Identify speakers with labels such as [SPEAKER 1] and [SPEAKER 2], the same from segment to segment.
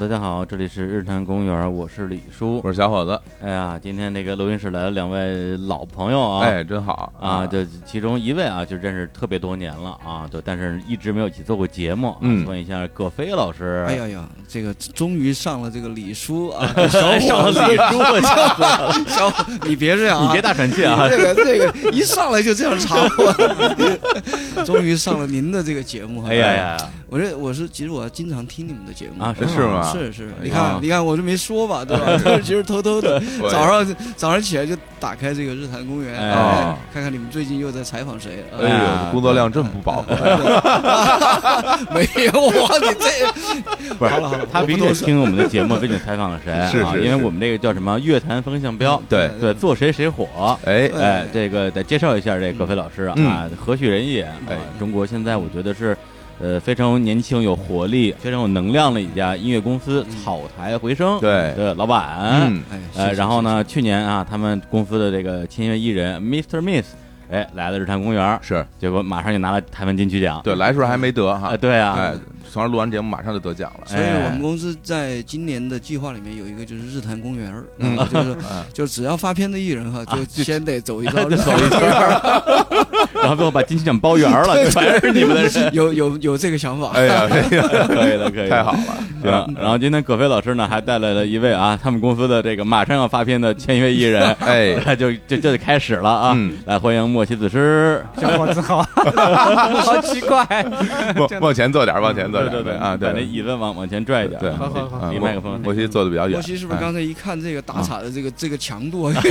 [SPEAKER 1] 大家好，这里是日坛公园，我是李叔。
[SPEAKER 2] 我是小伙子，
[SPEAKER 1] 哎呀，今天这个录音室来了两位老朋友啊，
[SPEAKER 2] 哎，真好
[SPEAKER 1] 啊，这其中一位啊，就认识特别多年了啊，对，但是一直没有一起做过节目。啊
[SPEAKER 2] 嗯
[SPEAKER 1] 问一下葛飞老师，
[SPEAKER 3] 哎呀呀，这个终于上了这个李叔 啊，
[SPEAKER 1] 哎，
[SPEAKER 3] 小
[SPEAKER 1] 上
[SPEAKER 3] 伙
[SPEAKER 1] 了
[SPEAKER 3] 子，
[SPEAKER 1] 李叔啊，
[SPEAKER 3] 小伙你别这样啊，
[SPEAKER 1] 你别大喘气啊
[SPEAKER 3] 你，这个这个一上来就这样插 我，终于上了您的这个节目啊。
[SPEAKER 1] 哎呀呀，
[SPEAKER 3] 我这我是其实我经常听你们的节目
[SPEAKER 1] 啊
[SPEAKER 2] 是吗
[SPEAKER 3] 是是，你
[SPEAKER 1] 啊
[SPEAKER 3] 看你看我就没说吧，对吧？ 但是其实偷偷的，
[SPEAKER 2] 我
[SPEAKER 3] 早上早上起来就打开这个日坛公园，
[SPEAKER 1] 哎
[SPEAKER 3] 哎看看你们最近又在采访谁。啊
[SPEAKER 2] 哎
[SPEAKER 1] 呀
[SPEAKER 2] 呦，工作量真不饱和，
[SPEAKER 3] 没有我，你这
[SPEAKER 2] 不是
[SPEAKER 3] 好了好了，
[SPEAKER 1] 他
[SPEAKER 3] 我
[SPEAKER 1] 必
[SPEAKER 3] 不
[SPEAKER 1] 须得
[SPEAKER 3] 多说
[SPEAKER 1] 听我们的节目，最近采访了谁啊？
[SPEAKER 2] 是是
[SPEAKER 1] 因为
[SPEAKER 2] 是
[SPEAKER 1] 我们这个叫什么乐坛风向标，
[SPEAKER 2] 对
[SPEAKER 1] 对，做谁谁火。
[SPEAKER 2] 哎，
[SPEAKER 3] 对
[SPEAKER 1] 哎，这个得介绍一下这葛飞老师啊，
[SPEAKER 2] 嗯
[SPEAKER 1] 啊何许人也？哎，中国现在我觉得是，呃，非常年轻、有活
[SPEAKER 2] 嗯
[SPEAKER 1] 力、非常有能量的一家音乐公司——草台回声。
[SPEAKER 2] 对
[SPEAKER 1] 对，老板。
[SPEAKER 2] 嗯，
[SPEAKER 3] 哎，是
[SPEAKER 1] 呃，
[SPEAKER 3] 是
[SPEAKER 1] 然后
[SPEAKER 3] 是
[SPEAKER 1] 呢，去年啊，他们公司的这个签约艺人 Mr. Miss，哎，来了日坛公园，
[SPEAKER 2] 是
[SPEAKER 1] 结果马上就拿了台湾金曲奖。
[SPEAKER 2] 对，来的时候还没得哈
[SPEAKER 1] 啊，，对啊
[SPEAKER 2] 哎，，从那录完节目马上就得奖了，
[SPEAKER 3] 所以我们公司在今年的计划里面有一个就是日坛公园儿，
[SPEAKER 2] 嗯
[SPEAKER 3] 啊就是
[SPEAKER 2] 嗯
[SPEAKER 3] 就只要发片的艺人哈，就先得走一遭
[SPEAKER 1] 就
[SPEAKER 3] 日
[SPEAKER 1] 走
[SPEAKER 3] 坛
[SPEAKER 1] 一圈儿，然后最后把金曲奖包圆儿 了，全是你们的人。
[SPEAKER 3] 有有有这个想法，
[SPEAKER 2] 哎呀，哎呀，
[SPEAKER 1] 可以的，可以的，
[SPEAKER 2] 太好了，，
[SPEAKER 1] 行，然后今天葛飞老师呢还带来了一位啊，他们公司的这个马上要发片的签约艺人
[SPEAKER 2] 哎，
[SPEAKER 1] 就就就得开始了啊！
[SPEAKER 2] 嗯
[SPEAKER 1] 来欢迎莫西子诗，
[SPEAKER 4] 小伙子好， 好 奇怪，
[SPEAKER 2] 往往前坐点，往前坐点，啊，
[SPEAKER 1] 把那
[SPEAKER 2] 对，
[SPEAKER 1] 椅子往往前拽一点，
[SPEAKER 2] 对，
[SPEAKER 1] 啊
[SPEAKER 4] 好好好
[SPEAKER 1] 离麦克风
[SPEAKER 2] 莫西坐的比较远，
[SPEAKER 3] 莫西是不是
[SPEAKER 2] 哎
[SPEAKER 3] 刚才一看这个打岔的这个这个强度，啊，有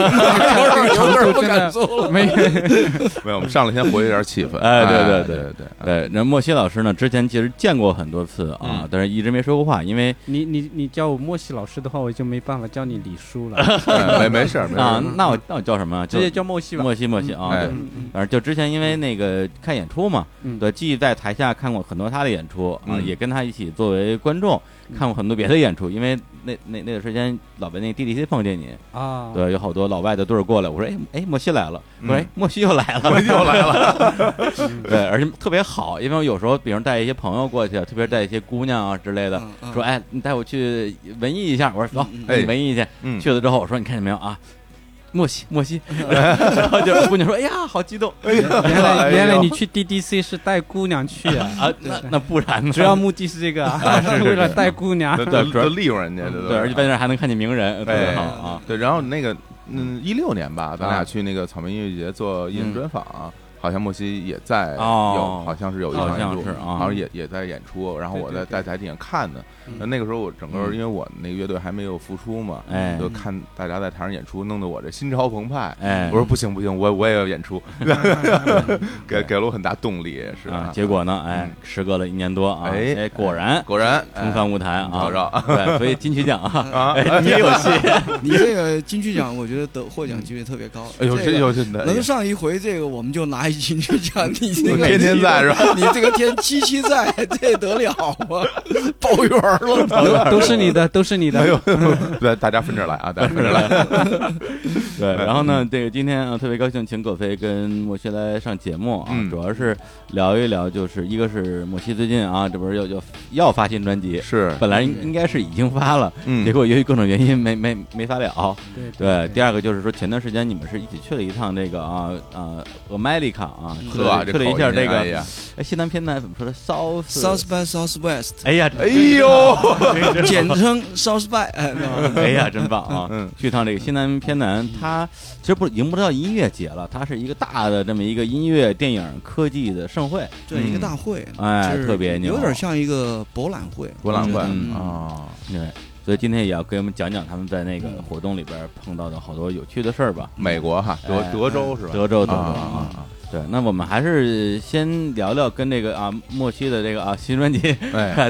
[SPEAKER 3] 点不敢做了？
[SPEAKER 4] 没
[SPEAKER 2] 没有？我们上来先活跃一下气氛，
[SPEAKER 1] 哎对对
[SPEAKER 2] 对对
[SPEAKER 1] 对，那莫西老师呢，之前其实见过很多次啊
[SPEAKER 2] 嗯，
[SPEAKER 1] 但是一直没说过话，因为
[SPEAKER 4] 你你你叫我莫西老师的话，我就没办法叫你李 叔了，
[SPEAKER 2] 对，哎没没事儿没事
[SPEAKER 1] 啊
[SPEAKER 2] 儿，，
[SPEAKER 1] 那我那我叫什么啊？就
[SPEAKER 4] 直接叫莫西吧。
[SPEAKER 1] 莫西莫西啊，
[SPEAKER 2] 哎
[SPEAKER 1] 对
[SPEAKER 4] 嗯嗯
[SPEAKER 1] 反正就之前因为那个看演出嘛，
[SPEAKER 4] 嗯
[SPEAKER 1] 对，既在台下看过很多他的演出啊，
[SPEAKER 2] 嗯
[SPEAKER 1] 也跟他一起作为观众看过很多别的演出。因为那那那段时间老被那 DDC 碰见你，
[SPEAKER 4] 啊，
[SPEAKER 1] 对，有好多老外的队儿过来，我说哎哎，莫西来了，我说
[SPEAKER 2] 嗯
[SPEAKER 1] 哎，莫西又来了，
[SPEAKER 2] 又来了，
[SPEAKER 1] 对，而且特别好，因为我有时候比如带一些朋友过去，特别是带一些姑娘啊之类的
[SPEAKER 3] 嗯，嗯
[SPEAKER 1] 说哎，你带我去文艺一下，我说走哦
[SPEAKER 3] 嗯，
[SPEAKER 2] 嗯
[SPEAKER 1] 你文艺去，
[SPEAKER 2] 嗯，
[SPEAKER 1] 去了之后，我说你看见没有啊？莫西，莫 西，然后就姑娘说：“哎呀，好激动！
[SPEAKER 2] 哎呀
[SPEAKER 4] 原
[SPEAKER 2] 哎
[SPEAKER 4] 来
[SPEAKER 2] 呦
[SPEAKER 4] 原来你去 DDC 是带姑娘去 啊，
[SPEAKER 1] 啊，那那不然呢？
[SPEAKER 4] 主要目的是这个
[SPEAKER 1] 哎
[SPEAKER 4] 啊，
[SPEAKER 2] 是是
[SPEAKER 4] 为了带姑娘
[SPEAKER 2] 都。
[SPEAKER 1] 对
[SPEAKER 2] 都
[SPEAKER 1] 主要
[SPEAKER 2] 都利用人家，
[SPEAKER 1] 对，而且在那儿还能看见名人，特别好啊！
[SPEAKER 2] 哎对，然后那个，嗯，一六年吧，咱
[SPEAKER 1] 啊嗯
[SPEAKER 2] 俩去那个草莓音乐节做艺人专访、好像莫西也在有，
[SPEAKER 1] 哦
[SPEAKER 2] 好像是有一
[SPEAKER 1] 好
[SPEAKER 2] 场
[SPEAKER 1] 像
[SPEAKER 2] 演出，
[SPEAKER 1] 是啊
[SPEAKER 2] 好像也也在演出，然后
[SPEAKER 4] 对
[SPEAKER 2] 我在
[SPEAKER 4] 对
[SPEAKER 2] 在台底下看的。
[SPEAKER 1] 嗯
[SPEAKER 2] 那那个时候我整个因为我那个乐队还没有复出嘛，
[SPEAKER 1] 哎
[SPEAKER 2] 就看大家在台上演出，弄得我这心潮澎湃。
[SPEAKER 1] 哎
[SPEAKER 2] 我说不行不行，我我也要演 出，给给了我很大动力，是
[SPEAKER 1] 啊
[SPEAKER 2] 啊，，
[SPEAKER 1] 结果呢，哎
[SPEAKER 2] 嗯，
[SPEAKER 1] 时隔了一年多啊，
[SPEAKER 2] 哎
[SPEAKER 1] 哎，果然
[SPEAKER 2] 果然
[SPEAKER 1] 重返舞台啊！
[SPEAKER 2] 找着
[SPEAKER 1] 对，所以金曲奖 啊，
[SPEAKER 2] 啊，
[SPEAKER 1] 哎你也有戏，
[SPEAKER 3] 你这个金曲奖，我觉得得获奖几率特别高。
[SPEAKER 2] 哎呦，这
[SPEAKER 3] 个
[SPEAKER 2] 有真的
[SPEAKER 3] 能上一回这个，我们就拿一金曲奖。你这个
[SPEAKER 2] 天天在是
[SPEAKER 3] 吧？你这个天七七在，这得了吗？抱怨儿了。
[SPEAKER 4] 都都是你的，都是你的。
[SPEAKER 2] 哎呦， 对，大家分着来啊，大家分着来，
[SPEAKER 1] 对，然后呢，这个今天啊，特别高兴请葛飞跟莫西来上节目啊，
[SPEAKER 2] 嗯
[SPEAKER 1] 主要是聊一聊，就是一个是莫西最近啊，这不是要要要发新专辑，
[SPEAKER 2] 是，
[SPEAKER 1] 本来应该是已经发了，
[SPEAKER 2] 嗯，
[SPEAKER 1] 结果由于各种原因没没没发了。
[SPEAKER 4] 对
[SPEAKER 1] 对，第二个就是说，前段时间你们是一起去了一趟这个啊啊 America 啊，去
[SPEAKER 2] 呵
[SPEAKER 1] 了，
[SPEAKER 2] 这
[SPEAKER 1] 去了一
[SPEAKER 2] 口
[SPEAKER 1] 下
[SPEAKER 2] 音
[SPEAKER 1] 这
[SPEAKER 2] 哎
[SPEAKER 1] 个
[SPEAKER 2] 呀
[SPEAKER 1] 哎西南偏南怎么说的 South
[SPEAKER 3] South by Southwest，
[SPEAKER 1] 哎呀，
[SPEAKER 2] 哎呦，
[SPEAKER 3] 简称 South by，哎，没 有
[SPEAKER 1] 哎呀，真棒啊！
[SPEAKER 2] 嗯
[SPEAKER 1] 去一趟这个西南偏南，它其实不已经不知道音乐节了，它是一个大的这么一个音乐、电影、科技的盛会。
[SPEAKER 3] 对，一个大会，
[SPEAKER 1] 哎
[SPEAKER 3] 就是
[SPEAKER 1] 特别牛
[SPEAKER 3] 有点像一个博览会，
[SPEAKER 2] 博览会
[SPEAKER 3] 我觉得
[SPEAKER 1] 嗯
[SPEAKER 2] 啊，
[SPEAKER 1] 对，所以今天也要给我们讲讲他们在那个活动里边碰到的好多有趣的事儿吧。
[SPEAKER 2] 美国哈，德
[SPEAKER 1] 哎
[SPEAKER 2] 德州是吧？
[SPEAKER 1] 德州，德州
[SPEAKER 2] 啊啊
[SPEAKER 1] 啊，
[SPEAKER 2] 啊，
[SPEAKER 1] 对，那我们还是先聊聊跟这个啊莫西的这个啊新专辑，
[SPEAKER 2] 哎，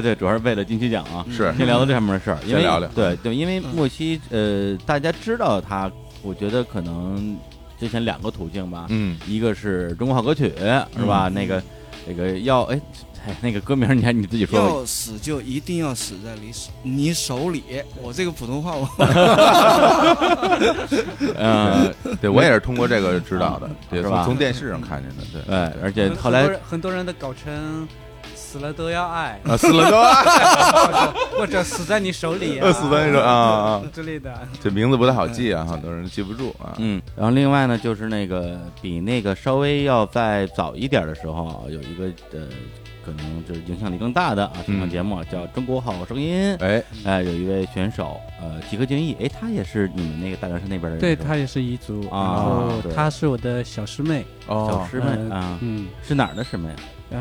[SPEAKER 1] 对，主要是为了金曲奖啊，
[SPEAKER 2] 是
[SPEAKER 1] 先聊聊这上面的事儿，因为
[SPEAKER 2] 先聊聊
[SPEAKER 1] 对对，因为莫西呃，大家知道他，我觉得可能之前两个途径吧，
[SPEAKER 2] 嗯，
[SPEAKER 1] 一个是中国好歌曲是吧？那个那个要哎哎那个歌名你还你自己说吧，
[SPEAKER 3] 要死就一定要死在你手你手里。我这个普通话我
[SPEAKER 1] 嗯，
[SPEAKER 2] 对我也是通过这个知道的，也
[SPEAKER 1] 是
[SPEAKER 2] 是
[SPEAKER 1] 吧呃
[SPEAKER 2] 从从电视上看见的，对，，
[SPEAKER 1] 对，而且
[SPEAKER 4] 很
[SPEAKER 1] 后来
[SPEAKER 4] 很多人很多人都搞成死了都要爱
[SPEAKER 2] 啊，死了都啊，
[SPEAKER 4] 或者死在你手里 啊，
[SPEAKER 2] 死了你说啊啊，
[SPEAKER 4] 之类的。
[SPEAKER 2] 这名字不太好记啊，很多人记不住啊。
[SPEAKER 1] 嗯，然后另外呢，就是那个比那个稍微要再早一点的时候啊，有一个呃，可能就是影响力更大的啊，
[SPEAKER 2] 嗯
[SPEAKER 1] 选秀节目啊叫《中国好声音》，
[SPEAKER 2] 哎，
[SPEAKER 1] 哎、有一位选手呃，吉克隽逸，哎，他也是你们那个大凉山那边的人，
[SPEAKER 4] 对
[SPEAKER 1] 是吧
[SPEAKER 4] 她也是彝族，然
[SPEAKER 1] 啊
[SPEAKER 4] 后
[SPEAKER 1] 对
[SPEAKER 4] 她是我的小师妹，
[SPEAKER 1] 小
[SPEAKER 2] 哦，
[SPEAKER 1] 师妹
[SPEAKER 4] 呃
[SPEAKER 1] 啊，
[SPEAKER 4] 嗯，
[SPEAKER 1] 是哪儿的师妹？啊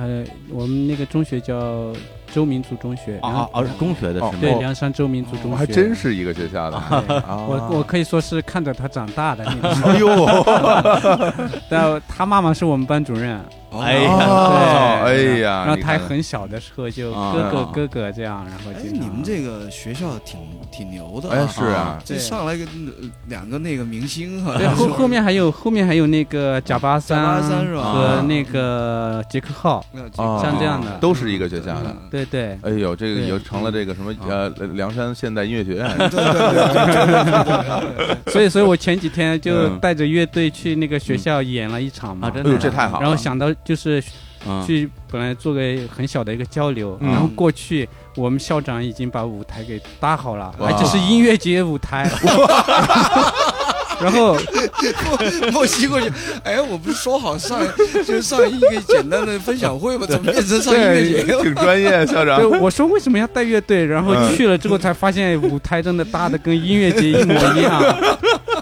[SPEAKER 4] 呃，我们那个中学叫州民族中学，然
[SPEAKER 1] 啊
[SPEAKER 4] 后
[SPEAKER 1] 啊，是中学的师
[SPEAKER 4] 对
[SPEAKER 1] 妹，
[SPEAKER 4] 凉山州民族
[SPEAKER 3] 哦
[SPEAKER 4] 中
[SPEAKER 2] 我
[SPEAKER 4] 学，
[SPEAKER 2] 还真是一个学校的
[SPEAKER 4] 对。
[SPEAKER 2] 啊
[SPEAKER 4] 我我可以说是看着她长大的，那 种
[SPEAKER 2] 哎呦，
[SPEAKER 4] 但她妈妈是我们班主 任，
[SPEAKER 1] 哎呀
[SPEAKER 2] 哦哎
[SPEAKER 4] 对
[SPEAKER 2] 呀，
[SPEAKER 4] 然后
[SPEAKER 2] 你
[SPEAKER 4] 她还
[SPEAKER 2] 看
[SPEAKER 4] 很小的时候就
[SPEAKER 1] 啊
[SPEAKER 4] 哥哥哥哥这样，然后
[SPEAKER 3] 哎，
[SPEAKER 4] 经
[SPEAKER 3] 你
[SPEAKER 4] 常
[SPEAKER 3] 们这个学校挺挺牛的、啊，
[SPEAKER 2] 哎是啊，
[SPEAKER 3] 这
[SPEAKER 4] 对
[SPEAKER 3] 上来个呃两个那个明星好
[SPEAKER 4] 对
[SPEAKER 3] 像
[SPEAKER 4] 后
[SPEAKER 3] 是
[SPEAKER 4] 后面还有后面还有那个贾巴
[SPEAKER 3] 贾
[SPEAKER 4] 三
[SPEAKER 3] 巴山是吧？
[SPEAKER 4] 和那个杰克浩，
[SPEAKER 3] 那几
[SPEAKER 2] 哦
[SPEAKER 3] 个
[SPEAKER 4] 像这样的
[SPEAKER 2] 都是一个学校的。
[SPEAKER 3] 嗯
[SPEAKER 4] 对对，
[SPEAKER 2] 哎呦，这个
[SPEAKER 4] 对嗯啊
[SPEAKER 2] 又成了这个什么呃梁山现代音乐学院
[SPEAKER 3] 对对对对对对，
[SPEAKER 4] 所以所以我前几天就
[SPEAKER 1] 嗯
[SPEAKER 4] 带着乐队去那个学校演了一场
[SPEAKER 1] 啊，
[SPEAKER 4] 嘛，
[SPEAKER 1] 真
[SPEAKER 2] 哎
[SPEAKER 1] 的
[SPEAKER 2] 呦
[SPEAKER 1] 啊，
[SPEAKER 2] 这太好了
[SPEAKER 4] 然后想到就是
[SPEAKER 1] 嗯
[SPEAKER 4] 去本来做个很小的一个交流，
[SPEAKER 2] 嗯
[SPEAKER 4] 然后过去我们校长已经把舞台给搭好了，
[SPEAKER 2] 哇
[SPEAKER 4] 而且是音乐节 舞台。然后
[SPEAKER 3] 莫西过去，哎，我不是说好上就是上一个简单的分享会吗？怎么变成上音乐节了？
[SPEAKER 2] 挺专业，校长
[SPEAKER 4] 对。我说为什么要带乐队？然后
[SPEAKER 2] 嗯
[SPEAKER 4] 去了之后才发现舞台真的搭的跟音乐节一模 一样。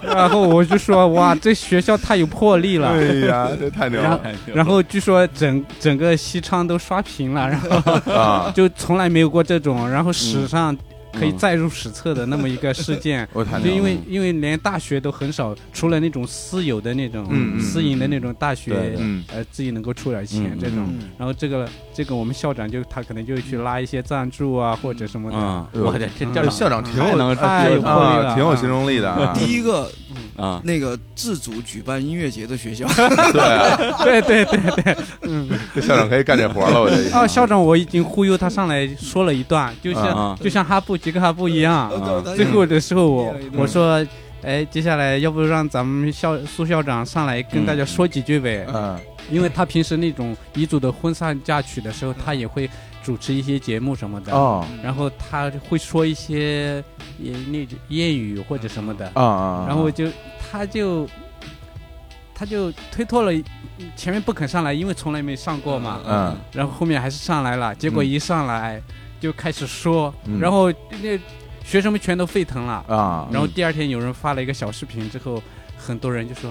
[SPEAKER 4] 然后我就说哇，这学校太有魄力了。
[SPEAKER 2] 哎呀，这太牛
[SPEAKER 4] 然
[SPEAKER 2] 了
[SPEAKER 4] 后，然后据说整整个西昌都刷屏了，然后
[SPEAKER 2] 啊！
[SPEAKER 4] 就从来没有过这种，然后
[SPEAKER 2] 嗯
[SPEAKER 4] 史上可以载入史册的那么一个事件。
[SPEAKER 2] 我太
[SPEAKER 4] 就
[SPEAKER 2] 牛
[SPEAKER 4] 因
[SPEAKER 2] 了。
[SPEAKER 4] 为因为连大学都很少，除了那种私有的那种、
[SPEAKER 2] 嗯嗯
[SPEAKER 4] 私营的那种大学，
[SPEAKER 1] 对对
[SPEAKER 2] 嗯，
[SPEAKER 4] 呃，自己能够出点钱、
[SPEAKER 1] 嗯
[SPEAKER 4] 这种。
[SPEAKER 3] 嗯
[SPEAKER 4] 然后这个这个我们校长就他可能就去拉一些赞助啊或者什么的。
[SPEAKER 1] 嗯，
[SPEAKER 2] 哎呦
[SPEAKER 1] 我的这
[SPEAKER 4] 嗯
[SPEAKER 1] 这哎
[SPEAKER 2] 这校长挺有
[SPEAKER 1] 能
[SPEAKER 4] 太有魄力
[SPEAKER 2] 啊，
[SPEAKER 4] 了
[SPEAKER 2] 挺有形容力的啊。
[SPEAKER 3] 第一个
[SPEAKER 1] 啊，
[SPEAKER 3] 那个自主举办音乐节的 学校，
[SPEAKER 2] 对啊，
[SPEAKER 4] 对对对对，嗯。
[SPEAKER 2] 这校长可以干这活了，我觉得。
[SPEAKER 4] 啊，校长我已经忽悠他上来说了一段，就像、
[SPEAKER 1] 嗯嗯
[SPEAKER 4] 就像哈布杰克哈布一样。
[SPEAKER 3] 嗯
[SPEAKER 4] 最后的时候我
[SPEAKER 3] 嗯
[SPEAKER 4] 我说，哎，接下来要不让咱们校苏校长上来跟大家说几句呗？
[SPEAKER 2] 嗯，
[SPEAKER 4] 因为他平时那种彝族的婚丧嫁娶的时候，他也会主持一些节目什么的，
[SPEAKER 2] 哦，
[SPEAKER 4] 嗯然后他会说一些也那种谚语或者什么的，
[SPEAKER 2] 啊啊，
[SPEAKER 4] 然后我就他就他就推脱了，前面不肯上来，因为从来没上过嘛，
[SPEAKER 2] 嗯
[SPEAKER 4] 然后后面还是上来了，结果一上来就开始说，
[SPEAKER 2] 嗯
[SPEAKER 4] 然后那学生们全都沸腾了，
[SPEAKER 2] 啊，
[SPEAKER 4] 然后第二天有人发了一个小视频之后，很多人就说。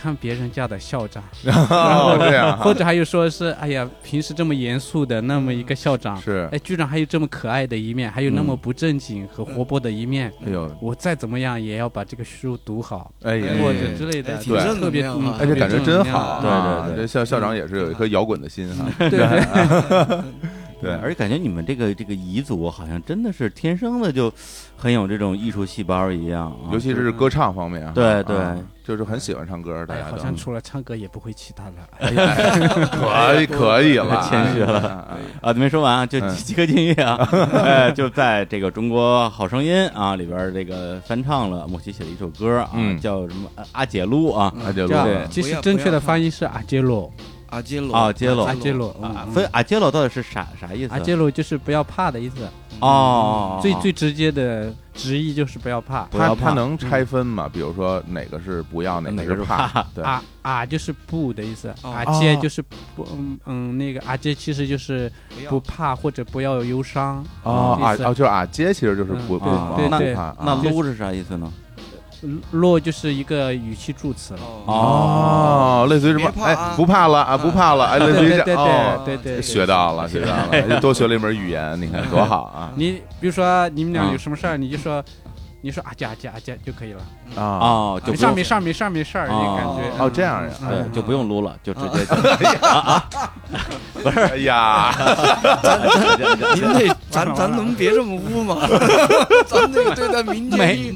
[SPEAKER 4] 看别人家的校长，
[SPEAKER 2] 然后哦这 样啊
[SPEAKER 4] 或者还有说是，哎呀，平时这么严肃的那么一个校长，
[SPEAKER 2] 是，
[SPEAKER 4] 哎，居然还有这么可爱的一面，还有那么
[SPEAKER 1] 嗯
[SPEAKER 4] 不正经和活泼的一面。
[SPEAKER 2] 哎呦，
[SPEAKER 4] 我再怎么样也要把这个书读好，
[SPEAKER 2] 哎呀，
[SPEAKER 4] 或者之类的，
[SPEAKER 3] 哎挺
[SPEAKER 4] 对
[SPEAKER 3] 正
[SPEAKER 4] 特别，
[SPEAKER 3] 能量
[SPEAKER 4] 嗯
[SPEAKER 3] 啊
[SPEAKER 2] 哎，这感觉真好啊，
[SPEAKER 1] 对对对
[SPEAKER 2] 这校校长也是有一颗摇滚的心哈，
[SPEAKER 4] 对哎对
[SPEAKER 2] 对，
[SPEAKER 1] 而且感觉你们这个这个彝族好像真的是天生的就很有这种艺术细胞一样啊，
[SPEAKER 2] 尤其是歌唱方面啊，
[SPEAKER 1] 对对
[SPEAKER 2] 啊就是很喜欢唱歌，大
[SPEAKER 4] 哎，
[SPEAKER 2] 家
[SPEAKER 4] 好
[SPEAKER 2] 都
[SPEAKER 4] 像除了唱歌也不会其他的了。
[SPEAKER 2] 哎呀 可以哎可以了，哎
[SPEAKER 1] 谦虚了
[SPEAKER 2] 了，
[SPEAKER 1] 啊，没说完啊，就
[SPEAKER 2] 嗯
[SPEAKER 1] 吉克隽逸啊， 呃，就在这个《中国好声音》啊里边儿这个翻唱了莫西写的一首歌啊，
[SPEAKER 2] 嗯
[SPEAKER 1] 叫什么呃阿姐撸啊
[SPEAKER 2] 阿杰
[SPEAKER 4] 对
[SPEAKER 2] 洛
[SPEAKER 4] 吧
[SPEAKER 1] 对，
[SPEAKER 4] 其
[SPEAKER 3] 不
[SPEAKER 4] 实
[SPEAKER 3] 要
[SPEAKER 4] 正确的发音是阿杰洛，
[SPEAKER 3] 阿杰罗
[SPEAKER 1] 啊杰罗
[SPEAKER 4] 阿杰罗
[SPEAKER 3] 嗯
[SPEAKER 4] 啊
[SPEAKER 1] 所以阿杰罗到底是啥啥意思啊？
[SPEAKER 4] 阿杰洛就是不要怕的意思，
[SPEAKER 1] 哦哦，哦
[SPEAKER 4] 最
[SPEAKER 1] 哦
[SPEAKER 4] 最直接的直译就是不要怕。
[SPEAKER 1] 不要
[SPEAKER 2] 他
[SPEAKER 1] 怕嗯
[SPEAKER 2] 他能拆分吗？比如说哪个是不要，
[SPEAKER 1] 哪
[SPEAKER 2] 个
[SPEAKER 1] 个是
[SPEAKER 2] 怕
[SPEAKER 1] 怕？
[SPEAKER 2] 对，
[SPEAKER 4] 啊啊就是不的意思，
[SPEAKER 3] 哦
[SPEAKER 4] 阿杰就是不嗯嗯那个阿杰其实就是不
[SPEAKER 3] 不
[SPEAKER 4] 怕或者不要有忧伤。
[SPEAKER 2] 哦啊
[SPEAKER 4] 意思
[SPEAKER 2] 哦，就是啊，街其实就是不不
[SPEAKER 4] 嗯
[SPEAKER 1] 对
[SPEAKER 2] 啊
[SPEAKER 1] 对
[SPEAKER 2] 不
[SPEAKER 4] 对
[SPEAKER 2] 怕
[SPEAKER 1] 那
[SPEAKER 2] 啊
[SPEAKER 1] 撸是啥意思呢？
[SPEAKER 4] 洛嗯就是一个语气助词了。
[SPEAKER 3] 哦
[SPEAKER 1] 哦
[SPEAKER 2] 哦，类似于什么
[SPEAKER 3] 别？怕啊
[SPEAKER 2] 哎，不怕了啊，不怕了，哎，类
[SPEAKER 4] 对
[SPEAKER 2] 似于
[SPEAKER 4] 对
[SPEAKER 2] 这
[SPEAKER 4] 对
[SPEAKER 2] 哦，
[SPEAKER 4] 对对对，
[SPEAKER 2] 学
[SPEAKER 1] 啊
[SPEAKER 2] 到了，学到了，多学了一门语言，你看多好 啊
[SPEAKER 4] 你比如说你们俩
[SPEAKER 1] 嗯
[SPEAKER 4] 有什么事儿，你就说，你说啊姐啊姐啊姐就可以了，
[SPEAKER 2] 啊！
[SPEAKER 1] 哦，就
[SPEAKER 4] 没
[SPEAKER 1] 不
[SPEAKER 4] 事儿
[SPEAKER 1] 用
[SPEAKER 4] 没事儿没事儿没事儿，
[SPEAKER 1] 哦
[SPEAKER 4] 那感觉
[SPEAKER 2] 哦这样呀
[SPEAKER 4] 嗯
[SPEAKER 1] 对，
[SPEAKER 4] 嗯
[SPEAKER 1] 就不用撸了，就啊直
[SPEAKER 3] 嗯
[SPEAKER 1] 接
[SPEAKER 2] 哎呀，
[SPEAKER 3] 您得
[SPEAKER 4] 讲
[SPEAKER 3] 咱咱
[SPEAKER 4] 完了
[SPEAKER 3] 能别这么污吗？ 咱这个对待民 间
[SPEAKER 1] 没
[SPEAKER 3] 艺，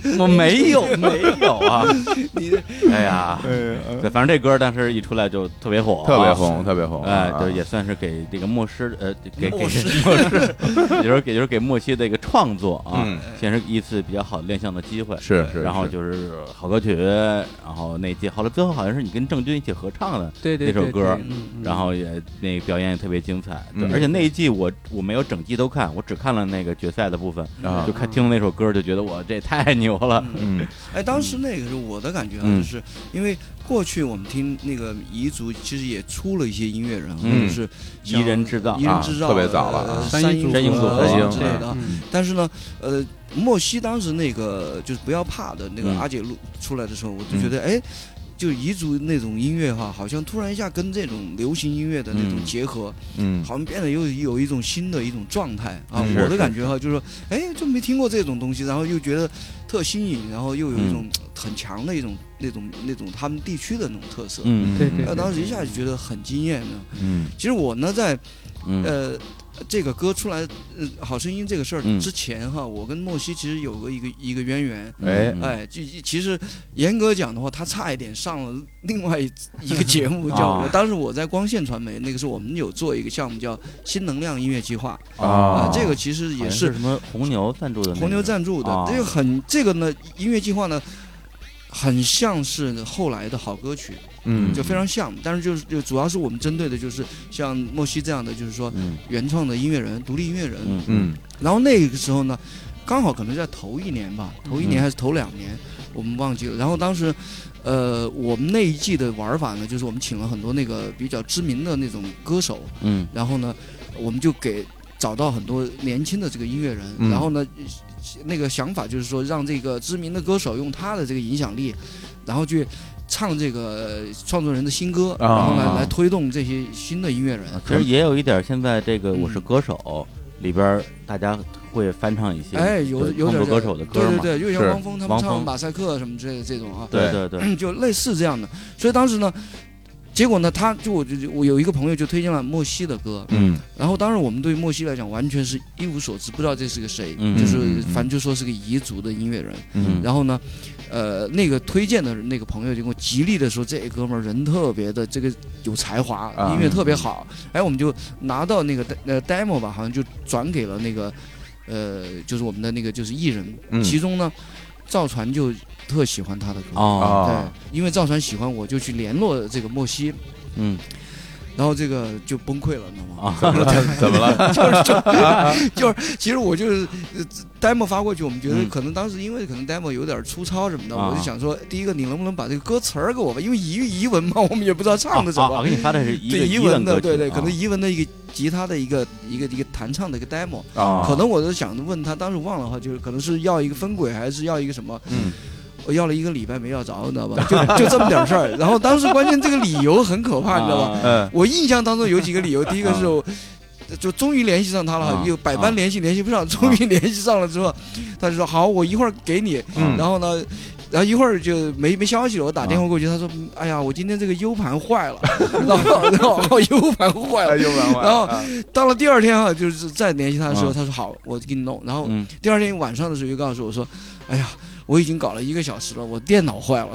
[SPEAKER 1] 我没有，没有啊！
[SPEAKER 3] 你的
[SPEAKER 1] 哎呀， 对，反正这歌当时一出来就特别火，啊
[SPEAKER 2] 特别。红，特别红，
[SPEAKER 1] 哎，
[SPEAKER 2] 啊
[SPEAKER 1] 就也算是给这个莫师，呃，给给
[SPEAKER 3] 莫师
[SPEAKER 1] 莫师，也就是给就是给莫西的一个创作啊
[SPEAKER 2] 嗯，
[SPEAKER 1] 先是一次比较好的亮相的机会，
[SPEAKER 2] 是是，
[SPEAKER 1] 然后
[SPEAKER 2] 是
[SPEAKER 1] 就是好歌曲，然后那届后来最后好像是你跟郑钧一起合唱的，
[SPEAKER 4] 对对
[SPEAKER 1] 那首
[SPEAKER 4] 对
[SPEAKER 1] 歌
[SPEAKER 4] 对嗯嗯
[SPEAKER 1] 然后也那个表演也特别精彩，对
[SPEAKER 2] 嗯
[SPEAKER 1] 而且那一季我我没有整季都看，我只看了那个决赛的部分，
[SPEAKER 2] 啊
[SPEAKER 1] 就看听了那首歌就觉得我这也太牛了，
[SPEAKER 2] 嗯
[SPEAKER 3] 哎，当时那个是我的感觉啊，
[SPEAKER 1] 嗯
[SPEAKER 3] 就是因为过去我们听那个彝族，其实也出了一些音乐人，或
[SPEAKER 1] 嗯
[SPEAKER 3] 者是
[SPEAKER 1] 宜人制造
[SPEAKER 3] 彝人制造、
[SPEAKER 2] 啊特别早了啊
[SPEAKER 3] 呃
[SPEAKER 4] 三
[SPEAKER 3] 三
[SPEAKER 4] 英组
[SPEAKER 1] 三英组
[SPEAKER 3] 合
[SPEAKER 1] 合
[SPEAKER 3] 之
[SPEAKER 1] 行
[SPEAKER 3] 类的啊。
[SPEAKER 4] 嗯
[SPEAKER 3] 但是呢，呃，莫西当时那个就是不要怕的那个
[SPEAKER 1] 嗯
[SPEAKER 3] 阿姐录出来的时候，我就觉得哎。就彝族那种音乐哈，好像突然一下跟这种流行音乐的那种
[SPEAKER 1] 嗯
[SPEAKER 3] 结合，
[SPEAKER 2] 嗯
[SPEAKER 3] 好像变得有有一种新的一种状态啊。
[SPEAKER 1] 嗯
[SPEAKER 3] 我
[SPEAKER 1] 是
[SPEAKER 3] 的感觉哈，就是说，哎，就没听过这种东西，然后又觉得特新颖，然后又有一种
[SPEAKER 1] 嗯
[SPEAKER 3] 很强的一种、那种那种他们地区的那种特色。
[SPEAKER 1] 嗯，
[SPEAKER 4] 对对
[SPEAKER 3] 那当时一下就觉得很惊艳呢。
[SPEAKER 1] 嗯
[SPEAKER 3] 其实我呢，在
[SPEAKER 1] 嗯
[SPEAKER 3] 呃，这个歌出来，呃，《好声音》这个事儿
[SPEAKER 1] 嗯
[SPEAKER 3] 之前哈，我跟莫西其实有过一个一个渊源。
[SPEAKER 2] 哎
[SPEAKER 1] 嗯
[SPEAKER 3] 哎，就其实严格讲的话，他差一点上了另外一一个 节目，叫
[SPEAKER 1] 啊
[SPEAKER 3] 我当时我在光线传媒，那个时候我们有做一个项目叫新能量音乐计划啊
[SPEAKER 2] 啊，
[SPEAKER 3] 这个其实
[SPEAKER 1] 好
[SPEAKER 3] 也
[SPEAKER 1] 像
[SPEAKER 3] 是
[SPEAKER 1] 什么红牛赞助的那个，
[SPEAKER 3] 红牛赞助的
[SPEAKER 1] 啊，
[SPEAKER 3] 这个很这个呢音乐计划呢。很像是后来的好歌曲，
[SPEAKER 2] 嗯
[SPEAKER 3] 就非常像，但是就是就主要是我们针对的就是像莫西这样的，就是说
[SPEAKER 1] 嗯，
[SPEAKER 3] 原创的音乐人、独立音乐人，
[SPEAKER 1] 嗯嗯
[SPEAKER 2] 嗯
[SPEAKER 3] 然后那个时候呢，刚好可能在头一年吧，头一年还是头两年，我们忘记了。然后当时，呃，我们那一季的玩法呢，就是我们请了很多那个比较知名的那种歌手，
[SPEAKER 1] 嗯
[SPEAKER 3] 然后呢，我们就给找到很多年轻的这个音乐人，
[SPEAKER 2] 嗯
[SPEAKER 3] 然后呢，那个想法就是说让这个知名的歌手用他的这个影响力，然后去。唱这个呃创作人的新歌，
[SPEAKER 2] 啊
[SPEAKER 3] 然后来
[SPEAKER 1] 啊
[SPEAKER 3] 来推动这些新的音乐人。
[SPEAKER 1] 其实也有一点现在这个《我是
[SPEAKER 3] 嗯
[SPEAKER 1] 歌手》里边儿大家会翻唱一些
[SPEAKER 3] 哎，有有
[SPEAKER 1] 创作
[SPEAKER 3] 点儿
[SPEAKER 1] 歌手的歌
[SPEAKER 3] 对
[SPEAKER 1] 嘛，
[SPEAKER 3] 对对，就像
[SPEAKER 2] 是
[SPEAKER 3] 汪峰他们
[SPEAKER 1] 汪
[SPEAKER 3] 唱
[SPEAKER 1] 峰嗯
[SPEAKER 3] 马赛克什么之类的这种啊，
[SPEAKER 1] 对
[SPEAKER 2] 对
[SPEAKER 1] 对对，
[SPEAKER 3] 就类似这样的。所以当时呢，结果呢，他就我就我有一个朋友就推荐了莫西的歌，
[SPEAKER 2] 嗯
[SPEAKER 3] 然后当时我们对莫西来讲完全是一无所知，不知道这是个谁，
[SPEAKER 1] 嗯
[SPEAKER 3] 就是
[SPEAKER 2] 嗯嗯
[SPEAKER 3] 反正就说是个彝族的音乐人。
[SPEAKER 1] 嗯
[SPEAKER 3] 然后呢，呃，那个推荐的那个朋友就跟我极力的说，这哥们儿人特别的这个有才华，
[SPEAKER 2] 啊
[SPEAKER 3] 音乐特别好。哎，我们就拿到那个 de- 呃 demo 吧，好像就转给了那个呃，就是我们的那个就是艺人，
[SPEAKER 2] 嗯
[SPEAKER 3] 其中呢，赵传就特喜欢他的歌。
[SPEAKER 1] 哦，
[SPEAKER 2] 啊
[SPEAKER 3] 对，因为赵传喜欢我，就去联络这个莫西，
[SPEAKER 1] 嗯
[SPEAKER 3] 然后这个就崩溃了，你知道吗？
[SPEAKER 1] 啊，
[SPEAKER 2] 怎么了？
[SPEAKER 3] 就是 其实我就是呃 demo 发过去，我们觉得
[SPEAKER 1] 嗯
[SPEAKER 3] 可能当时因为可能 demo 有点粗糙什么的，
[SPEAKER 1] 啊
[SPEAKER 3] 我就想说，第一个你能不能把这个歌词儿给我吧，因为彝彝文嘛，我们也不知道唱的什
[SPEAKER 1] 啊啊
[SPEAKER 3] 么
[SPEAKER 1] 我。给你发的是一个
[SPEAKER 3] 对
[SPEAKER 1] 疑
[SPEAKER 3] 彝
[SPEAKER 1] 问
[SPEAKER 3] 文的，
[SPEAKER 1] 歌曲，
[SPEAKER 3] 对对，
[SPEAKER 1] 啊
[SPEAKER 3] 可能彝文的一个吉他的一个一个一个弹唱的一个 demo，
[SPEAKER 2] 啊
[SPEAKER 3] 可能我是想问他，当时忘了哈，就是可能是要一个分轨还是要一个什么，
[SPEAKER 2] 嗯
[SPEAKER 3] 我要了一个礼拜没要着，你知道吧？就就这么点事儿。然后当时关键这个理由很可怕，你知道吧？
[SPEAKER 1] 啊
[SPEAKER 2] 嗯
[SPEAKER 3] 我印象当中有几个理由，第一个是
[SPEAKER 1] 啊
[SPEAKER 3] 我就终于联系上他了
[SPEAKER 1] 啊，
[SPEAKER 3] 又百般联系联系不上，终于联系上了之后，他就说好，我一会儿给你，
[SPEAKER 2] 嗯
[SPEAKER 3] 然后呢。然后一会儿就没没消息了，我打电话过去，他说：“哎呀，我今天这个 U 盘 坏了。”然后然后 U 盘坏
[SPEAKER 2] 哎
[SPEAKER 3] 了。
[SPEAKER 2] 呦完完
[SPEAKER 3] 然后
[SPEAKER 2] 啊
[SPEAKER 3] 到了第二天啊，就是再联系他的时候，
[SPEAKER 1] 啊
[SPEAKER 3] 他说：“好，我给你弄。”然后
[SPEAKER 1] 嗯
[SPEAKER 3] 第二天晚上的时候就告诉我说：“哎呀，我已经搞了一个小时了，我电 脑坏了。”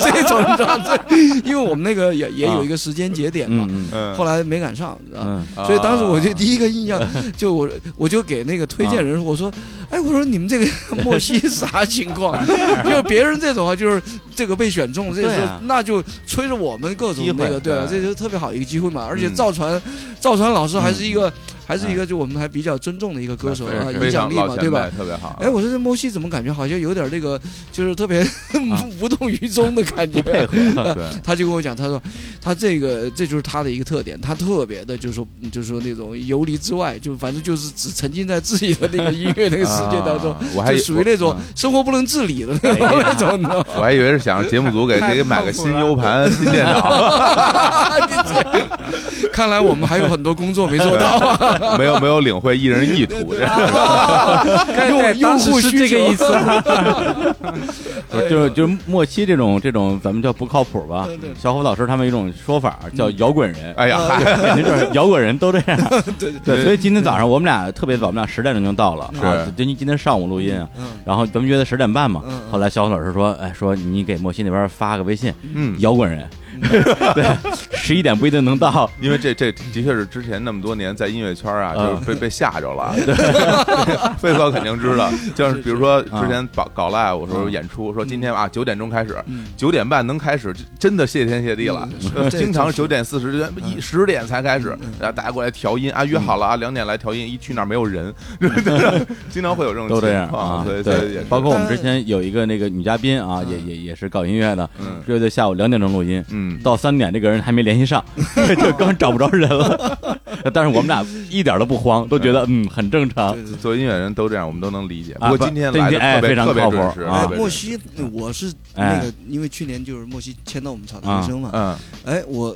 [SPEAKER 3] 就这种你知道这，因为我们那个也也有一个时间节点嘛，
[SPEAKER 1] 嗯
[SPEAKER 2] 嗯
[SPEAKER 3] 后来没赶上，啊，
[SPEAKER 1] 嗯
[SPEAKER 2] 啊
[SPEAKER 3] 所以当时我就第一个印象，就我我就给那个推荐人我说，哎，我说你们这个莫西啥情况？就是别人这种啊，就是这个被选中，这
[SPEAKER 1] 对
[SPEAKER 3] 时
[SPEAKER 1] 啊
[SPEAKER 3] 候那就催着我们各种
[SPEAKER 1] 机会
[SPEAKER 3] 那个，对啊，
[SPEAKER 2] 对
[SPEAKER 3] 这就特别好一个机会嘛。而且
[SPEAKER 2] 嗯
[SPEAKER 3] 赵传，赵传老师还是一个还是一个就我们还比较尊重的一个歌手啊，
[SPEAKER 2] 非
[SPEAKER 3] 影响
[SPEAKER 2] 常
[SPEAKER 3] 力
[SPEAKER 2] 老
[SPEAKER 3] 嘛，
[SPEAKER 2] 前
[SPEAKER 3] 对吧
[SPEAKER 2] 辈？特别好。
[SPEAKER 3] 哎，我说这莫西怎么感觉好像有点那个，就是特别 无动于衷的感 觉，
[SPEAKER 1] 配 合，啊
[SPEAKER 2] 对，
[SPEAKER 3] 他就跟我讲，他说他这个这就是他的一个特点，他特别的就是说嗯就是说那种游离之外，就反正就是只沉浸在自己的那个音乐那个世界当中，
[SPEAKER 2] 啊哎我还
[SPEAKER 3] 就
[SPEAKER 2] 以
[SPEAKER 3] 属于那种生活不能自理的那种、那种的。
[SPEAKER 2] 我还以为是想让节目组给
[SPEAKER 4] 太
[SPEAKER 2] 给买个
[SPEAKER 4] 靠 谱
[SPEAKER 2] 新
[SPEAKER 4] 了
[SPEAKER 2] U 盘、新电脑。
[SPEAKER 3] 你这看来我们还有很多工作没做 到，
[SPEAKER 2] 没有没有领会一人意 图，这
[SPEAKER 4] 对
[SPEAKER 3] 用
[SPEAKER 4] 当
[SPEAKER 3] 用
[SPEAKER 4] 时
[SPEAKER 3] 户
[SPEAKER 4] 是
[SPEAKER 3] 需
[SPEAKER 4] 这个
[SPEAKER 3] 求
[SPEAKER 4] 意思。
[SPEAKER 1] 不是就是就是末期这种这种咱们叫不靠谱吧
[SPEAKER 3] 对对？
[SPEAKER 1] 小虎老师他们有一种说法叫摇滚人，
[SPEAKER 2] 哎呀，
[SPEAKER 3] 啊
[SPEAKER 2] 嗨
[SPEAKER 1] 感觉就是摇滚人都这样。对
[SPEAKER 2] 对
[SPEAKER 1] 所以今天早上我们俩特别早，我们俩十点钟就到了，
[SPEAKER 2] 是
[SPEAKER 1] 啊，因为今天上午录音啊
[SPEAKER 3] 嗯，
[SPEAKER 1] 然后咱们约的十点半嘛
[SPEAKER 3] 嗯。嗯
[SPEAKER 1] 后来小虎老师说，哎，说你给莫西那边发个微信，
[SPEAKER 2] 嗯，
[SPEAKER 1] 摇滚人， 对，十一点不一定能到。
[SPEAKER 2] 因为这这的确是之前那么多年在音乐圈啊，
[SPEAKER 1] 嗯
[SPEAKER 2] 就是被被吓着了。飞哥肯定知道，
[SPEAKER 1] 嗯
[SPEAKER 2] 就是比如说之前搞搞 live，我说演出，说今天啊九点钟开始
[SPEAKER 3] 嗯，
[SPEAKER 2] 九点半能开始，这真的谢天谢地了
[SPEAKER 3] 嗯。
[SPEAKER 2] 呃
[SPEAKER 3] 这
[SPEAKER 2] 经常
[SPEAKER 3] 这
[SPEAKER 2] 是九点四十
[SPEAKER 1] 嗯
[SPEAKER 2] 一十点才开始，然后大家过来调音啊，约好了啊两点来调音，一去那儿没有人， 经常会有这种
[SPEAKER 1] 都这样
[SPEAKER 2] 情
[SPEAKER 1] 啊
[SPEAKER 2] 况，，所以所嗯以也
[SPEAKER 1] 对
[SPEAKER 2] 是，
[SPEAKER 1] 包括我们之前有一个那个女嘉宾啊，也也也是搞音乐的，
[SPEAKER 2] 嗯
[SPEAKER 1] 乐队下午两点钟录音，
[SPEAKER 2] 嗯
[SPEAKER 1] 到三点这个人还没联系 上，就根本找不着人了。 但是我们俩一点都不慌，都觉得嗯很正常。
[SPEAKER 3] 对对
[SPEAKER 2] 做音乐人都这样，我们都能理解。
[SPEAKER 1] 啊
[SPEAKER 2] 不过今天
[SPEAKER 1] 不
[SPEAKER 2] 来的
[SPEAKER 1] 哎
[SPEAKER 2] 特别
[SPEAKER 1] 非常
[SPEAKER 2] 特别
[SPEAKER 1] 靠谱
[SPEAKER 2] 准时，
[SPEAKER 1] 啊
[SPEAKER 2] 特
[SPEAKER 3] 哎
[SPEAKER 2] 别，
[SPEAKER 3] 莫
[SPEAKER 2] 准时
[SPEAKER 3] 西，我是那
[SPEAKER 2] 哎
[SPEAKER 3] 个，因为去年就是莫西签到我们草堂医生嘛，
[SPEAKER 2] 嗯
[SPEAKER 3] 哎，我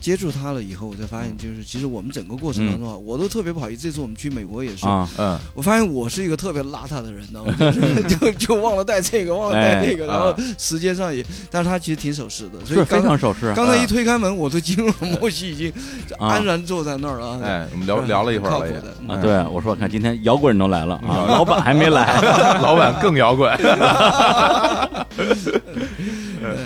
[SPEAKER 3] 接触他了以后，我才发现，就是其实我们整个过程当中啊，我都特别不好意思。这次我们去美国也是，
[SPEAKER 1] 啊，
[SPEAKER 2] 嗯，
[SPEAKER 3] 我发现我是一个特别邋遢的人，呢，我就是就就忘了带这个，忘了带那个，
[SPEAKER 2] 哎
[SPEAKER 3] 然后时间上也，但是他其实挺守时的，所
[SPEAKER 1] 是
[SPEAKER 3] 以
[SPEAKER 1] 非
[SPEAKER 3] 刚
[SPEAKER 1] 常守时。啊
[SPEAKER 3] 刚才一推开门，我都惊了，莫西已经安然坐在那儿了。
[SPEAKER 2] 哎，我们聊聊了一会儿
[SPEAKER 3] 靠
[SPEAKER 2] 了
[SPEAKER 3] 谱
[SPEAKER 2] 也哎
[SPEAKER 3] 的，
[SPEAKER 1] 啊，对，我说我看今天摇滚人都来了啊，老板还没来，
[SPEAKER 2] 老板更摇滚，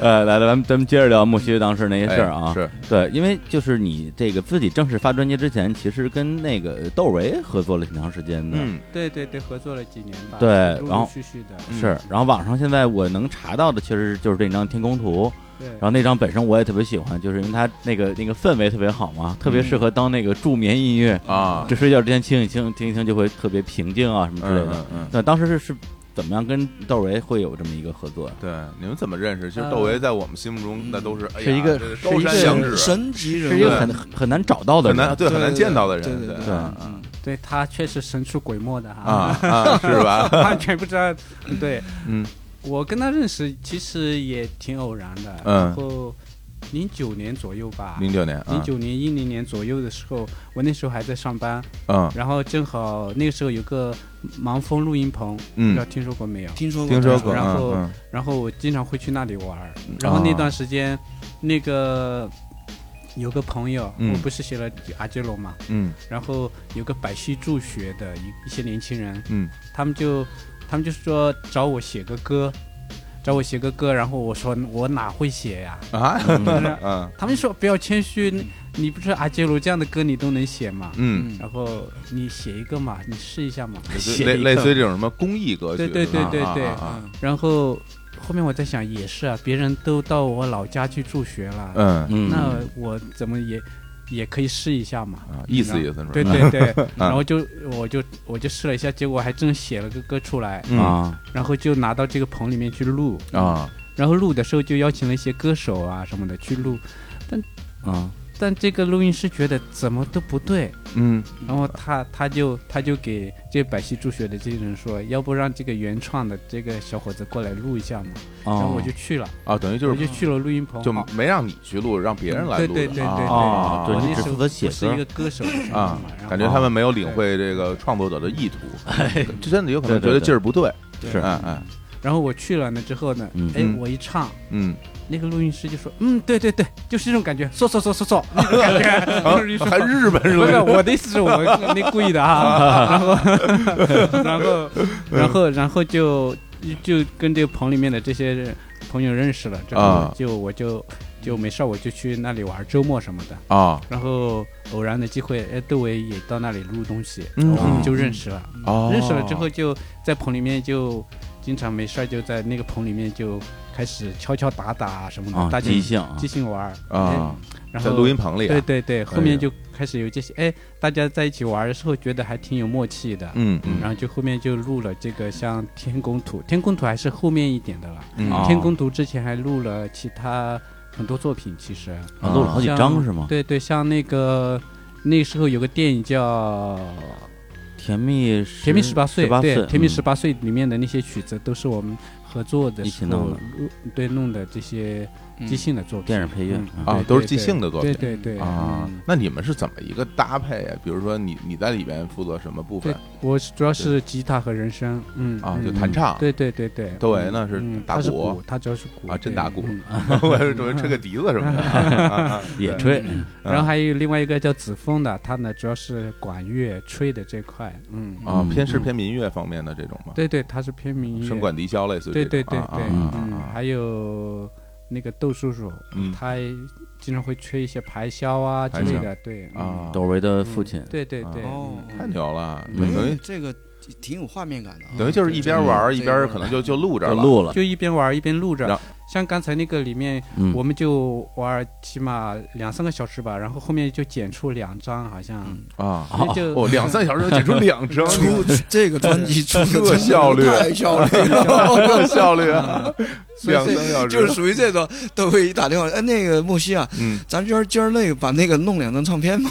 [SPEAKER 1] 呃，来来，咱们咱们接着聊莫西当时那些事儿啊，
[SPEAKER 2] 哎是
[SPEAKER 1] 对，因为就是你这个自己正式发专辑之前，其实跟那个窦唯合作了挺长时间的，
[SPEAKER 2] 嗯，
[SPEAKER 4] 对对对，合作了几年吧，
[SPEAKER 1] 对
[SPEAKER 4] 陆
[SPEAKER 1] 然后
[SPEAKER 4] 陆续续的，
[SPEAKER 3] 嗯
[SPEAKER 1] 是，然后网上现在我能查到的，其实就是这张《天空图》，
[SPEAKER 4] 对，
[SPEAKER 1] 然后那张本身我也特别喜欢，就是因为它那个那个氛围特别好嘛，特别
[SPEAKER 4] 嗯
[SPEAKER 1] 适合当那个助眠音乐，
[SPEAKER 2] 啊，
[SPEAKER 1] 就睡觉之前听一听，听一听就会特别平静啊什么嗯之类
[SPEAKER 2] 嗯
[SPEAKER 1] 的。
[SPEAKER 2] 嗯嗯，
[SPEAKER 1] 那当时是是怎么样跟窦唯会有这么一个合作呀？啊
[SPEAKER 2] 对，你们怎么认识？其实
[SPEAKER 4] 呃
[SPEAKER 2] 窦唯在我们心目中那都是哎呀
[SPEAKER 1] 是一个
[SPEAKER 2] 这
[SPEAKER 1] 是
[SPEAKER 2] 高
[SPEAKER 1] 一个
[SPEAKER 2] 山仰止，
[SPEAKER 3] 神级人物，
[SPEAKER 1] 是一个很很难找到的
[SPEAKER 2] 很
[SPEAKER 1] 人，啊
[SPEAKER 2] 难对很难见到的
[SPEAKER 3] 对
[SPEAKER 2] 人，
[SPEAKER 3] 对
[SPEAKER 1] 对
[SPEAKER 2] 啊
[SPEAKER 3] 嗯
[SPEAKER 4] 对他确实神出鬼没的哈，
[SPEAKER 2] 啊啊，是吧？
[SPEAKER 4] 完全不知道。对
[SPEAKER 2] 嗯
[SPEAKER 4] 我跟他认识其实也挺偶然的，
[SPEAKER 2] 嗯
[SPEAKER 4] 然后零九年左右吧，
[SPEAKER 2] 零九年
[SPEAKER 4] 零
[SPEAKER 2] 啊，
[SPEAKER 4] 九年一零年左右的时候，我那时候还在上班，
[SPEAKER 2] 嗯
[SPEAKER 4] 然后正好那个时候有个盲峰录音棚，不知道
[SPEAKER 2] 嗯，
[SPEAKER 4] 听说过没有？
[SPEAKER 3] 听说过，
[SPEAKER 2] 听说过，
[SPEAKER 4] 然后
[SPEAKER 2] 嗯
[SPEAKER 4] 然后我经常会去那里玩儿，然后
[SPEAKER 2] 啊
[SPEAKER 4] 那段时间，那个有个朋友，
[SPEAKER 2] 嗯
[SPEAKER 4] 我不是写了阿杰罗嘛，
[SPEAKER 2] 嗯
[SPEAKER 4] 然后有个百西助学的一一些年轻人，
[SPEAKER 2] 嗯
[SPEAKER 4] 他们就他们就说找我写个歌，找我写个歌，然后我说我哪会写呀、
[SPEAKER 2] 嗯啊，
[SPEAKER 4] 嗯
[SPEAKER 2] 嗯
[SPEAKER 4] 他们说不要谦虚，你你不是阿杰罗这样的歌你都能写嘛？
[SPEAKER 2] 嗯。
[SPEAKER 3] 嗯
[SPEAKER 4] 然后你写一个嘛，你试一下嘛。
[SPEAKER 1] 写
[SPEAKER 2] 类
[SPEAKER 1] 一
[SPEAKER 2] 类
[SPEAKER 1] 个
[SPEAKER 2] 似于这种什么公益歌曲，
[SPEAKER 4] 对对
[SPEAKER 2] 是吧
[SPEAKER 4] 对对
[SPEAKER 2] 啊
[SPEAKER 4] 对
[SPEAKER 2] 啊啊
[SPEAKER 3] 嗯
[SPEAKER 4] 然后后面我在想也是啊，别人都到我老家去助学了，
[SPEAKER 2] 嗯
[SPEAKER 1] 嗯，
[SPEAKER 4] 那我怎么也也可以试一下嘛？
[SPEAKER 2] 啊，意思意思是吧？
[SPEAKER 4] 对 对对，
[SPEAKER 2] 啊
[SPEAKER 4] 然后就我就我就试了一下，结果还真写了个歌出来，
[SPEAKER 2] 嗯
[SPEAKER 1] 啊，
[SPEAKER 4] 然后就拿到这个棚里面去录，
[SPEAKER 2] 啊，
[SPEAKER 4] 然后录的时候就邀请了一些歌手啊什么的去录，
[SPEAKER 1] 啊，
[SPEAKER 4] 但这个录音师觉得怎么都不对，
[SPEAKER 2] 嗯
[SPEAKER 4] 然后他他就他就给这百西助学的这些人说，要不让这个原创的这个小伙子过来录一下嘛，然后
[SPEAKER 1] 哦
[SPEAKER 4] 我就去了，
[SPEAKER 2] 啊，等于就
[SPEAKER 4] 我
[SPEAKER 2] 是
[SPEAKER 4] 就去了录音棚，
[SPEAKER 2] 就
[SPEAKER 4] 啊
[SPEAKER 2] 没让你去录，让别人来录的，
[SPEAKER 4] 对对对对对
[SPEAKER 1] 哦，对
[SPEAKER 4] 我
[SPEAKER 1] 你嗯
[SPEAKER 4] 那
[SPEAKER 1] 只
[SPEAKER 4] 时
[SPEAKER 1] 负
[SPEAKER 4] 候
[SPEAKER 1] 责写
[SPEAKER 4] 不是一
[SPEAKER 1] 歌
[SPEAKER 4] 个歌手你知道
[SPEAKER 2] 啊
[SPEAKER 4] 吗，然后
[SPEAKER 2] 感觉他们没有领会这个创作者的意图，
[SPEAKER 1] 哎
[SPEAKER 2] 这真的有可能
[SPEAKER 1] 对
[SPEAKER 2] 觉
[SPEAKER 1] 对
[SPEAKER 2] 得
[SPEAKER 1] 对
[SPEAKER 2] 劲儿不对，
[SPEAKER 3] 对
[SPEAKER 1] 是
[SPEAKER 2] 哎哎，
[SPEAKER 4] 然后我去了呢之后呢
[SPEAKER 1] 嗯，
[SPEAKER 4] 哎
[SPEAKER 2] 嗯，
[SPEAKER 4] 我一唱，
[SPEAKER 2] 嗯，
[SPEAKER 4] 那个录音师就说，嗯，对对对，就是这种感觉，说说说 说说，那种感觉，就是一说
[SPEAKER 2] 还日本人
[SPEAKER 4] 不是
[SPEAKER 2] 了，
[SPEAKER 4] 我的意思是我那故意的啊，然 后然后然后然后就就跟这个棚里面的这些朋友认识了之后
[SPEAKER 2] 啊，
[SPEAKER 4] 就我就就没事儿我就去那里玩周末什么的，
[SPEAKER 2] 啊
[SPEAKER 4] 然后偶然的机会，哎，窦唯也到那里录东西，
[SPEAKER 2] 嗯
[SPEAKER 4] 我们就认识了，
[SPEAKER 2] 哦，
[SPEAKER 4] 认识了之后就在棚里面就经常没事儿就在那个棚里面就开始敲敲打打什么
[SPEAKER 1] 啊
[SPEAKER 4] 的，， 大家
[SPEAKER 1] 即兴啊
[SPEAKER 4] 即兴玩儿，
[SPEAKER 2] 啊，
[SPEAKER 4] 哎然
[SPEAKER 2] 在
[SPEAKER 4] 后
[SPEAKER 2] 录音棚里，
[SPEAKER 4] 对，对对，后
[SPEAKER 2] 哎呀
[SPEAKER 4] 面就开始有这些，哎，大家在一起玩的时候觉得还挺有默契的，
[SPEAKER 2] 嗯嗯
[SPEAKER 4] 然后就后面就录了这个像《天宫图》，《天宫图》还是后面一点的了，
[SPEAKER 2] 嗯
[SPEAKER 1] 啊
[SPEAKER 4] 天宫图》之前还录了其他很多作品，其实
[SPEAKER 1] 啊录了好几
[SPEAKER 4] 像
[SPEAKER 1] 张是吗？
[SPEAKER 4] 对对，像那个那时候有个电影叫
[SPEAKER 1] 甜蜜
[SPEAKER 4] 《
[SPEAKER 1] 十
[SPEAKER 4] 甜蜜十八岁》，
[SPEAKER 1] 18
[SPEAKER 4] 对，
[SPEAKER 1] 岁
[SPEAKER 4] 《甜蜜十
[SPEAKER 1] 嗯
[SPEAKER 4] 八岁》里面的那些曲子都是我们合作的
[SPEAKER 1] 一起
[SPEAKER 4] 时
[SPEAKER 1] 弄
[SPEAKER 4] 候
[SPEAKER 1] 的
[SPEAKER 4] 录对弄的这些
[SPEAKER 3] 嗯
[SPEAKER 4] 即兴的作品
[SPEAKER 1] 电影配乐
[SPEAKER 4] 嗯
[SPEAKER 2] 啊
[SPEAKER 4] 对
[SPEAKER 2] 都是
[SPEAKER 4] 对
[SPEAKER 2] 即
[SPEAKER 4] 对
[SPEAKER 2] 兴的作
[SPEAKER 4] 对
[SPEAKER 2] 品
[SPEAKER 4] 对对
[SPEAKER 2] 啊
[SPEAKER 4] 嗯，
[SPEAKER 2] 那你们是怎么一个搭配啊？比如说你你在里边负责什么部分
[SPEAKER 4] 对，我是主要是吉他和人声，嗯
[SPEAKER 2] 啊？就
[SPEAKER 4] 嗯
[SPEAKER 2] 弹唱，
[SPEAKER 4] 对对对对，
[SPEAKER 2] 窦唯呢是
[SPEAKER 4] 嗯
[SPEAKER 2] 打
[SPEAKER 4] 他是
[SPEAKER 2] 鼓
[SPEAKER 4] 鼓，他主要是鼓
[SPEAKER 2] 啊真
[SPEAKER 4] 对
[SPEAKER 2] 打鼓
[SPEAKER 4] 嗯
[SPEAKER 2] 我是准备吹个笛子什么的啊，啊
[SPEAKER 1] 野炊，
[SPEAKER 2] 嗯
[SPEAKER 4] 然后还有另外一个叫子枫的，他呢主要是管乐吹的这块，嗯，
[SPEAKER 2] 啊，
[SPEAKER 1] 嗯
[SPEAKER 2] 偏是
[SPEAKER 1] 嗯
[SPEAKER 2] 偏民乐方面的这种嘛，
[SPEAKER 4] 对对，他是偏民乐，
[SPEAKER 2] 笙管笛箫类似于
[SPEAKER 4] 对
[SPEAKER 2] 这
[SPEAKER 4] 对
[SPEAKER 2] 种
[SPEAKER 4] 对
[SPEAKER 2] 啊
[SPEAKER 4] 对，
[SPEAKER 2] 啊啊
[SPEAKER 4] 嗯
[SPEAKER 2] 啊，
[SPEAKER 4] 还有那个窦叔叔，
[SPEAKER 2] 嗯
[SPEAKER 4] 他经常会吹一些排箫啊之
[SPEAKER 2] 排
[SPEAKER 4] 类
[SPEAKER 2] 箫
[SPEAKER 4] 的，对嗯
[SPEAKER 2] 啊，
[SPEAKER 1] 窦唯的父亲
[SPEAKER 4] 嗯，对对对，
[SPEAKER 3] 哦
[SPEAKER 4] 嗯
[SPEAKER 2] 太牛了，
[SPEAKER 1] 嗯
[SPEAKER 2] 等
[SPEAKER 3] 哎
[SPEAKER 2] 于
[SPEAKER 3] 这个挺有画面感的啊，
[SPEAKER 2] 等于就是一边玩儿一边可能就就录这儿
[SPEAKER 1] 就
[SPEAKER 2] 了，
[SPEAKER 1] 录了，
[SPEAKER 4] 就一边玩儿一边录
[SPEAKER 2] 然
[SPEAKER 4] 着
[SPEAKER 2] 后，
[SPEAKER 4] 像刚才那个里面，
[SPEAKER 1] 嗯，
[SPEAKER 4] 我们就玩儿起码两三个小时吧，然后后面就剪出两张，好像
[SPEAKER 3] 嗯
[SPEAKER 2] 啊，
[SPEAKER 4] 那就
[SPEAKER 2] 哦，两三小时就剪出两张，
[SPEAKER 3] 出这个专辑出的
[SPEAKER 2] 这
[SPEAKER 3] 真的
[SPEAKER 2] 效率
[SPEAKER 3] 太效率了。
[SPEAKER 2] 没 有效率啊，两三小时
[SPEAKER 3] 就是属于这种，都会一打电话，哎，那个莫西啊，
[SPEAKER 2] 嗯，
[SPEAKER 3] 咱今儿今儿那个把那个弄两张唱片吧。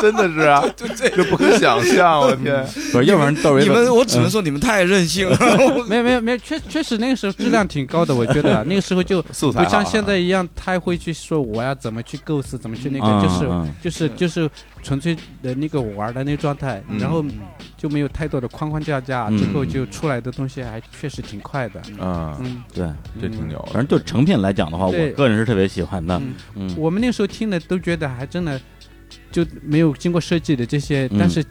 [SPEAKER 2] 真的是啊， 就这这不可想象，我天，
[SPEAKER 1] 不是，要不然窦唯
[SPEAKER 3] 你
[SPEAKER 1] 的
[SPEAKER 3] 们，我只能说你们太任性了。
[SPEAKER 2] 嗯
[SPEAKER 4] 没有没有没有，确确实那个时候质量挺高的，我 觉得啊那个时候就
[SPEAKER 2] 素材
[SPEAKER 4] 不
[SPEAKER 2] 好
[SPEAKER 4] 像
[SPEAKER 2] 啊
[SPEAKER 4] 现在一样，太会去说我要怎么去构思，怎么去那
[SPEAKER 1] 嗯
[SPEAKER 4] 个，就是
[SPEAKER 1] 嗯
[SPEAKER 4] 就是就是纯粹的那个玩儿的那状态
[SPEAKER 2] 嗯，
[SPEAKER 4] 然后就没有太多的框框架架，
[SPEAKER 1] 嗯
[SPEAKER 4] 之后就出来的东西还确实挺快的，
[SPEAKER 2] 啊，
[SPEAKER 4] 嗯，
[SPEAKER 1] 对，
[SPEAKER 2] 这挺牛
[SPEAKER 1] 反
[SPEAKER 2] 的，
[SPEAKER 1] 正就成品来讲的话，我
[SPEAKER 4] 对
[SPEAKER 1] 个人是特别喜欢的，
[SPEAKER 4] 嗯。
[SPEAKER 1] 嗯，
[SPEAKER 4] 我们那时候听的都觉得还真的就没有经过设计的这些，
[SPEAKER 1] 嗯
[SPEAKER 4] 但是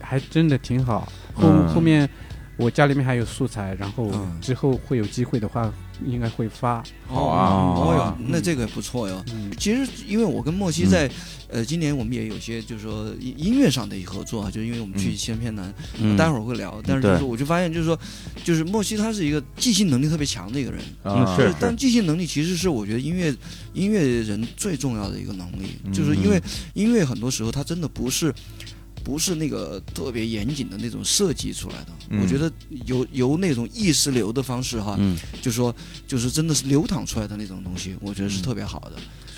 [SPEAKER 4] 还真的挺好。后、
[SPEAKER 2] 嗯
[SPEAKER 4] 后面我家里面还有素材，然后
[SPEAKER 3] 嗯
[SPEAKER 4] 之后会有机会的话应该会发。
[SPEAKER 2] 好啊嗯
[SPEAKER 3] 哦
[SPEAKER 1] 好啊
[SPEAKER 3] 哟，那这个不错哟。
[SPEAKER 4] 嗯，
[SPEAKER 3] 其实，因为我跟莫西在，呃，今年我们也有些就是说音音乐上的合作啊，就是因为我们去西安偏南，
[SPEAKER 1] 嗯
[SPEAKER 3] 待会儿会聊。但是就是我就发现，就是说，就是莫西他是一个记性能力特别强的一个人，
[SPEAKER 1] 嗯
[SPEAKER 2] 啊
[SPEAKER 1] 是
[SPEAKER 3] 就是但记性能力其实是我觉得音乐音乐人最重要的一个能力，
[SPEAKER 2] 嗯
[SPEAKER 3] 就是因为音乐很多时候它真的不是。不是那个特别严谨的那种设计出来的，
[SPEAKER 2] 嗯
[SPEAKER 3] 我觉得由由那种意识流的方式哈，
[SPEAKER 1] 嗯
[SPEAKER 3] 就说就是真的是流淌出来的那种东西，我觉得是
[SPEAKER 2] 嗯
[SPEAKER 3] 特别好的。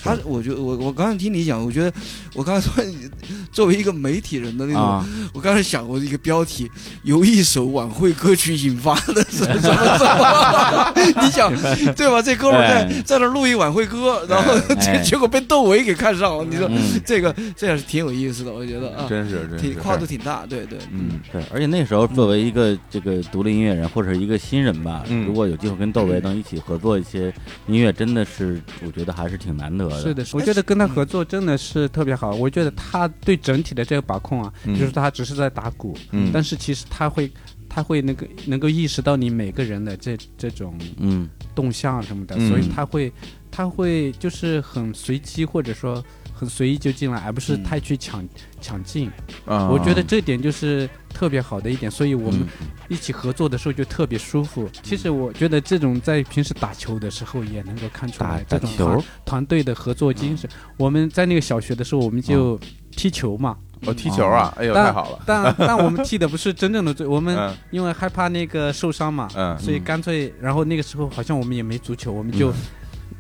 [SPEAKER 3] 他，我觉得我我刚才听你讲，我觉得我刚才突然 作为一个媒体人的那种，
[SPEAKER 1] 啊，
[SPEAKER 3] 我刚才想过一个标题，由一首晚会歌曲引发的什么什么什么，你想对吧？这哥们儿在
[SPEAKER 1] 哎
[SPEAKER 3] 在那儿录一晚会歌，然后
[SPEAKER 1] 哎
[SPEAKER 3] 结 结果被窦唯给看上了，你说
[SPEAKER 1] 嗯，
[SPEAKER 3] 这个这也是挺有意思的，我觉得啊，
[SPEAKER 2] 真是真
[SPEAKER 3] 挺
[SPEAKER 2] 是，
[SPEAKER 3] 跨度挺大，对对，
[SPEAKER 2] 嗯
[SPEAKER 1] 对，而且那时候作为一个这个独立音乐人或者是一个新人吧，
[SPEAKER 2] 嗯
[SPEAKER 1] 如果有机会跟窦唯能一起合作一些音乐，真的是我觉得还是挺难得的。
[SPEAKER 4] 是的，我觉得跟他合作真的是特别好。我觉得他对整体的这个把控啊，
[SPEAKER 2] 嗯
[SPEAKER 4] 就是他只是在打鼓，
[SPEAKER 2] 嗯，
[SPEAKER 4] 但是其实他会。他会那个能够意识到你每个人的这这种
[SPEAKER 1] 嗯，
[SPEAKER 4] 动向什么的，
[SPEAKER 2] 嗯
[SPEAKER 4] 所以他会他会就是很随机或者说很随意就进来，而不是
[SPEAKER 3] 嗯
[SPEAKER 4] 太去抢、抢镜。
[SPEAKER 2] 啊
[SPEAKER 4] 我觉得这点就是特别好的一点，所以我们
[SPEAKER 1] 嗯
[SPEAKER 4] 一起合作的时候就特别舒服。其实我觉得这种在平时打球的时候也能够看出
[SPEAKER 1] 打
[SPEAKER 4] 来
[SPEAKER 1] 打
[SPEAKER 4] 这种团
[SPEAKER 1] 球，
[SPEAKER 4] 团队的合作精神。我们在那个小学的时候，我们就踢球嘛，
[SPEAKER 2] 我踢球啊，哎呦
[SPEAKER 4] 但
[SPEAKER 2] 太好了，
[SPEAKER 4] 但 但我们踢的不是真正的最，我们
[SPEAKER 2] 嗯
[SPEAKER 4] 因为害怕那个受伤嘛，
[SPEAKER 2] 嗯
[SPEAKER 4] 所以干脆，然后那个时候好像我们也没足球，我们就，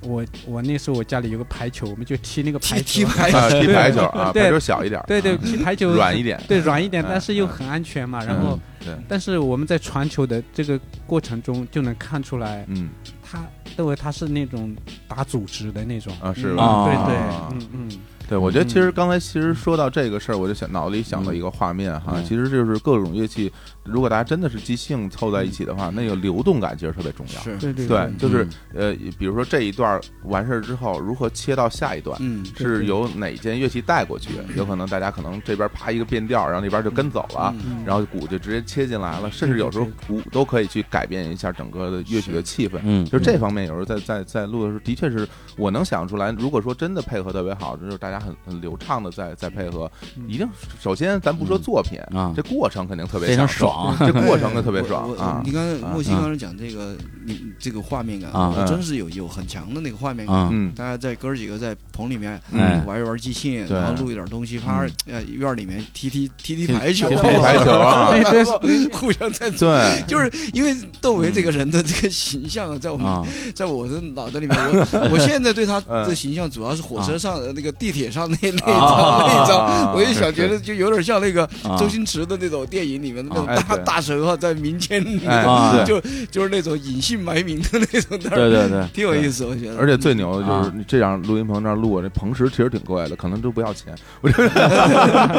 [SPEAKER 4] 我我那时候我家里有个排球，我们就踢那个排
[SPEAKER 3] 踢
[SPEAKER 4] 球，
[SPEAKER 3] 踢排
[SPEAKER 2] 啊 踢
[SPEAKER 4] 对
[SPEAKER 2] 排球啊，
[SPEAKER 4] 对
[SPEAKER 2] 排球小一点，
[SPEAKER 4] 对对，
[SPEAKER 2] 啊
[SPEAKER 4] 踢排球
[SPEAKER 2] 软一点，
[SPEAKER 4] 对软一点，
[SPEAKER 2] 嗯
[SPEAKER 4] 但是又很安全嘛。然后，
[SPEAKER 2] 嗯对，
[SPEAKER 4] 但是我们在传球的这个过程中就能看出来，
[SPEAKER 2] 嗯
[SPEAKER 4] 他认为他是那种打组织的那种，
[SPEAKER 2] 啊是
[SPEAKER 4] 嗯
[SPEAKER 1] 吧
[SPEAKER 4] 对对
[SPEAKER 2] 啊，
[SPEAKER 4] 嗯嗯，
[SPEAKER 2] 对，我觉得其实刚才其实说到这个事儿，我就想脑子里想到一个画面哈，
[SPEAKER 1] 嗯
[SPEAKER 2] 其实就是各种乐器，如果大家真的是即兴凑在一起的话，那个流动感其实特别重要。
[SPEAKER 3] 嗯是，嗯
[SPEAKER 4] 对对
[SPEAKER 2] 哎对，
[SPEAKER 1] 嗯
[SPEAKER 2] 就是呃，比如说这一段完事儿之后，如何切到下一段，
[SPEAKER 3] 嗯，
[SPEAKER 2] 是由哪件乐器带过去？有可能大家可能这边啪一个变调，然后那边就跟走了。
[SPEAKER 3] 嗯
[SPEAKER 2] 然后鼓就直接切进来了，甚至有时候鼓都可以去改变一下整个的乐曲的气氛。
[SPEAKER 1] 嗯，
[SPEAKER 2] 就这方面，有时候在在在录的时候，的确是我能想出来。如果说真的配合特别好，就是大家很很流畅的在在配合，一定首先咱不说作品
[SPEAKER 1] 嗯啊
[SPEAKER 2] 这过程肯定特别
[SPEAKER 1] 非常
[SPEAKER 2] 享受
[SPEAKER 1] 爽，
[SPEAKER 2] 这过程就特别爽
[SPEAKER 3] 我我
[SPEAKER 2] 啊
[SPEAKER 3] 你刚才
[SPEAKER 2] 啊
[SPEAKER 3] 莫西
[SPEAKER 1] 啊
[SPEAKER 3] 刚才讲这个，你这个画面感，
[SPEAKER 1] 啊
[SPEAKER 3] 我真是有有很强的那个画面感。
[SPEAKER 1] 啊，
[SPEAKER 2] 嗯
[SPEAKER 3] 大家在哥儿几个在棚里面
[SPEAKER 1] 嗯
[SPEAKER 3] 玩一玩即兴，
[SPEAKER 2] 哎对嗯
[SPEAKER 3] 然后录一点东西，啪，呃，院里面踢踢踢踢排球，
[SPEAKER 1] 踢
[SPEAKER 2] 排球啊
[SPEAKER 4] 对对
[SPEAKER 3] 互相在。
[SPEAKER 2] 对，
[SPEAKER 3] 就是因为窦唯这个人的这个形象啊，在我们
[SPEAKER 1] 啊，
[SPEAKER 3] 在我的脑袋里面，我我现在对他
[SPEAKER 2] 嗯
[SPEAKER 3] 的形象主要是火车上的那个地铁写上那那一张那一张，
[SPEAKER 2] 啊
[SPEAKER 3] 我就想觉得就有点像那个
[SPEAKER 1] 啊
[SPEAKER 3] 周星驰的那种电影里面的那种
[SPEAKER 2] 啊哎
[SPEAKER 3] 大、
[SPEAKER 2] 对
[SPEAKER 3] 大神啊，在民间里面、
[SPEAKER 2] 哎
[SPEAKER 1] 啊
[SPEAKER 3] 就就是那种隐姓埋名的那种，但
[SPEAKER 1] 对
[SPEAKER 3] 是
[SPEAKER 1] 对对，
[SPEAKER 3] 挺有意思，我觉得。
[SPEAKER 2] 而且最牛的
[SPEAKER 1] 啊
[SPEAKER 2] 就是你这样录音棚那儿录，我这棚石其实挺贵的，可能都不要钱。我这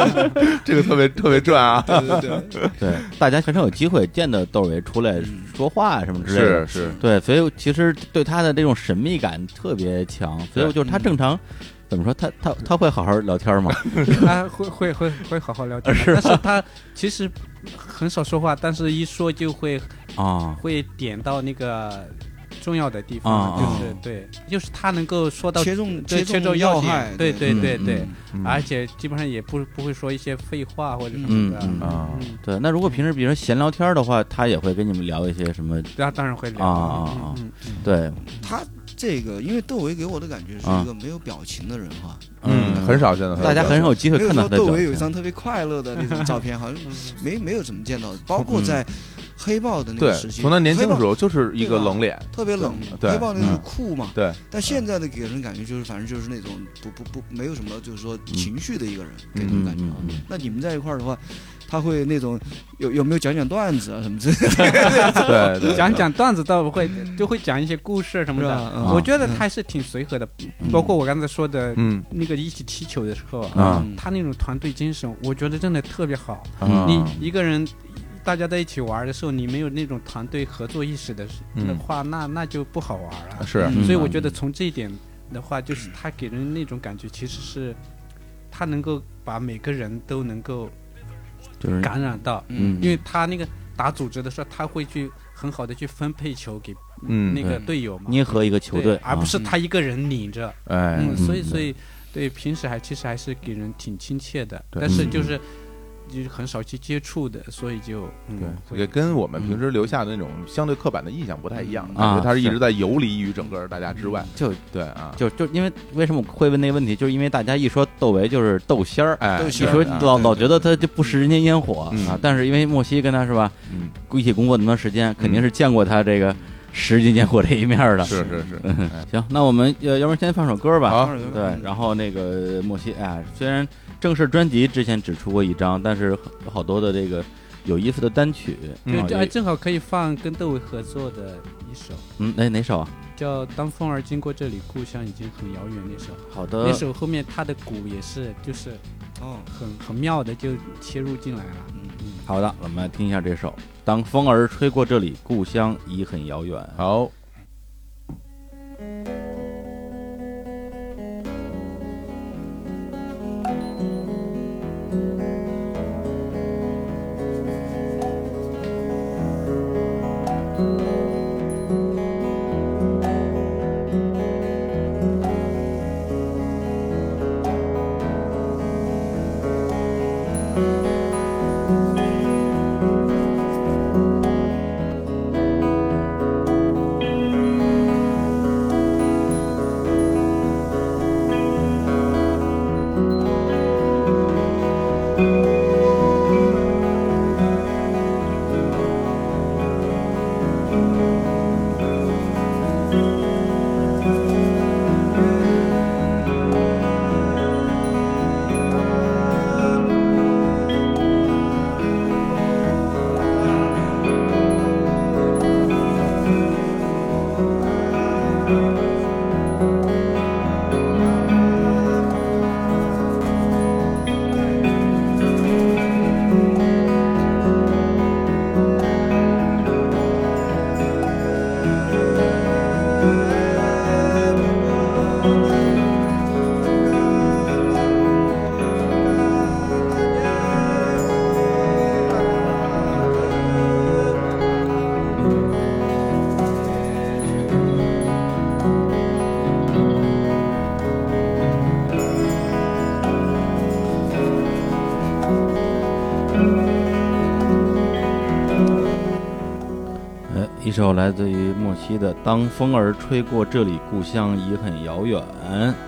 [SPEAKER 2] 这个特别特别赚啊！
[SPEAKER 3] 对对对对，
[SPEAKER 1] 对，大家很少有机会见到窦唯出来
[SPEAKER 3] 嗯
[SPEAKER 1] 说话什么之类的。
[SPEAKER 2] 是是，
[SPEAKER 1] 对，所以其实对他的这种神秘感特别强，所以
[SPEAKER 2] 对
[SPEAKER 1] 就是他正常怎么说，他他他会好好聊天吗？
[SPEAKER 4] 他会会会会好好聊天，
[SPEAKER 1] 啊
[SPEAKER 4] 但是他其实很少说话，但是一说就会
[SPEAKER 1] 啊
[SPEAKER 4] 会点到那个重要的地
[SPEAKER 1] 啊
[SPEAKER 4] 方，就是
[SPEAKER 3] 啊
[SPEAKER 4] 对，就是他能够说到
[SPEAKER 3] 切中
[SPEAKER 4] 对切中
[SPEAKER 3] 要害
[SPEAKER 4] 点，，对对
[SPEAKER 1] 嗯
[SPEAKER 4] 对对
[SPEAKER 1] 嗯，
[SPEAKER 2] 嗯
[SPEAKER 4] 而且基本上也不不会说一些废话或者什
[SPEAKER 1] 嗯
[SPEAKER 4] 么的，
[SPEAKER 1] 嗯
[SPEAKER 2] 啊，
[SPEAKER 4] 嗯，
[SPEAKER 1] 对，那如果平时比如说闲聊天的话，他也会跟你们聊一些什么？
[SPEAKER 4] 那当然会聊
[SPEAKER 1] 啊啊啊
[SPEAKER 4] 嗯嗯
[SPEAKER 1] 对，
[SPEAKER 3] 他这个，因为窦唯给我的感觉是一个没有表情的人哈，
[SPEAKER 2] 嗯，很少见到他
[SPEAKER 1] 大家很少有机会
[SPEAKER 3] 没有
[SPEAKER 1] 看到
[SPEAKER 3] 说
[SPEAKER 1] 他的
[SPEAKER 3] 窦
[SPEAKER 1] 表
[SPEAKER 3] 唯有一
[SPEAKER 1] 情。
[SPEAKER 3] 张特别快乐的那种照片，好像
[SPEAKER 4] 嗯
[SPEAKER 3] 没没有怎么见到，包括在黑豹的那
[SPEAKER 2] 对
[SPEAKER 3] 个时，期，
[SPEAKER 2] 从他年轻的时
[SPEAKER 3] 黑
[SPEAKER 2] 候就是一个冷脸，
[SPEAKER 3] 豹特别冷，
[SPEAKER 2] 对
[SPEAKER 3] 黑豹那是
[SPEAKER 1] 嗯
[SPEAKER 3] 酷嘛，
[SPEAKER 2] 对，
[SPEAKER 3] 但现在的给人感觉就是反正就是那种不不不没有什么就是说情绪的一个人，给人感觉啊
[SPEAKER 1] 嗯嗯嗯。
[SPEAKER 3] 那你们在一块儿的话，他会那种有有没有讲讲段子啊什么之类的，
[SPEAKER 2] 对对，
[SPEAKER 4] 讲讲段子倒不会，就会讲一些故事什么
[SPEAKER 3] 是
[SPEAKER 4] 的
[SPEAKER 3] 吧嗯。
[SPEAKER 4] 我觉得他还是挺随和的，
[SPEAKER 1] 嗯
[SPEAKER 4] 包括我刚才说的
[SPEAKER 2] 嗯
[SPEAKER 4] 那个一起踢球的时候
[SPEAKER 2] 啊
[SPEAKER 3] 嗯
[SPEAKER 4] 他那种团队精神，我觉得真的特别好。
[SPEAKER 2] 啊
[SPEAKER 4] 你一个人，大家在一起玩的时候，你没有那种团队合作意识的时
[SPEAKER 2] 嗯
[SPEAKER 4] 的话，那那就不好玩了。
[SPEAKER 2] 是
[SPEAKER 1] 嗯
[SPEAKER 4] 所以我觉得从这一点的话，就是他给人那种感觉，其实是他能够把每个人都能够
[SPEAKER 1] 就是
[SPEAKER 4] 感染到，
[SPEAKER 1] 嗯，
[SPEAKER 4] 因为他那个打组织的时候，他会去很好的去分配球给
[SPEAKER 2] 嗯
[SPEAKER 4] 那个
[SPEAKER 1] 对
[SPEAKER 4] 队友嘛，
[SPEAKER 1] 捏合一个球
[SPEAKER 4] 对
[SPEAKER 1] 队，啊
[SPEAKER 4] 而不是他一个人领着。
[SPEAKER 2] 哎
[SPEAKER 4] 嗯，
[SPEAKER 1] 嗯
[SPEAKER 4] 所以
[SPEAKER 1] 嗯
[SPEAKER 4] 所以对平时还其实还是给人挺亲切的，
[SPEAKER 2] 对
[SPEAKER 4] 但是
[SPEAKER 1] 嗯
[SPEAKER 4] 就是就是很少去接触的，所以就嗯
[SPEAKER 2] 对，也
[SPEAKER 4] 会
[SPEAKER 2] 跟我们平时留下的那种相对刻板的印象不太一样，
[SPEAKER 4] 嗯
[SPEAKER 2] 感
[SPEAKER 1] 啊
[SPEAKER 2] 觉他是一
[SPEAKER 1] 是
[SPEAKER 2] 直在游离于整个大家之外，
[SPEAKER 1] 就
[SPEAKER 2] 对啊，
[SPEAKER 1] 就就因为为什么我会问那个问题，就是因为大家一说窦唯就是窦仙儿，
[SPEAKER 2] 哎，
[SPEAKER 3] 都
[SPEAKER 1] 一
[SPEAKER 3] 行
[SPEAKER 1] 说
[SPEAKER 2] 啊
[SPEAKER 1] 老
[SPEAKER 3] 对
[SPEAKER 1] 老觉得他就不食人间烟火
[SPEAKER 2] 嗯
[SPEAKER 1] 啊，但是因为莫西跟他是吧，
[SPEAKER 2] 嗯，
[SPEAKER 1] 一起工作那么长时间，肯定是见过他这个十几年火这一面的。
[SPEAKER 2] 是是是，
[SPEAKER 4] 嗯
[SPEAKER 2] 哎
[SPEAKER 1] 行，那我们呃，要不然先放首歌
[SPEAKER 3] 嗯
[SPEAKER 1] 吧。
[SPEAKER 2] 好，
[SPEAKER 1] 对，然后那个莫西，哎，虽然正式专辑之前只出过一张，但是有好多的这个有意思的单曲。
[SPEAKER 4] 对
[SPEAKER 1] 啊
[SPEAKER 4] 这
[SPEAKER 1] 也
[SPEAKER 4] 哎正好可以放跟窦唯合作的一首
[SPEAKER 1] 嗯，哪哪首啊？
[SPEAKER 4] 叫《当风儿经过这里，故乡已经很遥远》那首，
[SPEAKER 1] 好的
[SPEAKER 4] 那，首后面他的鼓也是就是
[SPEAKER 3] 哦，
[SPEAKER 4] 很很妙的就切入进来了，
[SPEAKER 3] 嗯
[SPEAKER 4] 嗯，
[SPEAKER 1] 好的，我们来听一下这首《当风儿吹过这里，故乡已很遥远》。
[SPEAKER 2] 好，
[SPEAKER 1] 哎，一首来自于莫西的《当风儿吹过这里，故乡已很遥远》。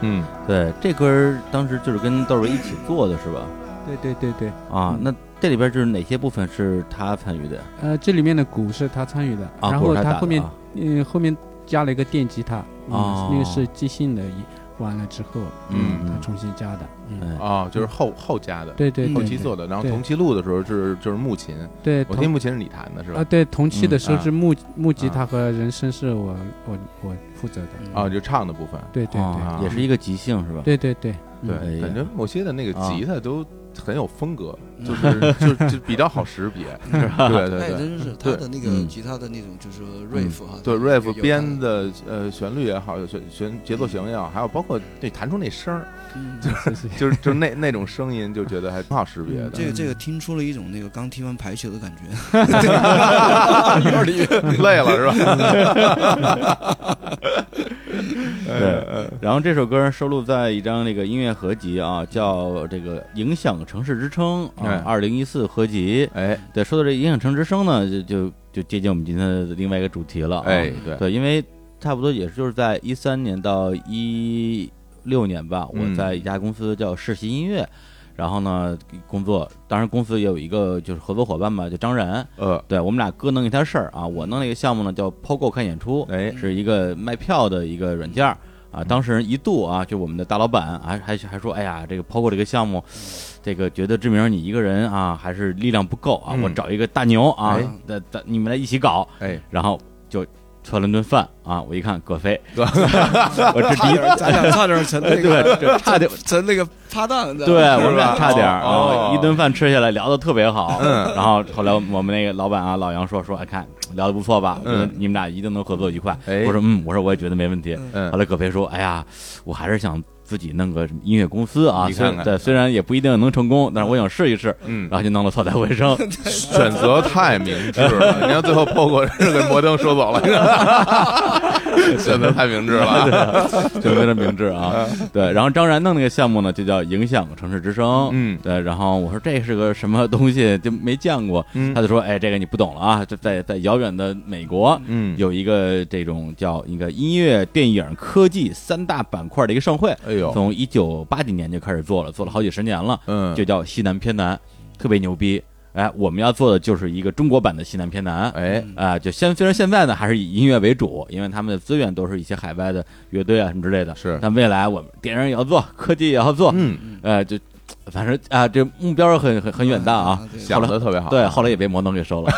[SPEAKER 2] 嗯，
[SPEAKER 1] 对，这歌儿当时就是跟窦唯一起做的是吧？
[SPEAKER 4] 对对对对，
[SPEAKER 1] 啊，那这里边就是哪些部分是他参与的呀？
[SPEAKER 4] 呃，这里面的鼓是他参与的，
[SPEAKER 1] 啊
[SPEAKER 4] 然
[SPEAKER 1] 鼓
[SPEAKER 4] 后
[SPEAKER 1] 是他打
[SPEAKER 4] 后面
[SPEAKER 1] 的啊
[SPEAKER 4] 嗯、后面加了一个电吉他，嗯
[SPEAKER 1] 哦
[SPEAKER 4] 那个是即兴的一，完了之后，
[SPEAKER 2] 嗯
[SPEAKER 4] 他重新加的，嗯，
[SPEAKER 1] 嗯
[SPEAKER 2] 啊，就是后后加的，
[SPEAKER 4] 对对
[SPEAKER 3] 嗯
[SPEAKER 2] 后
[SPEAKER 4] 对
[SPEAKER 2] 期
[SPEAKER 4] 对
[SPEAKER 2] 做的。然后
[SPEAKER 4] 对
[SPEAKER 2] 同期录的时候是就是木琴，
[SPEAKER 4] 对，
[SPEAKER 2] 我
[SPEAKER 4] 同
[SPEAKER 2] 听木琴是你弹的是
[SPEAKER 4] 啊，
[SPEAKER 2] 吧？
[SPEAKER 4] 对，同期的时
[SPEAKER 2] 嗯啊
[SPEAKER 4] 候是木木吉
[SPEAKER 2] 啊
[SPEAKER 4] 他和人声是我我我负责的，
[SPEAKER 2] 啊，就唱的部分，
[SPEAKER 4] 对对
[SPEAKER 1] 哦
[SPEAKER 2] 啊
[SPEAKER 1] 也是一个即兴是吧？
[SPEAKER 4] 对对对对，
[SPEAKER 1] 哎
[SPEAKER 2] 对，
[SPEAKER 1] 呀
[SPEAKER 2] 感觉某些的那个
[SPEAKER 1] 啊
[SPEAKER 2] 吉他都很有风格，
[SPEAKER 3] 嗯
[SPEAKER 2] 就是就就比较好识别，对对
[SPEAKER 3] 哎，
[SPEAKER 2] 对。
[SPEAKER 3] 真是他的那个
[SPEAKER 1] 嗯
[SPEAKER 3] 吉他的那种就是说 riff 哈，
[SPEAKER 2] 对 rap 编
[SPEAKER 3] 的，
[SPEAKER 2] 的呃旋律也好，旋旋节奏型也好，还有包括对弹出那声儿，
[SPEAKER 3] 嗯
[SPEAKER 4] 谢谢。
[SPEAKER 2] 就是就是那那种声音，就觉得还挺好识别的。
[SPEAKER 1] 嗯
[SPEAKER 3] 这个这个听出了一种那个刚踢完排球的 感觉，
[SPEAKER 2] 累了是吧？哎
[SPEAKER 1] 对，然后这首歌收录在一张那个音乐合集啊，叫这个《影响城市之声》啊，二零一四合集。
[SPEAKER 2] 哎
[SPEAKER 1] 对，说到这《影响城市之声》呢，就就就接近我们今天的另外一个主题了、啊。
[SPEAKER 2] 哎，对，
[SPEAKER 1] 对，因为差不多也就是在一三年到一六年吧，
[SPEAKER 2] 嗯
[SPEAKER 1] 我在一家公司叫世袭音乐，然后呢工作，当然公司也有一个就是合作伙伴吧，就张然，
[SPEAKER 2] 呃，
[SPEAKER 1] 对我们俩各弄一摊事儿啊，
[SPEAKER 2] 嗯
[SPEAKER 1] 我弄了一个项目呢叫 POGO 看演出，
[SPEAKER 2] 哎
[SPEAKER 1] 是一个卖票的一个软件儿
[SPEAKER 2] 嗯
[SPEAKER 1] 啊。当时一度啊，就我们的大老板还还还说，哎呀，这个 POGO 这个项目，这个觉得志明你一个人啊还是力量不够啊，
[SPEAKER 2] 嗯
[SPEAKER 1] 我找一个大牛啊
[SPEAKER 2] 哎，
[SPEAKER 1] 大大你们来一起搞，
[SPEAKER 2] 哎，
[SPEAKER 1] 然后就。吃了顿饭啊！我一看葛 飞，
[SPEAKER 2] 葛
[SPEAKER 1] 我这第一
[SPEAKER 3] 咱俩差点成那个
[SPEAKER 1] 对，这差点
[SPEAKER 3] 成那个搭档的，
[SPEAKER 1] 对我们
[SPEAKER 2] 吧
[SPEAKER 1] 俩差点儿，然
[SPEAKER 2] 哦
[SPEAKER 1] 后一顿饭吃下来聊得特别好，
[SPEAKER 2] 嗯
[SPEAKER 1] 然后后来我们那个老板啊老杨说说，哎看聊得不错吧，
[SPEAKER 2] 嗯
[SPEAKER 1] 我觉得你们俩一定能合作愉快。
[SPEAKER 2] 哎
[SPEAKER 1] 我说嗯，我说我也觉得没问题。后
[SPEAKER 2] 嗯，
[SPEAKER 1] 来葛飞说，哎呀，我还是想自己弄个音乐公司啊，
[SPEAKER 2] 你
[SPEAKER 1] 虽
[SPEAKER 2] 看看
[SPEAKER 1] 对虽然也不一定能成功，但是我想试一试，
[SPEAKER 2] 嗯
[SPEAKER 1] 然，后就弄了草台回 声，
[SPEAKER 2] 选择太明智了。你看最后 POGO 是给摩登收走了， 选择太明智了。啊
[SPEAKER 1] 就非常明智啊。
[SPEAKER 2] 嗯
[SPEAKER 1] 对，然后张然弄那个项目呢，就叫影响城市之声，
[SPEAKER 2] 嗯
[SPEAKER 1] 对，然后我说这是个什么东西，就没见过，
[SPEAKER 2] 嗯
[SPEAKER 1] 他就说，哎，这个你不懂了啊，这在在遥远的美国，
[SPEAKER 2] 嗯，
[SPEAKER 1] 有一个这种叫一个音乐、电影、科技三大板块的一个盛会，
[SPEAKER 2] 哎呦，
[SPEAKER 1] 从一九八几年就开始做了，做了好几十年了，
[SPEAKER 2] 嗯，
[SPEAKER 1] 就叫西南偏南，特别牛逼。哎，我们要做的就是一个中国版的西南偏南。
[SPEAKER 2] 哎，
[SPEAKER 1] 啊、就先虽然现在呢还是以音乐为主，因为他们的资源都是一些海外的乐队啊什么之类的，
[SPEAKER 2] 是
[SPEAKER 1] 但未来我们电影也要做，科技也要做，
[SPEAKER 2] 嗯，
[SPEAKER 1] 呃，就反正啊、这目标很很很远大啊。
[SPEAKER 3] 嗯，对
[SPEAKER 2] 想的特别好。
[SPEAKER 1] 对，后来也被摩登给收了，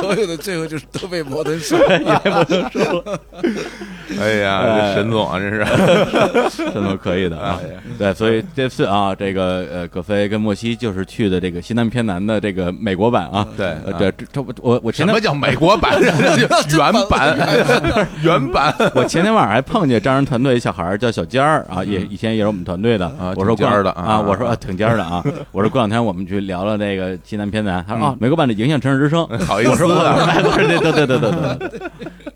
[SPEAKER 3] 所有的最后就是都被摩登 说，
[SPEAKER 1] 也被摩登收了。
[SPEAKER 2] 哎呀，这沈总啊，真是，
[SPEAKER 1] 这都可以的啊。对，所以这次啊，这个呃，葛飞跟莫西就是去的这个西南偏南的这个美国版啊。
[SPEAKER 2] 对
[SPEAKER 1] 呃，
[SPEAKER 2] 啊
[SPEAKER 1] 对，这这我我
[SPEAKER 2] 什
[SPEAKER 1] 前
[SPEAKER 2] 么
[SPEAKER 1] 天
[SPEAKER 2] 叫美国版？原 版，原版
[SPEAKER 1] 我前天晚上还碰见张人团队一小孩儿叫小尖儿啊，也以前也是我们团队的
[SPEAKER 2] 啊。
[SPEAKER 1] 我说
[SPEAKER 2] 挺尖儿的
[SPEAKER 1] 过
[SPEAKER 2] 啊
[SPEAKER 1] 啊，我说啊挺尖儿的啊。我说过两天我们去聊聊这个西南偏南，他说啊，美国版的《影响城市之声》。
[SPEAKER 2] 好意
[SPEAKER 1] 我说
[SPEAKER 2] 思
[SPEAKER 1] 我
[SPEAKER 2] 啊，
[SPEAKER 1] 说哎我 说对对对对对对对。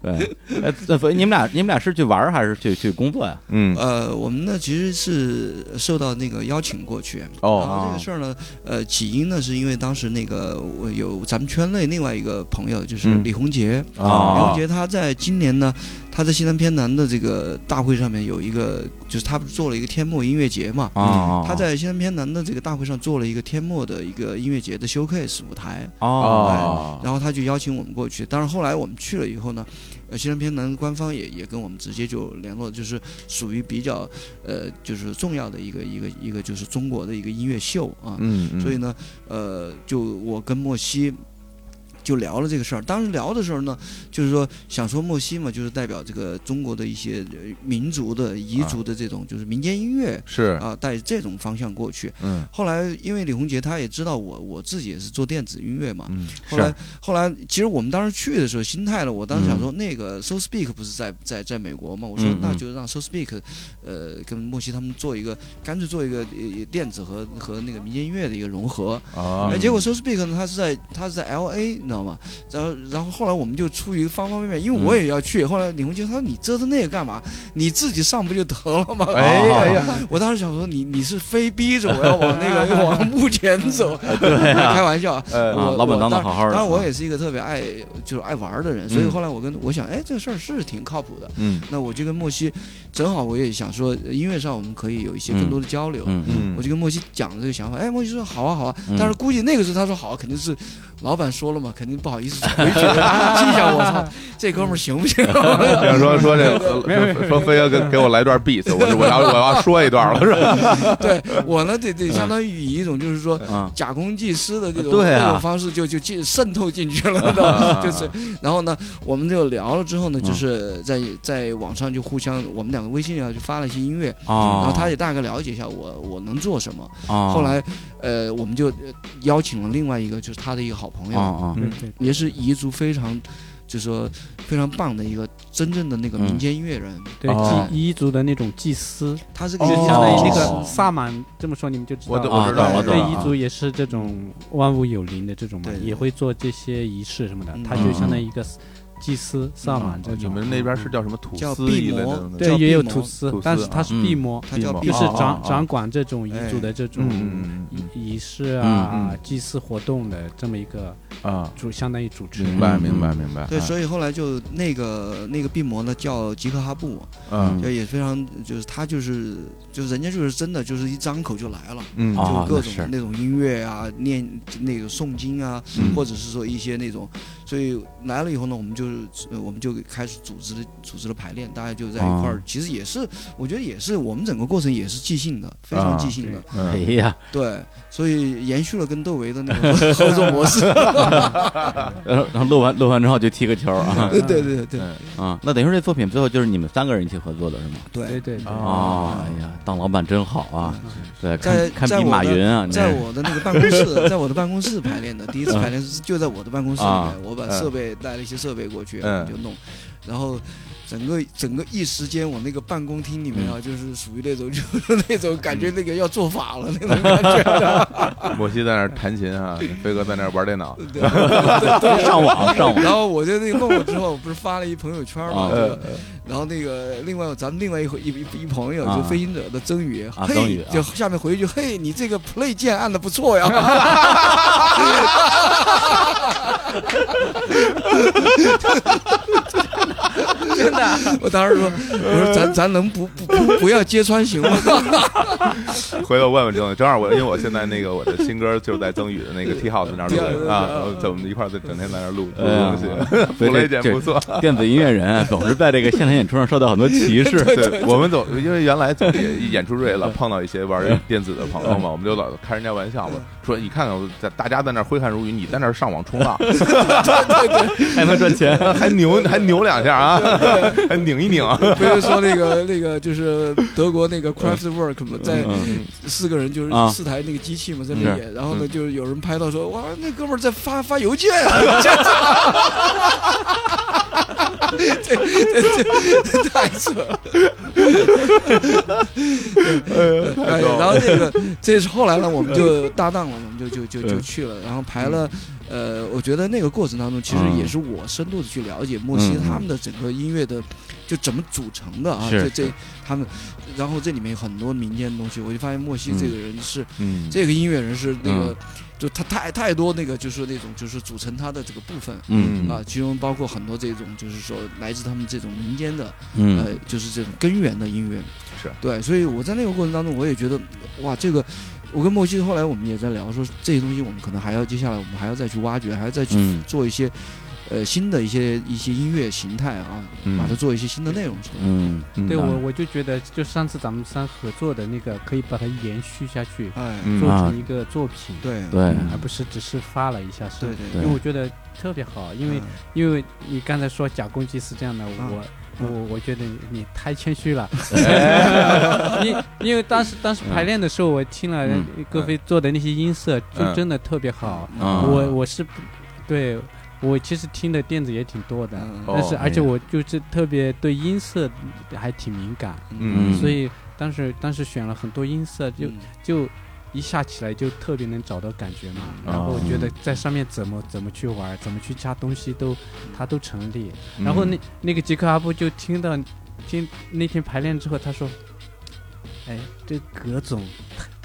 [SPEAKER 1] 对，哎那所以你们俩你们俩是去玩儿还是去去工作呀？
[SPEAKER 2] 嗯，
[SPEAKER 3] 呃，我们呢其实是受到那个邀请过去，然
[SPEAKER 2] 哦，
[SPEAKER 3] 后这个事儿呢，呃，起因呢是因为当时那个我有咱们圈内另外一个朋友就是
[SPEAKER 2] 嗯
[SPEAKER 3] 李洪杰，李
[SPEAKER 1] 啊
[SPEAKER 3] 洪杰他在今年呢，他在西南偏南的这个大会上面有一个，就是他不是做了一个天幕音乐节嘛。
[SPEAKER 1] 啊
[SPEAKER 3] 嗯他在西南偏南的这个大会上做了一个天幕的一个音乐节的 showcase 舞台，
[SPEAKER 1] 哦
[SPEAKER 2] 哦，
[SPEAKER 3] 然后他就邀请我们过去。但是后来我们去了以后呢，呃，西南偏南官方也也跟我们直接就联络，就是属于比较呃就是重要的一个一个一个就是中国的一个音乐秀啊。
[SPEAKER 2] 嗯，
[SPEAKER 3] 所以呢，呃，就我跟莫西就聊了这个事儿。当时聊的时候呢，就是说想说莫西嘛，就是代表这个中国的一些呃民族的彝族的这种就是民间音乐
[SPEAKER 2] 啊是，
[SPEAKER 3] 啊，带这种方向过去。
[SPEAKER 2] 嗯
[SPEAKER 3] 后来因为李洪杰他也知道我我自己也是做电子音乐嘛，
[SPEAKER 2] 嗯，
[SPEAKER 3] 后来，后来，其实我们当时去的时候，心态了。我当时想
[SPEAKER 2] 嗯
[SPEAKER 3] 说，那个 So Speak 不是在在在美国嘛？我说
[SPEAKER 1] 嗯嗯
[SPEAKER 3] 那就让 So Speak，呃，跟莫西他们做一个，干脆做一个呃电子和和那个民间音乐的一个融合。
[SPEAKER 2] 啊
[SPEAKER 3] 哎，，结果 So Speak 呢，他是在他是在 L A，你知道吗？然后然后后来我们就出于方方面面，因
[SPEAKER 2] 嗯
[SPEAKER 3] 为我也要去。后来李红杰他说：“你折腾那个干嘛？你自己上不就得了吗？”
[SPEAKER 2] 哎呀哎呀，
[SPEAKER 3] 我当时想说你你是非逼着我要往那 个往目前走，对、开玩笑啊。
[SPEAKER 2] 呃
[SPEAKER 1] 啊
[SPEAKER 3] 我
[SPEAKER 1] 老板
[SPEAKER 3] 我
[SPEAKER 1] 当得
[SPEAKER 3] 当
[SPEAKER 1] 好好的
[SPEAKER 3] 当然，我
[SPEAKER 1] 啊
[SPEAKER 3] 也是一个特别爱就是爱玩儿的人，所以
[SPEAKER 2] 嗯
[SPEAKER 3] 后来我跟我想，哎，这个事儿是挺靠谱的。
[SPEAKER 2] 嗯
[SPEAKER 3] 那我就跟莫西正好我也想说，呃音乐上我们可以有一些更多的交流。
[SPEAKER 1] 嗯嗯
[SPEAKER 2] 嗯，
[SPEAKER 3] 哎我就跟莫西讲了这个想法，哎，莫西说好啊好啊
[SPEAKER 1] 嗯，
[SPEAKER 3] 但是估计那个时候他说好啊，肯定是老板说了嘛，肯定不好意思回绝， 心想我操，这哥们儿行不行？
[SPEAKER 2] 这样说说这个
[SPEAKER 4] 没有没有
[SPEAKER 2] 说说非要给给我来段 beat，我我要我要说一段，我说
[SPEAKER 3] 对我呢，得得相当于以一种就是说
[SPEAKER 1] 啊
[SPEAKER 3] 假公济私的这种
[SPEAKER 1] 对啊
[SPEAKER 3] 这种方式就就进渗透进 去了，都 就是，然后呢，我们就聊了之后呢，
[SPEAKER 1] 嗯
[SPEAKER 3] 就是在在网上就互相，我们两个微信上就发了一些音乐，
[SPEAKER 1] 哦，
[SPEAKER 3] 然后他也大概了解一下我我能做什么。
[SPEAKER 1] 哦
[SPEAKER 3] 后来，呃，我们就呃邀请了另外一个就是他的一个好朋友，
[SPEAKER 1] 哦
[SPEAKER 2] 嗯
[SPEAKER 4] 对对
[SPEAKER 3] 也是彝族非常，就说非常棒的一个真正的那个民间音乐人，
[SPEAKER 4] 对，
[SPEAKER 1] 哦
[SPEAKER 4] 彝彝族的那种祭司，
[SPEAKER 3] 他是个
[SPEAKER 4] 就
[SPEAKER 1] 哦
[SPEAKER 4] 相当于那
[SPEAKER 1] 哦
[SPEAKER 4] 个萨满，这么说你们就知道
[SPEAKER 2] 我
[SPEAKER 4] 了。
[SPEAKER 2] 懂我知道
[SPEAKER 1] 啊
[SPEAKER 2] 我
[SPEAKER 1] 我
[SPEAKER 2] 知
[SPEAKER 1] 懂
[SPEAKER 4] 对
[SPEAKER 2] 道
[SPEAKER 4] 彝族也是这种万物有灵的这种嘛
[SPEAKER 3] 对，对
[SPEAKER 4] 也会做这些仪式什么的
[SPEAKER 3] 嗯，
[SPEAKER 4] 他就相当于一个祭司、萨满这
[SPEAKER 2] 啊嗯
[SPEAKER 4] 种。嗯
[SPEAKER 2] 你们那边是叫什么土
[SPEAKER 3] 叫
[SPEAKER 2] 司
[SPEAKER 3] 闭
[SPEAKER 2] 一类
[SPEAKER 3] 魔
[SPEAKER 2] 的东西？
[SPEAKER 3] 叫
[SPEAKER 4] 对也有
[SPEAKER 3] 闭魔
[SPEAKER 4] 土司
[SPEAKER 2] 土司，
[SPEAKER 4] 但是他是
[SPEAKER 1] 啊
[SPEAKER 4] 闭魔，
[SPEAKER 3] 他叫
[SPEAKER 2] 闭
[SPEAKER 4] 就是
[SPEAKER 2] 魔哦
[SPEAKER 4] 掌
[SPEAKER 2] 哦哦
[SPEAKER 4] 掌管这种彝族的这种
[SPEAKER 2] 嗯嗯嗯
[SPEAKER 4] 仪仪式
[SPEAKER 1] 嗯
[SPEAKER 4] 啊、祭祀活动的这么一个
[SPEAKER 2] 啊，
[SPEAKER 4] 主，相当于主持人
[SPEAKER 2] 明。白明白明白。
[SPEAKER 3] 对，
[SPEAKER 2] 啊
[SPEAKER 3] 所以后来就那个那个病魔呢叫吉克哈布，
[SPEAKER 2] 嗯
[SPEAKER 3] 就也非常，就是他就是就是人家就是真的就是一张口就来了，
[SPEAKER 2] 嗯
[SPEAKER 1] 啊
[SPEAKER 3] 就各
[SPEAKER 1] 那是
[SPEAKER 3] 种那种音乐啊，念那个诵经啊，
[SPEAKER 2] 嗯
[SPEAKER 3] 或者是说一些那种，所以来了以后呢，我们就是呃我们就开始组织组织了排练，大家就在一块儿
[SPEAKER 1] 啊，
[SPEAKER 3] 其实也是我觉得也是我们整个过程也是即兴的，非常即兴的，
[SPEAKER 1] 哎
[SPEAKER 2] 嗯，
[SPEAKER 1] 呀，
[SPEAKER 3] 对，所以延续了跟窦唯的那 个合作模式，
[SPEAKER 1] 然后然后录完录完之后就踢个球啊
[SPEAKER 3] 对对对对
[SPEAKER 2] 嗯
[SPEAKER 1] 啊！那等于说这作品最后就是你们三个人一起合作的是吗？
[SPEAKER 4] 对
[SPEAKER 3] 对。
[SPEAKER 4] 对对嗯
[SPEAKER 2] 啊
[SPEAKER 1] 哦，哎呀，当老板真好啊！对，
[SPEAKER 3] 在
[SPEAKER 1] 堪堪
[SPEAKER 3] 在
[SPEAKER 1] 比
[SPEAKER 3] 我
[SPEAKER 1] 马
[SPEAKER 3] 的
[SPEAKER 1] 云啊！你
[SPEAKER 3] 在
[SPEAKER 1] 看
[SPEAKER 3] 我的那个办公室，在我的办公室排练的，第一次排练是就在我的办公室里
[SPEAKER 1] 啊
[SPEAKER 3] 面，我把
[SPEAKER 2] 嗯
[SPEAKER 3] 设备带了一些设备过去，
[SPEAKER 2] 嗯
[SPEAKER 3] 就弄，然后。整个整个一时间，我那个办公厅里面啊，就是属于那种 就是那种感觉，那个要做法了那种感 觉，
[SPEAKER 2] 莫西在那儿弹琴啊，飞哥在那儿玩电 脑。
[SPEAKER 3] 对对 对
[SPEAKER 1] 上网上网
[SPEAKER 3] 然后我就那个弄了之后，不是发了一朋友圈嘛，
[SPEAKER 1] 啊
[SPEAKER 3] 这
[SPEAKER 2] 呃
[SPEAKER 3] 个然后那个另外咱们另外一回一一一朋友
[SPEAKER 1] 啊
[SPEAKER 3] 就飞行者的曾宇，
[SPEAKER 1] 啊
[SPEAKER 3] 嘿，
[SPEAKER 1] 曾宇啊
[SPEAKER 3] 就下面回一句，嘿，你这个 play 键按的不错呀。 真的，啊我当时说，我说咱咱能不不不不要揭穿行吗？
[SPEAKER 2] 回头问问郑宇，正好我因为我现在那个我的新歌就是在曾宇的那个 T House 那儿录
[SPEAKER 3] 对
[SPEAKER 2] 的啊，我们一块儿在整天在那儿录录
[SPEAKER 1] 哎呀
[SPEAKER 2] 东西， 不累姐
[SPEAKER 1] 这
[SPEAKER 2] 不错。
[SPEAKER 1] 电子音乐人啊总是在这个现场演出上受到很多歧 视
[SPEAKER 2] 对，我们总因为原来总也演出队老碰到一些玩电子的朋友嘛，我们就老开人家玩笑
[SPEAKER 3] 嗯
[SPEAKER 2] 嘛，说你看看在大家在那儿挥汗如雨，你在那儿上网冲浪，
[SPEAKER 1] 还能赚钱。
[SPEAKER 2] 还扭还扭两下 啊，还拧一拧啊，
[SPEAKER 3] 不是说那个 那个就是德国那个 Craftwork 嘛，在
[SPEAKER 1] 嗯
[SPEAKER 3] 四个人就是
[SPEAKER 1] 啊
[SPEAKER 3] 四台那个机器嘛，在那
[SPEAKER 1] 是嗯
[SPEAKER 3] 演，然后呢，就是有人拍到说，哇，那哥们儿在发发邮件 啊，这这这这太扯了。哎，然后 这个这是后来呢，我们就搭档了，我们就就就就去了，然后排了。呃，我觉得那个过程当中，其实
[SPEAKER 1] 嗯
[SPEAKER 3] 也是我深度的去了解莫西
[SPEAKER 1] 嗯嗯
[SPEAKER 3] 他们的整个音乐的，就怎么组成的啊？
[SPEAKER 1] 是
[SPEAKER 3] 这这他们，然后这里面有很多民间的东西，我就发现莫西这个人是、
[SPEAKER 2] 嗯
[SPEAKER 3] 这个音乐人是那个，
[SPEAKER 1] 嗯
[SPEAKER 3] 就他太太多那个就是那种就是组成他的这个部分。
[SPEAKER 1] 嗯
[SPEAKER 3] 啊，其中包括很多这种，就是说来自他们这种民间的，
[SPEAKER 1] 嗯
[SPEAKER 3] 呃，就是这种根源的音乐，
[SPEAKER 2] 是
[SPEAKER 3] 对，所以我在那个过程当中，我也觉得，哇，这个，我跟莫西后来我们也在聊说，这些东西我们可能还要接下来我们还要再去挖掘，还要再去
[SPEAKER 1] 嗯
[SPEAKER 3] 做一些，呃，新的一些一些音乐形态啊，
[SPEAKER 2] 嗯
[SPEAKER 3] 把它做一些新的内容出来。
[SPEAKER 1] 嗯
[SPEAKER 4] 对我我就觉得，就上次咱们三合作的那个，可以把它延续下去，
[SPEAKER 3] 哎，
[SPEAKER 2] 嗯
[SPEAKER 4] 做
[SPEAKER 1] 啊
[SPEAKER 4] 成一个作品，
[SPEAKER 3] 对
[SPEAKER 1] 对
[SPEAKER 4] 嗯而不是只是发了一下是
[SPEAKER 3] 对
[SPEAKER 4] 吧。
[SPEAKER 3] 对
[SPEAKER 1] 对嗯
[SPEAKER 4] 因为我觉得特别好，因为因为你刚才说假公济私这样的，我我
[SPEAKER 1] 嗯
[SPEAKER 4] 我觉得你你太谦虚 了。因因为当时当时排练的时候，我听了
[SPEAKER 1] 嗯
[SPEAKER 4] 各位做的那些音色，就真的特别好。
[SPEAKER 3] 啊
[SPEAKER 1] 嗯
[SPEAKER 4] 我我是不对我其实听的电子也挺多的，
[SPEAKER 3] 嗯
[SPEAKER 2] 哦
[SPEAKER 4] 但是
[SPEAKER 2] 哎
[SPEAKER 4] 而且
[SPEAKER 1] 呀
[SPEAKER 4] 我就是特别对音色还挺敏感，
[SPEAKER 1] 嗯
[SPEAKER 4] 所以当时当时选了很多音色，
[SPEAKER 3] 嗯
[SPEAKER 4] 就、就一下起来就特别能找到感觉嘛。然后我觉得在上面怎么怎么去玩，怎么去加东西都它都成立。
[SPEAKER 2] 嗯
[SPEAKER 4] 然后那那个杰克阿布就听到听那天排练之后，他说：“哎，这葛总。”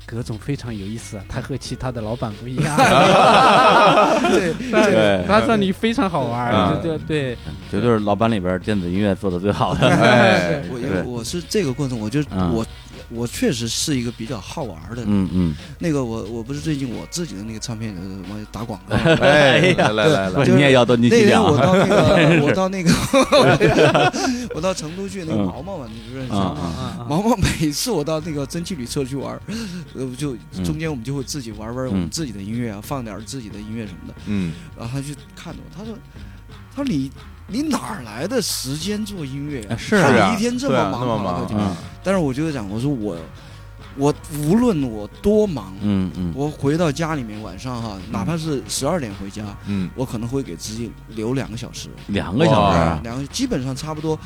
[SPEAKER 4] 葛总非常有意思，啊他和其他的老板不一样，
[SPEAKER 3] 对
[SPEAKER 1] 对
[SPEAKER 4] 他让你非常好玩，
[SPEAKER 2] 嗯
[SPEAKER 4] 对对对，
[SPEAKER 1] 绝对是老板里边电子音乐做的最好 的。
[SPEAKER 2] 哎，
[SPEAKER 3] 我因
[SPEAKER 1] 对
[SPEAKER 3] 为我是这个过程，我就
[SPEAKER 1] 嗯
[SPEAKER 3] 我我确实是一个比较好玩的人。
[SPEAKER 1] 嗯 嗯，
[SPEAKER 3] 那个我我不是最近我自己的那个唱片呃我打广告。
[SPEAKER 2] 哎，来来来
[SPEAKER 1] 不
[SPEAKER 2] 来，
[SPEAKER 1] 是 你也要多进
[SPEAKER 3] 那
[SPEAKER 1] 去
[SPEAKER 3] 天
[SPEAKER 1] 讲
[SPEAKER 3] 我
[SPEAKER 1] 啊
[SPEAKER 3] 到那个， 我到那个，我到成都去那个
[SPEAKER 1] 嗯
[SPEAKER 3] 毛毛嘛，你不认识
[SPEAKER 1] 啊
[SPEAKER 3] 吗？
[SPEAKER 1] 啊！
[SPEAKER 4] 嗯
[SPEAKER 3] 毛毛每次我到那个蒸汽旅社去玩儿，呃，就中间我们就会自己玩玩我们
[SPEAKER 1] 嗯
[SPEAKER 3] 自己的音乐啊，放点儿自己的音乐什么的。
[SPEAKER 2] 嗯，
[SPEAKER 3] 然后他就看着我，他说：“他说你你哪儿来的时间做音乐
[SPEAKER 1] 啊是
[SPEAKER 3] 他说
[SPEAKER 2] 啊
[SPEAKER 3] 你一天这
[SPEAKER 2] 对
[SPEAKER 3] 么
[SPEAKER 2] 啊
[SPEAKER 3] 忙
[SPEAKER 2] 那么
[SPEAKER 3] 跑来跑去
[SPEAKER 2] 忙
[SPEAKER 1] 嗯
[SPEAKER 3] 但是我就讲，我说我我无论我多忙，
[SPEAKER 1] 嗯嗯
[SPEAKER 3] 我回到家里面晚上哈，哪怕是十二点回家，
[SPEAKER 2] 嗯
[SPEAKER 3] 我可能会给自己留两个小时，
[SPEAKER 1] 两个小时啊，
[SPEAKER 3] 两个基本上差不多。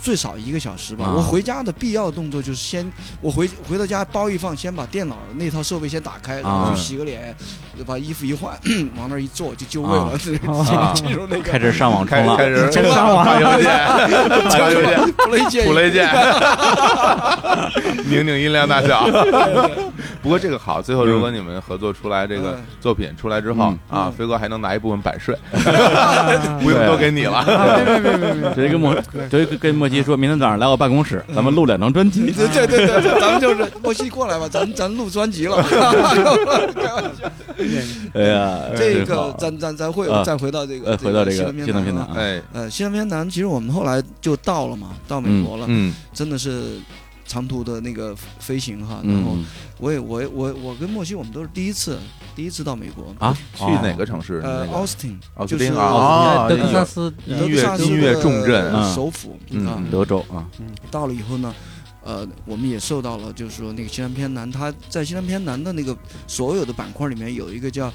[SPEAKER 3] 最少一个小时吧。
[SPEAKER 1] 啊
[SPEAKER 3] 我回家的必要动作就是先，我回回到家包一放，先把电脑那套设备先打开，然
[SPEAKER 1] 啊
[SPEAKER 3] 后去洗个脸，把衣服一换， 往那儿一坐就就位了，
[SPEAKER 2] 啊
[SPEAKER 3] 进入那个
[SPEAKER 1] 开始上网冲
[SPEAKER 2] 开
[SPEAKER 1] 浪
[SPEAKER 2] 开，始
[SPEAKER 3] 冲浪
[SPEAKER 2] 网发邮件，发邮件，
[SPEAKER 3] 不累见
[SPEAKER 2] 普雷键，宁宁音量大小。不过这个好，最后如果你们合作出来这个
[SPEAKER 3] 嗯
[SPEAKER 2] 作品出来之后
[SPEAKER 3] 嗯
[SPEAKER 2] 啊，飞哥还能拿一部分版税，
[SPEAKER 4] 啊
[SPEAKER 2] 不用都给你了。
[SPEAKER 4] 啊没没没没没，
[SPEAKER 1] 直接跟莫直接跟莫奇说，明天早上来我办公室，咱们录两张专辑。
[SPEAKER 3] 对对对对，咱们就是莫西过来吧，咱咱录专辑了。 开玩笑
[SPEAKER 1] 哎呀，
[SPEAKER 3] 这
[SPEAKER 1] 真
[SPEAKER 3] 个
[SPEAKER 1] 好
[SPEAKER 3] 咱咱咱会
[SPEAKER 1] 啊
[SPEAKER 3] 再回到这个
[SPEAKER 1] 呃，回到这个
[SPEAKER 3] 西南
[SPEAKER 1] 西南
[SPEAKER 3] 偏
[SPEAKER 1] 偏
[SPEAKER 3] 南
[SPEAKER 1] 南
[SPEAKER 3] 啊。
[SPEAKER 1] 啊，
[SPEAKER 2] 哎，
[SPEAKER 3] 呃，西南偏南，其实我们后来就到了嘛，到美国了，
[SPEAKER 2] 嗯
[SPEAKER 3] 真的是长途的那个飞行哈。然后
[SPEAKER 1] 嗯
[SPEAKER 3] 我也我也我我跟莫西我们都是第一次第一次到美国，
[SPEAKER 1] 啊，
[SPEAKER 2] 去哪个城市？
[SPEAKER 3] 呃
[SPEAKER 2] 那个
[SPEAKER 3] ，Austin，
[SPEAKER 2] 奥斯
[SPEAKER 3] 就
[SPEAKER 2] 汀
[SPEAKER 3] 是
[SPEAKER 1] 哦
[SPEAKER 2] 啊，
[SPEAKER 4] 德
[SPEAKER 2] 啊
[SPEAKER 4] 克萨斯
[SPEAKER 3] 哦德
[SPEAKER 2] 音
[SPEAKER 3] 克
[SPEAKER 2] 乐
[SPEAKER 3] 萨斯
[SPEAKER 2] 音乐
[SPEAKER 3] 的
[SPEAKER 2] 重镇
[SPEAKER 1] 嗯
[SPEAKER 3] 首府
[SPEAKER 2] 嗯
[SPEAKER 3] 啊。
[SPEAKER 1] 德州啊？
[SPEAKER 3] 到了以后呢，呃，我们也受到了，就是说那个西南偏南，它在西南偏南的那个所有的板块里面有一个叫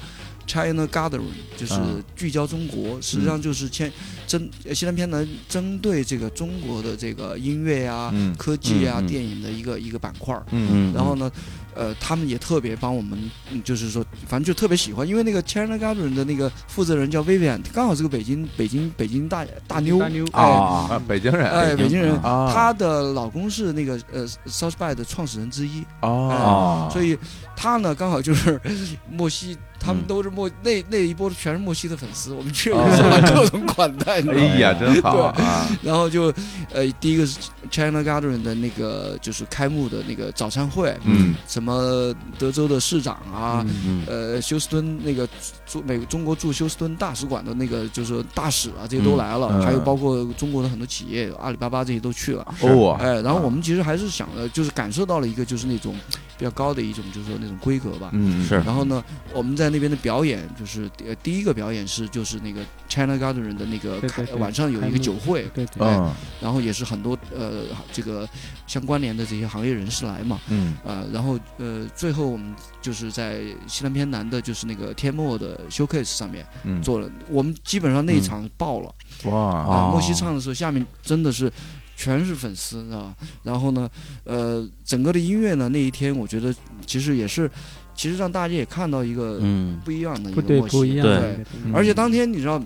[SPEAKER 3] China Gathering，就是
[SPEAKER 2] 啊
[SPEAKER 1] 嗯
[SPEAKER 3] 聚焦中国，实际上就是签针呃西南偏南针对这个中国的这个音乐呀、
[SPEAKER 2] 嗯
[SPEAKER 3] 科技呀、
[SPEAKER 1] 嗯嗯
[SPEAKER 3] 电影的一个一个板块儿。
[SPEAKER 2] 嗯
[SPEAKER 1] 嗯，
[SPEAKER 3] 然后呢，呃，他们也特别帮我们，嗯就是说，反正就特别喜欢，因为那个 China Garden 的那个负责人叫 Vivian，刚好是个北京北京北京大大妞，
[SPEAKER 4] 大妞
[SPEAKER 3] 哎
[SPEAKER 1] 啊
[SPEAKER 2] 啊，北京人
[SPEAKER 3] 哎，北京人，
[SPEAKER 2] 啊
[SPEAKER 3] 她的老公是那个呃 South by 的创始人之一，
[SPEAKER 2] 哦，
[SPEAKER 3] 哎所以她呢刚好就是 莫西，他们
[SPEAKER 1] 嗯
[SPEAKER 3] 都是莫那那一波全是莫西的粉丝，我们去了之后各种款待你知道吗。
[SPEAKER 2] 哦哎呀，真好啊！
[SPEAKER 3] 然后就呃第一个是 China Garden 的那个就是开幕的那个早餐会，
[SPEAKER 2] 嗯
[SPEAKER 3] 什么德州的市长啊。
[SPEAKER 4] 嗯
[SPEAKER 1] 嗯
[SPEAKER 3] 呃，休斯敦那个驻美中国驻休斯敦大使馆的那个就是大使啊，这些都来了，
[SPEAKER 2] 嗯嗯
[SPEAKER 3] 还有包括中国的很多企业，阿里巴巴这些都去了。
[SPEAKER 2] 哦，
[SPEAKER 3] 哎，然后我们其实还是想了，就是感受到了一个就是那种呃比较高的一种就是说那种规格吧。
[SPEAKER 2] 嗯
[SPEAKER 1] 是
[SPEAKER 3] 然后呢，我们在那边的表演就是呃第一个表演是就是那个 China Garden 的那个
[SPEAKER 4] 对
[SPEAKER 3] 开
[SPEAKER 4] 对对
[SPEAKER 3] 晚上有一
[SPEAKER 4] 开
[SPEAKER 3] 个
[SPEAKER 4] 幕
[SPEAKER 3] 酒会，
[SPEAKER 4] 对对
[SPEAKER 3] 哎
[SPEAKER 2] 嗯
[SPEAKER 3] 然后也是很多呃这个相关联的这些行业人士来嘛，
[SPEAKER 2] 嗯
[SPEAKER 3] 呃，然后呃最后我们就是在西南偏南的就是那个天漠的 showcase 上面
[SPEAKER 2] 嗯，
[SPEAKER 3] 做了，我们基本上那一场爆了。
[SPEAKER 2] 哇，
[SPEAKER 3] 啊，
[SPEAKER 1] 嗯哦
[SPEAKER 3] 莫西唱的时候，下面真的是全是粉丝，知道吧？然后呢，呃，整个的音乐呢，那一天我觉得其实也是，其实让大家也看到一个
[SPEAKER 1] 嗯
[SPEAKER 3] 不一样的一
[SPEAKER 4] 不
[SPEAKER 3] 个
[SPEAKER 4] 对
[SPEAKER 3] 莫西，
[SPEAKER 4] 不一样，
[SPEAKER 1] 对
[SPEAKER 4] 对
[SPEAKER 2] 嗯
[SPEAKER 3] 而且当天你知道，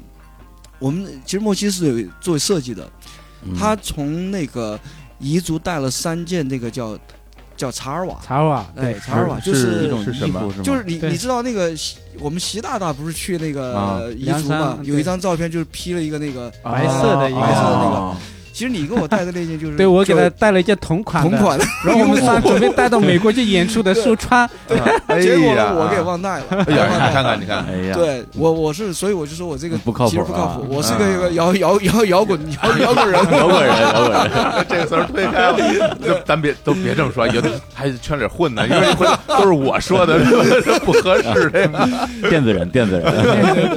[SPEAKER 3] 我们其实莫西是有做设计的，
[SPEAKER 1] 嗯
[SPEAKER 3] 他从那个彝族带了三件那个叫叫查尔瓦，
[SPEAKER 4] 查尔瓦
[SPEAKER 3] 哎，
[SPEAKER 4] 对
[SPEAKER 3] 查尔瓦就是
[SPEAKER 1] 一
[SPEAKER 3] 是。
[SPEAKER 1] 种
[SPEAKER 2] 是什么
[SPEAKER 1] 衣服是吗
[SPEAKER 3] 就是你，
[SPEAKER 4] 对
[SPEAKER 3] 你知道那个习我们习大大不是去那
[SPEAKER 2] 啊
[SPEAKER 3] 个彝
[SPEAKER 4] 凉
[SPEAKER 3] 族嘛
[SPEAKER 4] 山？
[SPEAKER 3] 有一
[SPEAKER 4] 对
[SPEAKER 3] 张照片就是披了一个那个
[SPEAKER 4] 白色的一个
[SPEAKER 3] 啊白色的那
[SPEAKER 1] 啊
[SPEAKER 3] 个，
[SPEAKER 2] 哦
[SPEAKER 3] 其实你给我带的那件就是
[SPEAKER 4] 对我给他
[SPEAKER 3] 就
[SPEAKER 4] 带了一件同款
[SPEAKER 3] 同
[SPEAKER 4] 的，
[SPEAKER 3] 款，
[SPEAKER 4] 然后我们仨准备带到美国去演出的时候穿，
[SPEAKER 2] 哎
[SPEAKER 3] 结果
[SPEAKER 2] 呀
[SPEAKER 3] 呢我给忘带了。
[SPEAKER 2] 哎呀，你看看，你看看，
[SPEAKER 1] 哎呀，
[SPEAKER 3] 对我我是，所以我就说我这个
[SPEAKER 1] 不靠谱啊
[SPEAKER 3] 其实不靠谱，我是个一个摇摇摇摇滚摇摇滚人，
[SPEAKER 1] 摇滚人，摇滚人，
[SPEAKER 2] 这个词儿推开了，就咱别都别这么说，有的还圈里混呢，因为回头都是我说的， 不合适这个。
[SPEAKER 1] 电子人，电子人，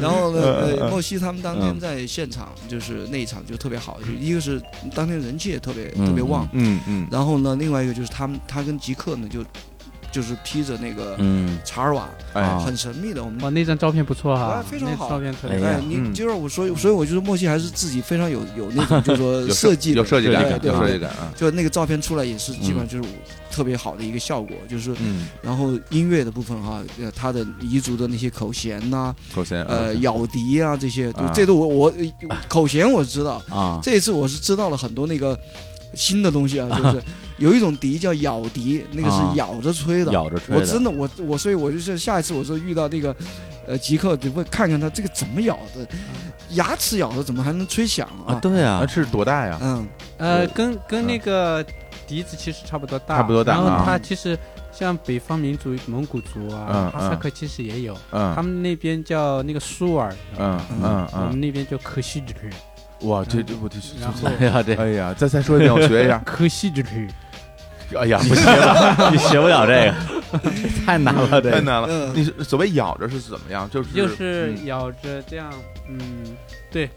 [SPEAKER 3] 然 后呢，呃，莫西他们当
[SPEAKER 1] 嗯
[SPEAKER 3] 天在现场就是那一场就特别好，就一个是当天人气也特别
[SPEAKER 1] 嗯
[SPEAKER 3] 特别旺，
[SPEAKER 2] 嗯嗯
[SPEAKER 3] 然后呢，另外一个就是他们他跟极客呢就就是披着那个
[SPEAKER 1] 嗯
[SPEAKER 3] 查尔瓦，
[SPEAKER 1] 啊
[SPEAKER 3] 很神秘的，我们
[SPEAKER 4] 哇，那张照片不错哈
[SPEAKER 3] 哎，非常好
[SPEAKER 4] 那照片特别
[SPEAKER 1] 哎
[SPEAKER 4] 好
[SPEAKER 1] 呀
[SPEAKER 3] 哎，你
[SPEAKER 2] 嗯
[SPEAKER 3] 就是我，所以所以我就是莫西还是自己非常有有那种，就是说设计的
[SPEAKER 2] 有设计
[SPEAKER 1] 感
[SPEAKER 3] 对
[SPEAKER 2] 感，
[SPEAKER 3] 对
[SPEAKER 2] 有设
[SPEAKER 3] 对
[SPEAKER 2] 计感啊。
[SPEAKER 3] 就那个照片出来也是基本上就是我特别好的一个效果，就是
[SPEAKER 2] 嗯，
[SPEAKER 3] 然后音乐的部分哈，呃，他的彝族的那些口弦呐、
[SPEAKER 2] 首先嗯
[SPEAKER 3] 呃，咬笛啊这些，都
[SPEAKER 2] 啊
[SPEAKER 3] 这都我我口弦我知道，
[SPEAKER 1] 啊，
[SPEAKER 3] 这一次我是知道了很多那个新的东西啊，就是有一种笛叫咬笛，那个
[SPEAKER 1] 啊
[SPEAKER 3] 是咬着吹的。
[SPEAKER 1] 咬着吹
[SPEAKER 3] 我真
[SPEAKER 1] 的，
[SPEAKER 3] 的我我所以我就是下一次我说遇到那个，呃，极客得问看看他这个怎么咬的，牙齿咬的怎么还能吹响
[SPEAKER 1] 嗯啊，
[SPEAKER 3] 啊？
[SPEAKER 1] 对
[SPEAKER 2] 那
[SPEAKER 1] 啊，
[SPEAKER 2] 是多大呀？
[SPEAKER 3] 嗯，
[SPEAKER 4] 呃，
[SPEAKER 2] 我
[SPEAKER 4] 跟跟
[SPEAKER 2] 嗯
[SPEAKER 4] 那个笛子其实差不多大，
[SPEAKER 2] 差不多大
[SPEAKER 4] 然后
[SPEAKER 3] 啊
[SPEAKER 4] 它其实像北方民族、蒙古族啊
[SPEAKER 2] 嗯、
[SPEAKER 4] 哈萨
[SPEAKER 2] 嗯
[SPEAKER 4] 克其实也有，他
[SPEAKER 2] 嗯
[SPEAKER 4] 们那边叫那个舒尔，
[SPEAKER 2] 嗯嗯
[SPEAKER 4] 我
[SPEAKER 2] 嗯，
[SPEAKER 4] 们那边叫科西之旅，
[SPEAKER 2] 哇，这这我这这
[SPEAKER 4] 然后。
[SPEAKER 1] 哎
[SPEAKER 2] 这
[SPEAKER 1] 呀，这
[SPEAKER 2] 哎呀，再再说一遍，我学一下
[SPEAKER 4] 科西之旅，
[SPEAKER 2] 哎呀，不行，
[SPEAKER 1] 你学不了这个， 太难了，这
[SPEAKER 2] 太
[SPEAKER 1] 个。
[SPEAKER 2] 难了。
[SPEAKER 3] 嗯
[SPEAKER 2] 你是所谓咬着是怎么样？就是嗯
[SPEAKER 4] 就是咬着这样，嗯，对，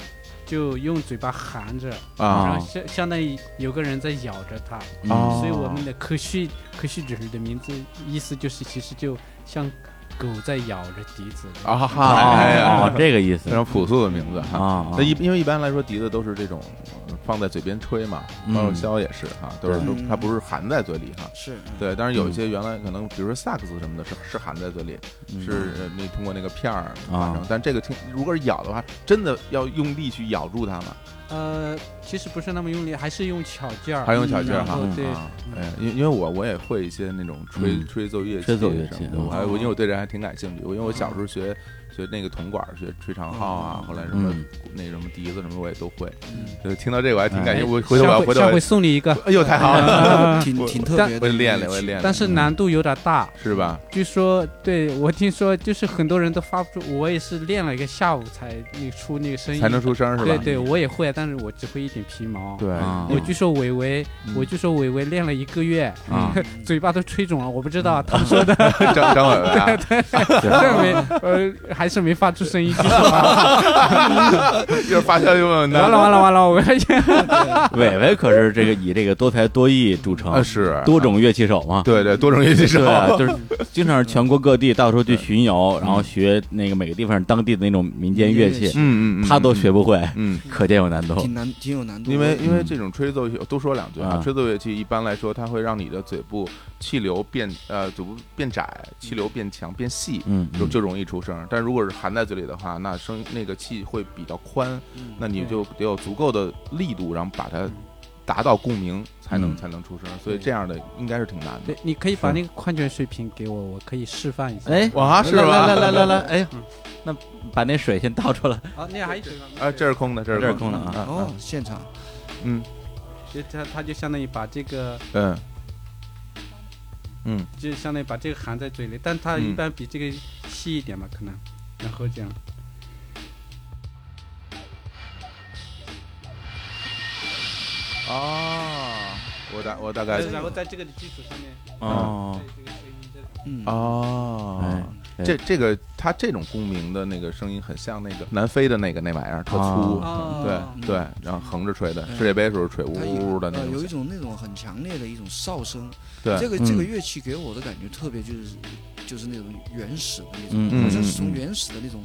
[SPEAKER 4] 就用嘴巴含着，然
[SPEAKER 2] 啊
[SPEAKER 4] 后相相当于有个人在咬着它，
[SPEAKER 2] 哦
[SPEAKER 1] 嗯
[SPEAKER 4] 所以我们的科西科西之旅的名字意思就是其实就像狗在咬着笛子，
[SPEAKER 2] 啊哈
[SPEAKER 1] 啊，
[SPEAKER 2] 哈！哎
[SPEAKER 1] 哦哦
[SPEAKER 2] 呀，
[SPEAKER 1] 这个意思
[SPEAKER 2] 非常朴素的名字
[SPEAKER 1] 啊
[SPEAKER 2] 哈。
[SPEAKER 1] 啊
[SPEAKER 2] 那一因为一般来说笛子都是这种呃放在嘴边吹嘛，
[SPEAKER 1] 嗯
[SPEAKER 2] 包括箫也是哈，都是
[SPEAKER 3] 对
[SPEAKER 2] 都它不是含在嘴里哈。
[SPEAKER 3] 是，
[SPEAKER 1] 嗯
[SPEAKER 2] 对，当然有一些原来可能，比如说萨克斯什么的，是是含在嘴里，
[SPEAKER 1] 嗯
[SPEAKER 2] 是呃那通过那个片儿发
[SPEAKER 1] 啊
[SPEAKER 2] 声。但这个听，如果是咬的话，真的要用力去咬住它嘛，
[SPEAKER 4] 呃，其实不是那么用力，还是用巧劲儿，
[SPEAKER 2] 还用小劲儿
[SPEAKER 4] 然
[SPEAKER 2] 哈
[SPEAKER 4] 后
[SPEAKER 1] 嗯。
[SPEAKER 4] 对，
[SPEAKER 2] 啊，哎，因因为我我也会一些那种吹
[SPEAKER 1] 嗯
[SPEAKER 2] 吹奏乐器
[SPEAKER 1] 吹奏乐器啊
[SPEAKER 2] 什么的，
[SPEAKER 1] 嗯
[SPEAKER 2] 我还我因为我对这还挺感兴趣，我因为我小时候学学那个铜管儿，学吹长号啊，后来什么
[SPEAKER 1] 嗯
[SPEAKER 2] 那什么笛子什么我也都会，
[SPEAKER 3] 嗯
[SPEAKER 2] 就听到这个我还挺感兴趣，
[SPEAKER 4] 哎
[SPEAKER 1] 嗯
[SPEAKER 2] 我回头我
[SPEAKER 4] 下
[SPEAKER 2] 要
[SPEAKER 4] 回
[SPEAKER 2] 回头
[SPEAKER 4] 下
[SPEAKER 2] 我
[SPEAKER 4] 回送你一个，
[SPEAKER 2] 哎呦太好了，
[SPEAKER 4] 啊
[SPEAKER 3] 挺
[SPEAKER 2] 我
[SPEAKER 3] 挺
[SPEAKER 2] 我
[SPEAKER 3] 特
[SPEAKER 4] 但
[SPEAKER 3] 别的。
[SPEAKER 2] 我也练练我也练练，
[SPEAKER 4] 但是难度有点大。
[SPEAKER 2] 是吧？
[SPEAKER 4] 据说，对我听说，就是很多人都发不出，我也是练了一个下午才那个出那个声音，
[SPEAKER 2] 才能出声儿是吧
[SPEAKER 4] 哎对？对，我也会，但是我只会一点皮毛。
[SPEAKER 2] 对
[SPEAKER 1] 啊
[SPEAKER 4] 我据说伟伟，
[SPEAKER 2] 嗯
[SPEAKER 4] 我据说伟伟练了一个月，
[SPEAKER 1] 啊
[SPEAKER 4] 嘴巴都吹肿了，我不知
[SPEAKER 2] 嗯
[SPEAKER 4] 道，他们说的
[SPEAKER 2] 张张伟伟啊，
[SPEAKER 4] 但没，呃，还是没发出声音。据说 啊
[SPEAKER 2] 一会儿发消息问问他
[SPEAKER 4] 完了完了完了，我发现
[SPEAKER 1] 伟伟可是这个以这个多才多艺著
[SPEAKER 2] 啊
[SPEAKER 1] 称，
[SPEAKER 2] 是
[SPEAKER 1] 多种乐器手嘛。
[SPEAKER 2] 对对多种乐器手
[SPEAKER 1] 对啊，就是经常是全国各地到处去巡游，然后学那个每个地方当地的那种民间乐器，
[SPEAKER 2] 嗯嗯嗯，
[SPEAKER 1] 他都学不会，
[SPEAKER 2] 嗯。
[SPEAKER 1] 可见有难度。
[SPEAKER 3] 挺难，挺有难度的。
[SPEAKER 2] 因为因为
[SPEAKER 1] 嗯
[SPEAKER 2] 这种吹奏乐多说两句
[SPEAKER 1] 啊
[SPEAKER 2] 啊，吹奏乐器一般来说，它会让你的嘴部气流变呃嘴部变窄，气流变强变细，
[SPEAKER 1] 嗯，
[SPEAKER 2] 就就容易出声。但如果是含在嘴里的话，那声那个气会比较宽，那
[SPEAKER 1] 嗯
[SPEAKER 2] 你就得有足够的力度，然后把它达到共鸣，才能
[SPEAKER 1] 嗯
[SPEAKER 2] 才能出声。所以这样的应该是挺难的
[SPEAKER 4] 对。，你可以把那个矿泉水瓶给我，我可以示范一下。
[SPEAKER 1] 哎，
[SPEAKER 2] 哇，是
[SPEAKER 1] 来
[SPEAKER 2] 吧？
[SPEAKER 1] 来来来来，哎呀，那把那水先倒出来。
[SPEAKER 4] 啊，那还有水吗？
[SPEAKER 2] 啊，这是空的，这
[SPEAKER 1] 这是
[SPEAKER 2] 是
[SPEAKER 1] 空的啊
[SPEAKER 2] 啊
[SPEAKER 3] 哦，现场
[SPEAKER 2] 嗯
[SPEAKER 4] 就它它就相当于把这个，
[SPEAKER 2] 嗯嗯，
[SPEAKER 4] 就相当于把这个含在嘴里，但它
[SPEAKER 2] 嗯
[SPEAKER 4] 一般比这个细一点嘛，可能，然后这样。
[SPEAKER 2] 哦，我大我大概
[SPEAKER 4] 然后在这个的基础上面，
[SPEAKER 1] 哦，
[SPEAKER 4] 这个声音这
[SPEAKER 3] 嗯，
[SPEAKER 2] 哦
[SPEAKER 1] 哎。对
[SPEAKER 2] 这这个它这种共鸣的那个声音很像那个南非的那个那玩意儿，特粗，
[SPEAKER 1] 哦
[SPEAKER 4] 啊
[SPEAKER 2] 嗯对对，然后横着吹的，
[SPEAKER 3] 嗯
[SPEAKER 2] 世界杯时候吹，呜
[SPEAKER 3] 它
[SPEAKER 2] 呜
[SPEAKER 3] 有
[SPEAKER 2] 呜的那
[SPEAKER 3] 呃有一
[SPEAKER 2] 种，
[SPEAKER 3] 种那种很强烈的一种哨声。这
[SPEAKER 2] 对，
[SPEAKER 3] 个这个
[SPEAKER 1] 嗯
[SPEAKER 3] 乐器给我的感觉特别就是就是那种原始的那
[SPEAKER 1] 嗯
[SPEAKER 3] 种，
[SPEAKER 1] 嗯
[SPEAKER 3] 好像是从
[SPEAKER 2] 嗯嗯
[SPEAKER 3] 原始的那种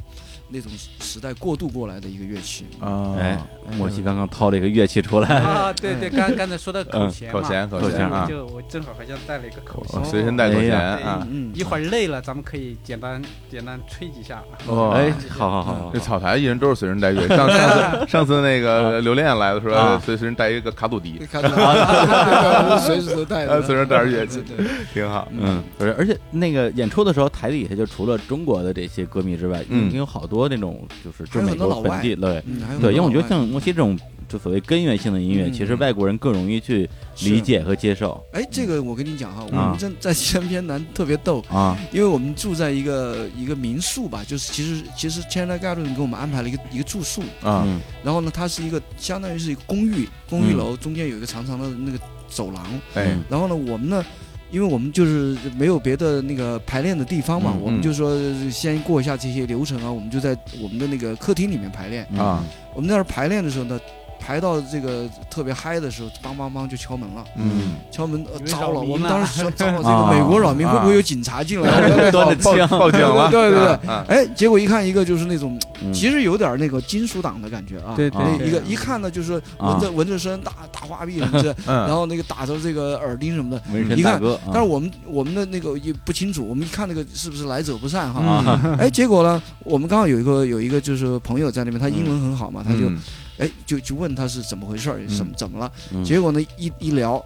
[SPEAKER 3] 那种时代过渡过来的一个乐器。
[SPEAKER 2] 啊，
[SPEAKER 1] 哎，莫西刚刚掏了一个乐器出来，
[SPEAKER 4] 啊，对对，刚刚才说到口弦嘛，
[SPEAKER 2] 口弦口
[SPEAKER 1] 口
[SPEAKER 2] 弦
[SPEAKER 1] 弦
[SPEAKER 2] 啊，
[SPEAKER 4] 就我正好好像带了一个口
[SPEAKER 2] 我
[SPEAKER 4] 弦，
[SPEAKER 2] 随身带口
[SPEAKER 1] 哎
[SPEAKER 2] 弦
[SPEAKER 1] 呀
[SPEAKER 2] 啊，
[SPEAKER 3] 嗯，
[SPEAKER 4] 一会儿累了咱们可以简单简单吹几下。啊
[SPEAKER 2] 哦
[SPEAKER 1] 哎，好好好好
[SPEAKER 2] 这
[SPEAKER 1] 好，
[SPEAKER 2] 草台艺人都是随身带乐，上上 次上次那个刘恋来的时候
[SPEAKER 1] 啊，
[SPEAKER 2] 随身带一个卡祖 笛，
[SPEAKER 3] 看到了，随时都带
[SPEAKER 2] 啊，
[SPEAKER 3] 着，
[SPEAKER 2] 随身带着乐器
[SPEAKER 3] 对对，
[SPEAKER 2] 挺好。
[SPEAKER 1] 嗯，不是，而且那个演出的时候，台底下就除了中国的这些歌迷之外，
[SPEAKER 2] 嗯
[SPEAKER 1] 已经有好多那种就是就
[SPEAKER 3] 还有
[SPEAKER 1] 美
[SPEAKER 3] 很多
[SPEAKER 1] 国
[SPEAKER 3] 老
[SPEAKER 1] 本
[SPEAKER 3] 外
[SPEAKER 1] 地对
[SPEAKER 3] 嗯，还有
[SPEAKER 1] 对，因为我
[SPEAKER 3] 很
[SPEAKER 1] 觉
[SPEAKER 3] 多
[SPEAKER 1] 得像莫西这种就所谓根源性的音乐，
[SPEAKER 3] 嗯
[SPEAKER 1] 其实外国人更容易去理解和接受
[SPEAKER 3] 哎，这个我跟你讲哈，我
[SPEAKER 1] 啊
[SPEAKER 3] 们在在西南偏南特别逗，
[SPEAKER 1] 啊
[SPEAKER 3] 因为我们住在一个一个民宿吧，就是其实其实 China Garden 给我们安排了一个一个住宿，
[SPEAKER 2] 啊，
[SPEAKER 1] 嗯
[SPEAKER 3] 然后呢，它是一个相当于是一个公寓，公寓
[SPEAKER 1] 嗯
[SPEAKER 3] 楼中间有一个长长的那个走廊，
[SPEAKER 2] 哎，
[SPEAKER 3] 然后呢，我们呢，因为我们就是没有别的那个排练的地方嘛，
[SPEAKER 1] 嗯
[SPEAKER 3] 我们
[SPEAKER 2] 嗯
[SPEAKER 3] 就说先过一下这些流程啊，我们就在我们的那个客厅里面排练。
[SPEAKER 1] 嗯
[SPEAKER 2] 啊
[SPEAKER 3] 我们在那儿排练的时候呢，排到这个特别嗨的时候，梆梆梆就敲门了，
[SPEAKER 2] 嗯，
[SPEAKER 3] 敲门，呃
[SPEAKER 4] 以为
[SPEAKER 3] 糟
[SPEAKER 4] 扰
[SPEAKER 3] 了！
[SPEAKER 4] 民
[SPEAKER 3] 我们
[SPEAKER 4] 了
[SPEAKER 3] 当时说，糟了，这
[SPEAKER 1] 啊
[SPEAKER 3] 个美国扰民会不
[SPEAKER 2] 啊
[SPEAKER 3] 会有警察进来？
[SPEAKER 1] 嗯，端着
[SPEAKER 2] 报
[SPEAKER 1] 枪，
[SPEAKER 2] 报警 了，
[SPEAKER 3] 对对对
[SPEAKER 2] 啊，
[SPEAKER 3] 哎，结果一看，一个就是那种，
[SPEAKER 1] 嗯
[SPEAKER 3] 其实有点那个金属党的感觉啊。
[SPEAKER 4] 对
[SPEAKER 1] 对
[SPEAKER 3] 那
[SPEAKER 1] 对
[SPEAKER 3] 一个一看呢，就是
[SPEAKER 1] 啊
[SPEAKER 3] 纹着纹着身，大大花臂什么的，
[SPEAKER 2] 嗯
[SPEAKER 3] 啊然，后那个打着这个耳钉什么的，
[SPEAKER 1] 纹身
[SPEAKER 3] 一
[SPEAKER 1] 大
[SPEAKER 3] 看
[SPEAKER 1] 哥，
[SPEAKER 3] 但是我们我们的那个也不清楚，我们一看那个是不是来者不善哈？
[SPEAKER 1] 啊 啊
[SPEAKER 3] 哎，结果呢，我们刚好有一个有一个就是朋友在那边，他
[SPEAKER 1] 嗯
[SPEAKER 3] 英文很好嘛，他就
[SPEAKER 2] 嗯
[SPEAKER 3] 哎就就问他是怎么回事儿，
[SPEAKER 2] 嗯
[SPEAKER 3] 怎么怎么了？
[SPEAKER 1] 嗯
[SPEAKER 3] 结果呢一一聊，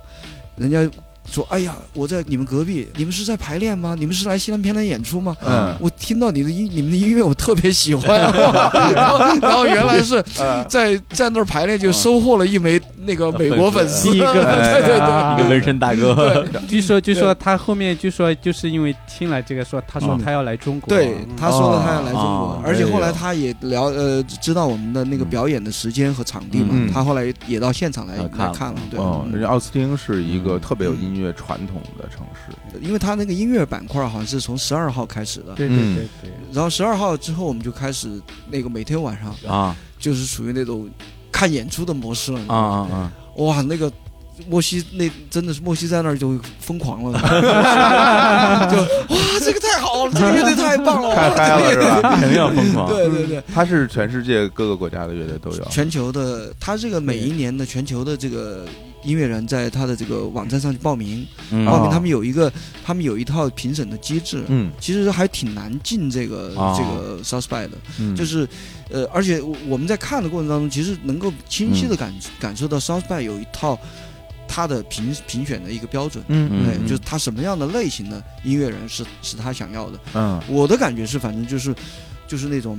[SPEAKER 3] 人家说：“哎呀，我在你们隔壁，你们是在排练吗？你们是来西南片来演出吗？”
[SPEAKER 2] 嗯
[SPEAKER 3] 我听到你的音，你们的音乐，我特别喜欢。啊 然后，然后原来是
[SPEAKER 1] 嗯
[SPEAKER 3] 在在那儿排练，就收获了一枚那个美国粉丝。
[SPEAKER 1] 第一个
[SPEAKER 3] 对
[SPEAKER 1] 嗯
[SPEAKER 3] 对对。
[SPEAKER 1] 哎一个纹身大哥，
[SPEAKER 4] 据说据说他后面据说就是因为听了这个说，他说他要来中国，嗯
[SPEAKER 3] 对，他说了他要来中
[SPEAKER 1] 哦
[SPEAKER 3] 国
[SPEAKER 1] 哦，
[SPEAKER 3] 而且后来
[SPEAKER 2] 哎呦
[SPEAKER 3] 他也聊呃，知道我们的那个表演的时间和场地
[SPEAKER 2] 嗯
[SPEAKER 3] 嘛，他后来也到现场来
[SPEAKER 1] 来
[SPEAKER 3] 来
[SPEAKER 1] 看了
[SPEAKER 3] 看了，对，嗯
[SPEAKER 2] 哦，人家奥斯汀是一个
[SPEAKER 1] 嗯
[SPEAKER 2] 特别有音乐传统的城市，
[SPEAKER 3] 呃因为他那个音乐板块好像是从十二号开始的，
[SPEAKER 4] 对对
[SPEAKER 2] 嗯
[SPEAKER 4] 对对，
[SPEAKER 3] 然后十二号之后我们就开始那个每天晚上
[SPEAKER 1] 啊
[SPEAKER 3] 就是属于那种看演出的模式了，你知
[SPEAKER 1] 啊
[SPEAKER 3] 道吗
[SPEAKER 1] 啊啊！
[SPEAKER 3] 哇，那个。莫西那真的是莫西在那儿就疯狂 了，就哇这个太好了，这个乐队太 棒了，
[SPEAKER 2] 太嗨了是吧？嗯
[SPEAKER 1] 肯定要疯狂，
[SPEAKER 3] 对对哦对，
[SPEAKER 2] 它是全世界各个国家的乐队都有，
[SPEAKER 3] 全球的，他这个每一年的全球的这个音乐人，在他的这个网站上去报名，
[SPEAKER 1] 嗯
[SPEAKER 3] 报
[SPEAKER 2] 哦
[SPEAKER 3] 名他们有一个，他们有一套评审的机制，
[SPEAKER 2] 嗯
[SPEAKER 3] 其实还挺难进这个
[SPEAKER 1] 哦
[SPEAKER 3] 这个 s u s p e c 的，
[SPEAKER 2] 嗯，
[SPEAKER 3] 就是，呃，而且我我们在看的过程当中，其实能够清晰的感
[SPEAKER 1] 嗯
[SPEAKER 3] 感受到 s u s p e c 有一套他的评评选的一个标准。
[SPEAKER 2] 嗯
[SPEAKER 3] 对
[SPEAKER 2] 嗯，，
[SPEAKER 3] 就是他什么样的类型的音乐人是是他想要的，
[SPEAKER 2] 嗯
[SPEAKER 3] 我的感觉是，反正就是，就是那种，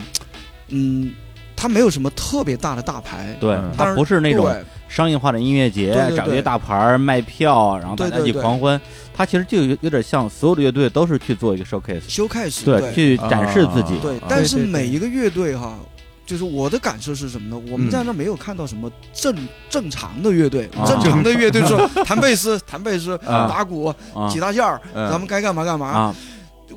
[SPEAKER 3] 嗯，他没有什么特别大的大牌，
[SPEAKER 1] 对
[SPEAKER 2] 嗯，
[SPEAKER 1] 他不是那种
[SPEAKER 3] 对
[SPEAKER 1] 商业化的音乐节
[SPEAKER 3] 对对，对
[SPEAKER 1] 找一些大牌儿卖票，然后大家一
[SPEAKER 3] 对对
[SPEAKER 1] 起
[SPEAKER 3] 对
[SPEAKER 1] 狂欢。他其实就有有点像所有的乐队都是去做一个 showcase，
[SPEAKER 3] showcase，
[SPEAKER 1] 对，去展示自己。
[SPEAKER 3] 对
[SPEAKER 2] 啊，
[SPEAKER 3] 但是
[SPEAKER 4] 对对对
[SPEAKER 3] 每一个乐队哈。就是我的感受是什么呢？我们在那没有看到什么正正常的乐队，
[SPEAKER 1] 啊
[SPEAKER 3] 正常的乐队说弹贝斯、弹贝斯、
[SPEAKER 2] 啊
[SPEAKER 3] 打鼓、
[SPEAKER 1] 啊
[SPEAKER 3] 吉他线儿，
[SPEAKER 2] 嗯
[SPEAKER 3] 咱们该干嘛干嘛。
[SPEAKER 1] 啊，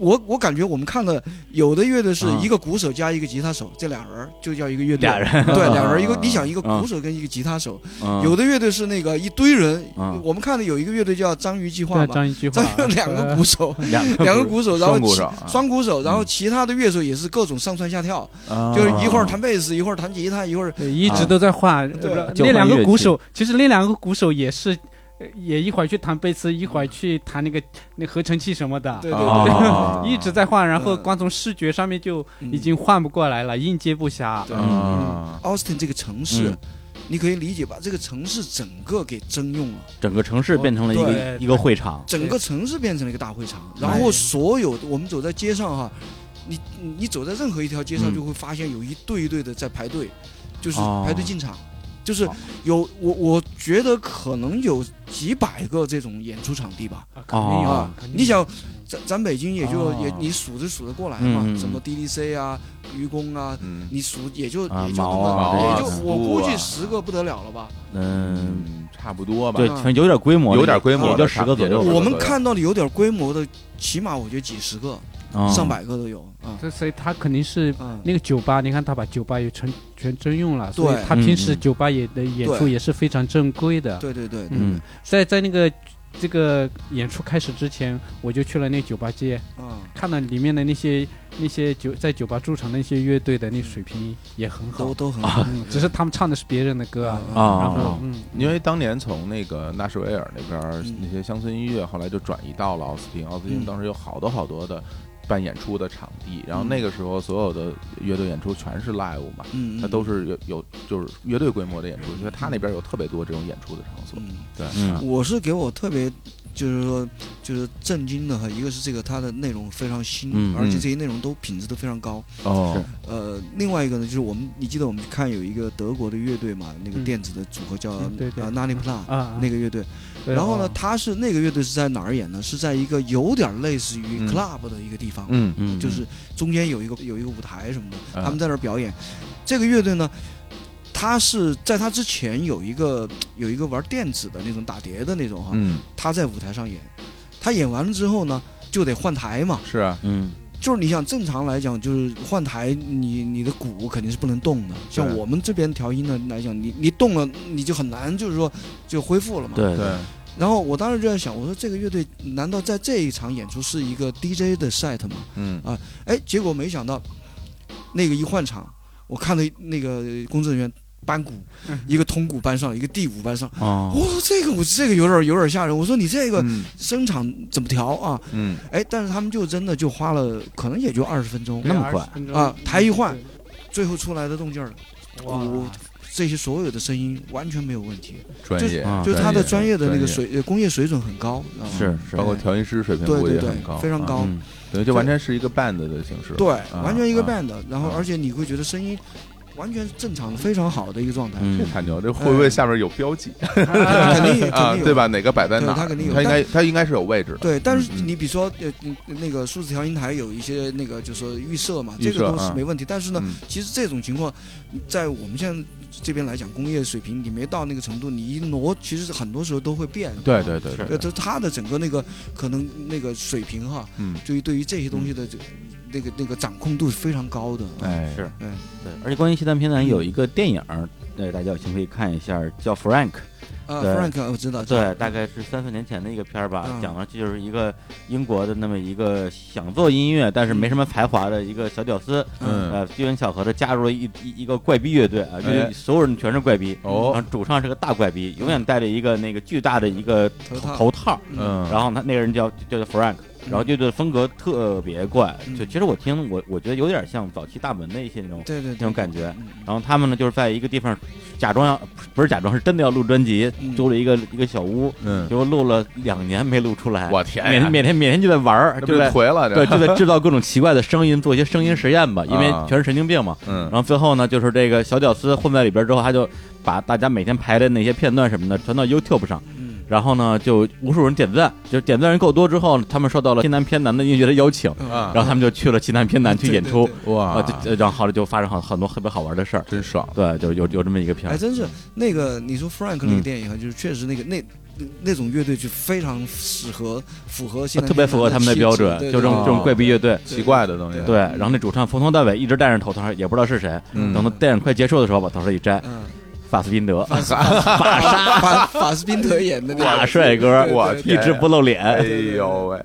[SPEAKER 3] 我我感觉我们看的有的乐队是
[SPEAKER 1] 啊
[SPEAKER 3] 一个鼓手加一个吉他手，这俩人儿就叫一个乐队。
[SPEAKER 1] 俩人
[SPEAKER 3] 对，俩人儿一个
[SPEAKER 2] 啊
[SPEAKER 3] 你想一个
[SPEAKER 1] 啊
[SPEAKER 3] 鼓手跟一个吉他手，
[SPEAKER 1] 嗯
[SPEAKER 3] 有的乐队是那个一堆人
[SPEAKER 1] 嗯，
[SPEAKER 3] 我们看的有一个乐队叫章鱼计划
[SPEAKER 4] 对
[SPEAKER 3] 吧，
[SPEAKER 4] 张 一句话啊
[SPEAKER 3] 章，鱼
[SPEAKER 4] 呃
[SPEAKER 3] 有两个鼓手，
[SPEAKER 1] 两个
[SPEAKER 3] 两个鼓手，然后
[SPEAKER 2] 双鼓
[SPEAKER 3] 其
[SPEAKER 2] 手啊
[SPEAKER 3] 双鼓手，然后其他的乐手也是各种上蹿下跳，
[SPEAKER 2] 啊
[SPEAKER 3] 就是一会儿弹贝斯，一会儿弹吉他，一会儿
[SPEAKER 4] 对，一直都在换。呃
[SPEAKER 1] 就
[SPEAKER 4] 那两
[SPEAKER 1] 啊换乐
[SPEAKER 4] 个
[SPEAKER 1] 器
[SPEAKER 4] 鼓手，其实那两个鼓手也是，呃也一会儿去弹贝斯，一会儿去弹那个那合成器什么的，
[SPEAKER 3] 对对对，
[SPEAKER 2] 啊
[SPEAKER 4] 一直在换。然后
[SPEAKER 3] 嗯
[SPEAKER 4] 光从视觉上面就
[SPEAKER 3] 嗯
[SPEAKER 4] 已经换不过来了，应接不暇。
[SPEAKER 3] 对嗯
[SPEAKER 2] 啊
[SPEAKER 3] Austin 这个城市
[SPEAKER 1] 嗯，
[SPEAKER 3] 你可以理解吧？这个城市整个给征用了，
[SPEAKER 1] 整个城市变成了一个
[SPEAKER 4] 对
[SPEAKER 1] 一个会场，
[SPEAKER 3] 整个城市变成了一个大会场，然后所有的我们走在街上哈，你你你走在任何一条街上
[SPEAKER 1] 嗯
[SPEAKER 3] 就会发现有一队一队的在排队，就是
[SPEAKER 1] 哦
[SPEAKER 3] 排队进场。就是
[SPEAKER 1] 好
[SPEAKER 3] 有我，我觉得可能有几百个这种演出场地吧。
[SPEAKER 4] 啊肯定有
[SPEAKER 1] 哦
[SPEAKER 4] 啊
[SPEAKER 3] 啊！
[SPEAKER 4] 肯，定
[SPEAKER 3] 你
[SPEAKER 4] 有
[SPEAKER 3] 想，咱咱北京也就
[SPEAKER 2] 哦
[SPEAKER 3] 也你数着数着过来嘛
[SPEAKER 1] 嗯嗯嗯，
[SPEAKER 3] 什么 DDC 啊、愚公啊，
[SPEAKER 2] 嗯
[SPEAKER 3] 你数也就也就
[SPEAKER 1] 啊
[SPEAKER 3] 那
[SPEAKER 1] 毛啊
[SPEAKER 3] 么，也
[SPEAKER 1] 毛啊
[SPEAKER 3] 就我估
[SPEAKER 2] 丝
[SPEAKER 3] 计
[SPEAKER 2] 啊
[SPEAKER 3] 十个不得了了吧。
[SPEAKER 1] 嗯，
[SPEAKER 2] 嗯，差不多吧
[SPEAKER 1] 对，，
[SPEAKER 3] 嗯
[SPEAKER 1] 反正有点规模，
[SPEAKER 2] 有点规模
[SPEAKER 1] 也就十个左右吧。
[SPEAKER 2] 差不多
[SPEAKER 3] 我们看到的有点规模的，起码我觉得几十个、
[SPEAKER 1] 嗯
[SPEAKER 3] 上百个都有啊。
[SPEAKER 4] 这所以他肯定是
[SPEAKER 3] 嗯，
[SPEAKER 4] 那个酒吧，你看他把酒吧也全全征用了，所以
[SPEAKER 3] 对
[SPEAKER 4] 他平时
[SPEAKER 1] 嗯嗯
[SPEAKER 4] 酒吧也的演出
[SPEAKER 3] 对
[SPEAKER 4] 也是非常正规的。
[SPEAKER 3] 对对对，
[SPEAKER 1] 嗯，
[SPEAKER 4] 在在那个这个演出开始之前，我就去了那个酒吧街，
[SPEAKER 3] 啊，
[SPEAKER 4] 看到里面的那些那些酒在酒吧驻场的那些乐队的那水平也很
[SPEAKER 3] 都
[SPEAKER 4] 好，
[SPEAKER 3] 都很好
[SPEAKER 4] 嗯，只是他们唱的是别人的歌啊。
[SPEAKER 1] 啊
[SPEAKER 4] 然
[SPEAKER 1] 啊
[SPEAKER 4] 后嗯，
[SPEAKER 2] 因为当年从那个纳什维尔那边儿
[SPEAKER 3] 嗯
[SPEAKER 2] 那些乡村音乐，后来就转移到了奥斯汀。奥斯汀
[SPEAKER 3] 嗯
[SPEAKER 2] 当时有好多好多的办演出的场地，然后那个时候所有的乐队演出全是 live 嘛，
[SPEAKER 3] 嗯，
[SPEAKER 2] 它都是有有就是乐队规模的演出，所以他那边有特别多这种演出的场所。
[SPEAKER 3] 嗯。
[SPEAKER 2] 对，
[SPEAKER 1] 嗯
[SPEAKER 3] 我是给我特别，就是说，就是震惊的哈。一个是这个它的内容非常新，
[SPEAKER 1] 嗯
[SPEAKER 3] 而且这些内容都品质都非常高。
[SPEAKER 2] 哦
[SPEAKER 3] 呃，另外一个呢，就是我们，你记得我们看有一个德国的乐队嘛，那个电子的组合叫、
[SPEAKER 4] 嗯对对
[SPEAKER 3] 呃 n a n i p l a
[SPEAKER 4] 啊啊
[SPEAKER 3] 那个乐队。
[SPEAKER 4] 对
[SPEAKER 3] 然后呢
[SPEAKER 4] 哦，
[SPEAKER 3] 他是那个乐队是在哪儿演呢？是在一个有点类似于
[SPEAKER 2] 嗯
[SPEAKER 3] club 的一个地方，
[SPEAKER 2] 嗯
[SPEAKER 1] 嗯，
[SPEAKER 3] 就是中间有一个有一个舞台什么的，
[SPEAKER 2] 啊
[SPEAKER 4] 嗯
[SPEAKER 3] 他们在那儿表演。这个乐队呢，他是在他之前有一个有一个玩电子的那种打碟的那种哈，
[SPEAKER 2] 嗯，
[SPEAKER 3] 他在舞台上演，他演完了之后呢，就得换台嘛。
[SPEAKER 2] 是啊，
[SPEAKER 1] 嗯
[SPEAKER 3] 就是你想正常来讲，就是换台，你你的鼓肯定是不能动的。像
[SPEAKER 2] 对
[SPEAKER 3] 我们这边调音的来讲，你你动了，你就很难，就是说就恢复了嘛。。
[SPEAKER 1] 对
[SPEAKER 2] 对，
[SPEAKER 3] 然后我当时就在想，我说这个乐队难道在这一场演出是一个 DJ 的 set 吗？
[SPEAKER 2] 嗯
[SPEAKER 3] 哎，结果没想到，那个一换场，我看到那个工作人员搬鼓，一个铜鼓搬上，一个地鼓搬上，
[SPEAKER 1] 哦
[SPEAKER 3] 哇，这个我这个有点有点吓人。我说你这个
[SPEAKER 2] 嗯
[SPEAKER 3] 声场怎么调啊？
[SPEAKER 2] 嗯，
[SPEAKER 3] 哎，但是他们就真的就花了，可能也就二十分钟
[SPEAKER 1] 那，么
[SPEAKER 4] 对
[SPEAKER 1] 快
[SPEAKER 4] 20分钟
[SPEAKER 3] 啊台一换最后出来的动静儿了，
[SPEAKER 4] 哇
[SPEAKER 3] 我这些所有的声音完全没有问题，
[SPEAKER 2] 专
[SPEAKER 3] 就
[SPEAKER 2] 业
[SPEAKER 1] 啊，
[SPEAKER 3] 就是他的专
[SPEAKER 2] 专
[SPEAKER 3] 业的那个
[SPEAKER 2] 专业
[SPEAKER 3] 水呃工业水准很高，知道吗
[SPEAKER 1] 是是
[SPEAKER 2] 包括调音师水平
[SPEAKER 3] 对
[SPEAKER 2] 估计
[SPEAKER 3] 对
[SPEAKER 2] 也
[SPEAKER 3] 对
[SPEAKER 2] 很高，，
[SPEAKER 3] 非常
[SPEAKER 2] 啊
[SPEAKER 3] 高，
[SPEAKER 1] 嗯
[SPEAKER 2] 等于就完全是一个 band 的形式，
[SPEAKER 3] 对，
[SPEAKER 2] 啊
[SPEAKER 3] 完全一个
[SPEAKER 2] 啊
[SPEAKER 3] band，、然后
[SPEAKER 2] 啊
[SPEAKER 3] 而且你会觉得声音完全正常，非常好的一个状态，
[SPEAKER 1] 嗯
[SPEAKER 2] 这太牛了！这会不会下面有标记
[SPEAKER 3] 肯定肯 定
[SPEAKER 2] 啊？
[SPEAKER 3] 有
[SPEAKER 2] 对吧？？哪个摆在
[SPEAKER 3] 对
[SPEAKER 2] 哪儿？
[SPEAKER 3] 它肯定有
[SPEAKER 2] 它应该它应该是有位置的。
[SPEAKER 3] 对，但是
[SPEAKER 2] 嗯嗯
[SPEAKER 3] 你比如说，呃，嗯那个数字调音台有一些那个，就是说预设嘛，
[SPEAKER 2] 预设
[SPEAKER 3] 这个东西
[SPEAKER 2] 啊
[SPEAKER 3] 没问题。但是呢，
[SPEAKER 2] 嗯
[SPEAKER 3] 其实这种情况，在我们现在这边来讲，工业水平你没到那个程度，你一挪，其实很多时候都会变。
[SPEAKER 2] 对对对
[SPEAKER 1] 是
[SPEAKER 3] 对，
[SPEAKER 2] 对，
[SPEAKER 3] 这它的整个那个可能那个水平哈，
[SPEAKER 2] 嗯，
[SPEAKER 3] 对于对于这些东西的这那个那个掌控度是非常高的。啊
[SPEAKER 2] 哎，
[SPEAKER 1] 嗯是
[SPEAKER 3] 对，
[SPEAKER 1] 对，而且关于西单片段有一个电影儿，呃，大家有兴趣可以看一下，叫《Frank》。
[SPEAKER 3] 啊
[SPEAKER 1] 对
[SPEAKER 3] ，Frank，我知道。
[SPEAKER 1] 对，大概是三四年前的一个片儿吧，
[SPEAKER 3] 嗯
[SPEAKER 1] 讲的就是一个英国的那么一个想做音乐但是没什么才华的一个小屌丝，
[SPEAKER 2] 嗯
[SPEAKER 1] 呃，机缘巧合的加入了一一一个怪逼乐队啊，乐
[SPEAKER 2] 哎
[SPEAKER 1] 队所有人全是怪逼，然后
[SPEAKER 2] 哦，
[SPEAKER 1] 主唱是个大怪逼，永远戴着一个那个巨大的一个
[SPEAKER 3] 头
[SPEAKER 1] 头
[SPEAKER 3] 套
[SPEAKER 1] 头套，
[SPEAKER 2] 嗯，
[SPEAKER 1] 然后他那个人叫就叫 Frank，然后乐队风格特别怪，
[SPEAKER 3] 嗯
[SPEAKER 1] 就其实我听我我觉得有点像早期大门的一些那种
[SPEAKER 3] 对对对，
[SPEAKER 1] 那种感觉，
[SPEAKER 3] 嗯嗯
[SPEAKER 1] 然后他们呢，就是在一个地方假装要不是假装，是真的要录专辑
[SPEAKER 3] 嗯，
[SPEAKER 1] 租了一个一个小屋，
[SPEAKER 2] 嗯，
[SPEAKER 1] 结果录了两年没录出来。
[SPEAKER 2] 我天
[SPEAKER 1] 每
[SPEAKER 2] 呀，
[SPEAKER 1] 天每天每天就在玩儿，
[SPEAKER 2] 那不
[SPEAKER 1] 就
[SPEAKER 2] 就
[SPEAKER 1] 在
[SPEAKER 2] 颓了，
[SPEAKER 1] 对
[SPEAKER 2] 这
[SPEAKER 1] 就在制造各种奇怪的声音，做一些声音实验吧，因为
[SPEAKER 2] 啊
[SPEAKER 1] 全是神经病嘛。
[SPEAKER 2] 嗯
[SPEAKER 1] 然，后最后呢，就是这个小屌丝混在里边之后，他就把大家每天排的那些片段什么的传到 YouTube 上，
[SPEAKER 3] 嗯
[SPEAKER 1] 然后呢，就无数人点赞，就是点赞人够多之后，他们受到了西南偏南的音乐节的邀请，
[SPEAKER 3] 嗯
[SPEAKER 2] 啊
[SPEAKER 1] 然后他们就去了西南偏南去
[SPEAKER 3] 对
[SPEAKER 1] 演
[SPEAKER 3] 对
[SPEAKER 1] 出
[SPEAKER 3] 对，
[SPEAKER 1] 啊，
[SPEAKER 2] 哇，
[SPEAKER 1] 就呃然后后来就发生很很多特别好玩的事儿。
[SPEAKER 2] 真爽，
[SPEAKER 1] 对，就有有这么一个片
[SPEAKER 3] 还
[SPEAKER 1] 儿，
[SPEAKER 3] 哎真是那个你说 Frank 那个
[SPEAKER 1] 嗯
[SPEAKER 3] 电影啊，就是确实那个那那那种乐队就非常适合符合现在
[SPEAKER 1] 啊呃特别符合他们的标准，就这种
[SPEAKER 2] 哦
[SPEAKER 1] 这种怪逼乐队。
[SPEAKER 2] 奇怪的东西，
[SPEAKER 1] 对，然后那主唱从头到尾一直戴上头套，也不知道是谁。
[SPEAKER 2] 嗯
[SPEAKER 1] 等到电影快结束的时候，把头套一摘，
[SPEAKER 3] 嗯，
[SPEAKER 1] 法斯宾德，
[SPEAKER 3] 法沙法法斯宾德演的那
[SPEAKER 1] 大
[SPEAKER 3] 个，
[SPEAKER 1] 帅哥，
[SPEAKER 2] 我
[SPEAKER 1] 一
[SPEAKER 2] 天呀
[SPEAKER 1] 直不露
[SPEAKER 2] 哎
[SPEAKER 1] 脸。
[SPEAKER 2] 呦 喂，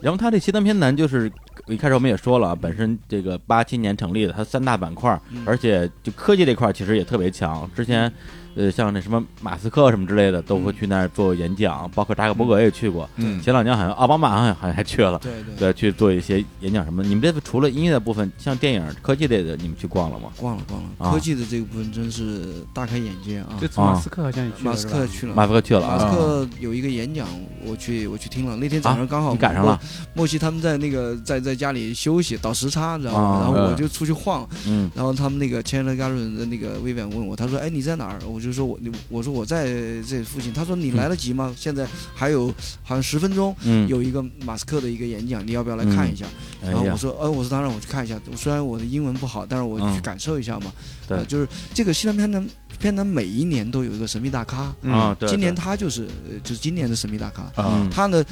[SPEAKER 1] 然后他这西单偏南就是一开始我们也说了，啊本身这个八七年成立的，它三大板块
[SPEAKER 3] 嗯，
[SPEAKER 1] 而且就科技这块儿其实也特别强。之前，呃，像那什么马斯克什么之类的，都会去那儿做演讲，包括扎克伯格也去过。
[SPEAKER 2] 嗯，
[SPEAKER 1] 前两年好像奥巴马好像好像还去了。
[SPEAKER 3] 对对，
[SPEAKER 1] 对，去做一些演讲什么的。你们这次除了音乐的部分，像电影、科技类的，你们去逛了吗？
[SPEAKER 3] 逛了逛了，
[SPEAKER 1] 啊
[SPEAKER 3] 科技的这个部分真是大开眼界啊
[SPEAKER 4] 这！次马斯克好像也去
[SPEAKER 3] 马
[SPEAKER 4] 了
[SPEAKER 3] 斯
[SPEAKER 4] 是吧，
[SPEAKER 3] 克去了，
[SPEAKER 1] 马斯克去了
[SPEAKER 3] 马斯
[SPEAKER 1] 啊，
[SPEAKER 3] 克有一个演讲，我去我去听了，那天早上刚好
[SPEAKER 1] 嗯你赶上了，
[SPEAKER 3] 莫西他们在那个在在家里休息倒时差，知道
[SPEAKER 1] 啊
[SPEAKER 3] 吗？然后我
[SPEAKER 2] 嗯
[SPEAKER 3] 就出去晃，
[SPEAKER 1] 嗯
[SPEAKER 3] 然后他们那个 Chandler g a r d e n 的那个 Vivian 问我，他说：“哎，你在哪儿？”我就说我我说我在这附近。他说：“你来得及吗？现在还有好像十分钟，
[SPEAKER 1] 嗯，
[SPEAKER 3] 有一个马斯克的一个演讲，你要不要来看一下？”
[SPEAKER 1] 哎
[SPEAKER 3] 然后
[SPEAKER 1] 呀
[SPEAKER 3] 我，说：“呃，我说当然，我去看一下。虽然我的英文不好，但是我去
[SPEAKER 1] 嗯
[SPEAKER 3] 感受一下嘛。
[SPEAKER 1] 对
[SPEAKER 3] 呃就是这个西南偏南偏南每一年都有一个神秘大咖，
[SPEAKER 2] 嗯
[SPEAKER 1] 啊，对，
[SPEAKER 3] 今年
[SPEAKER 1] 对
[SPEAKER 3] 他就是呃就是今年的神秘大咖，
[SPEAKER 2] 啊
[SPEAKER 1] 嗯
[SPEAKER 3] 他呢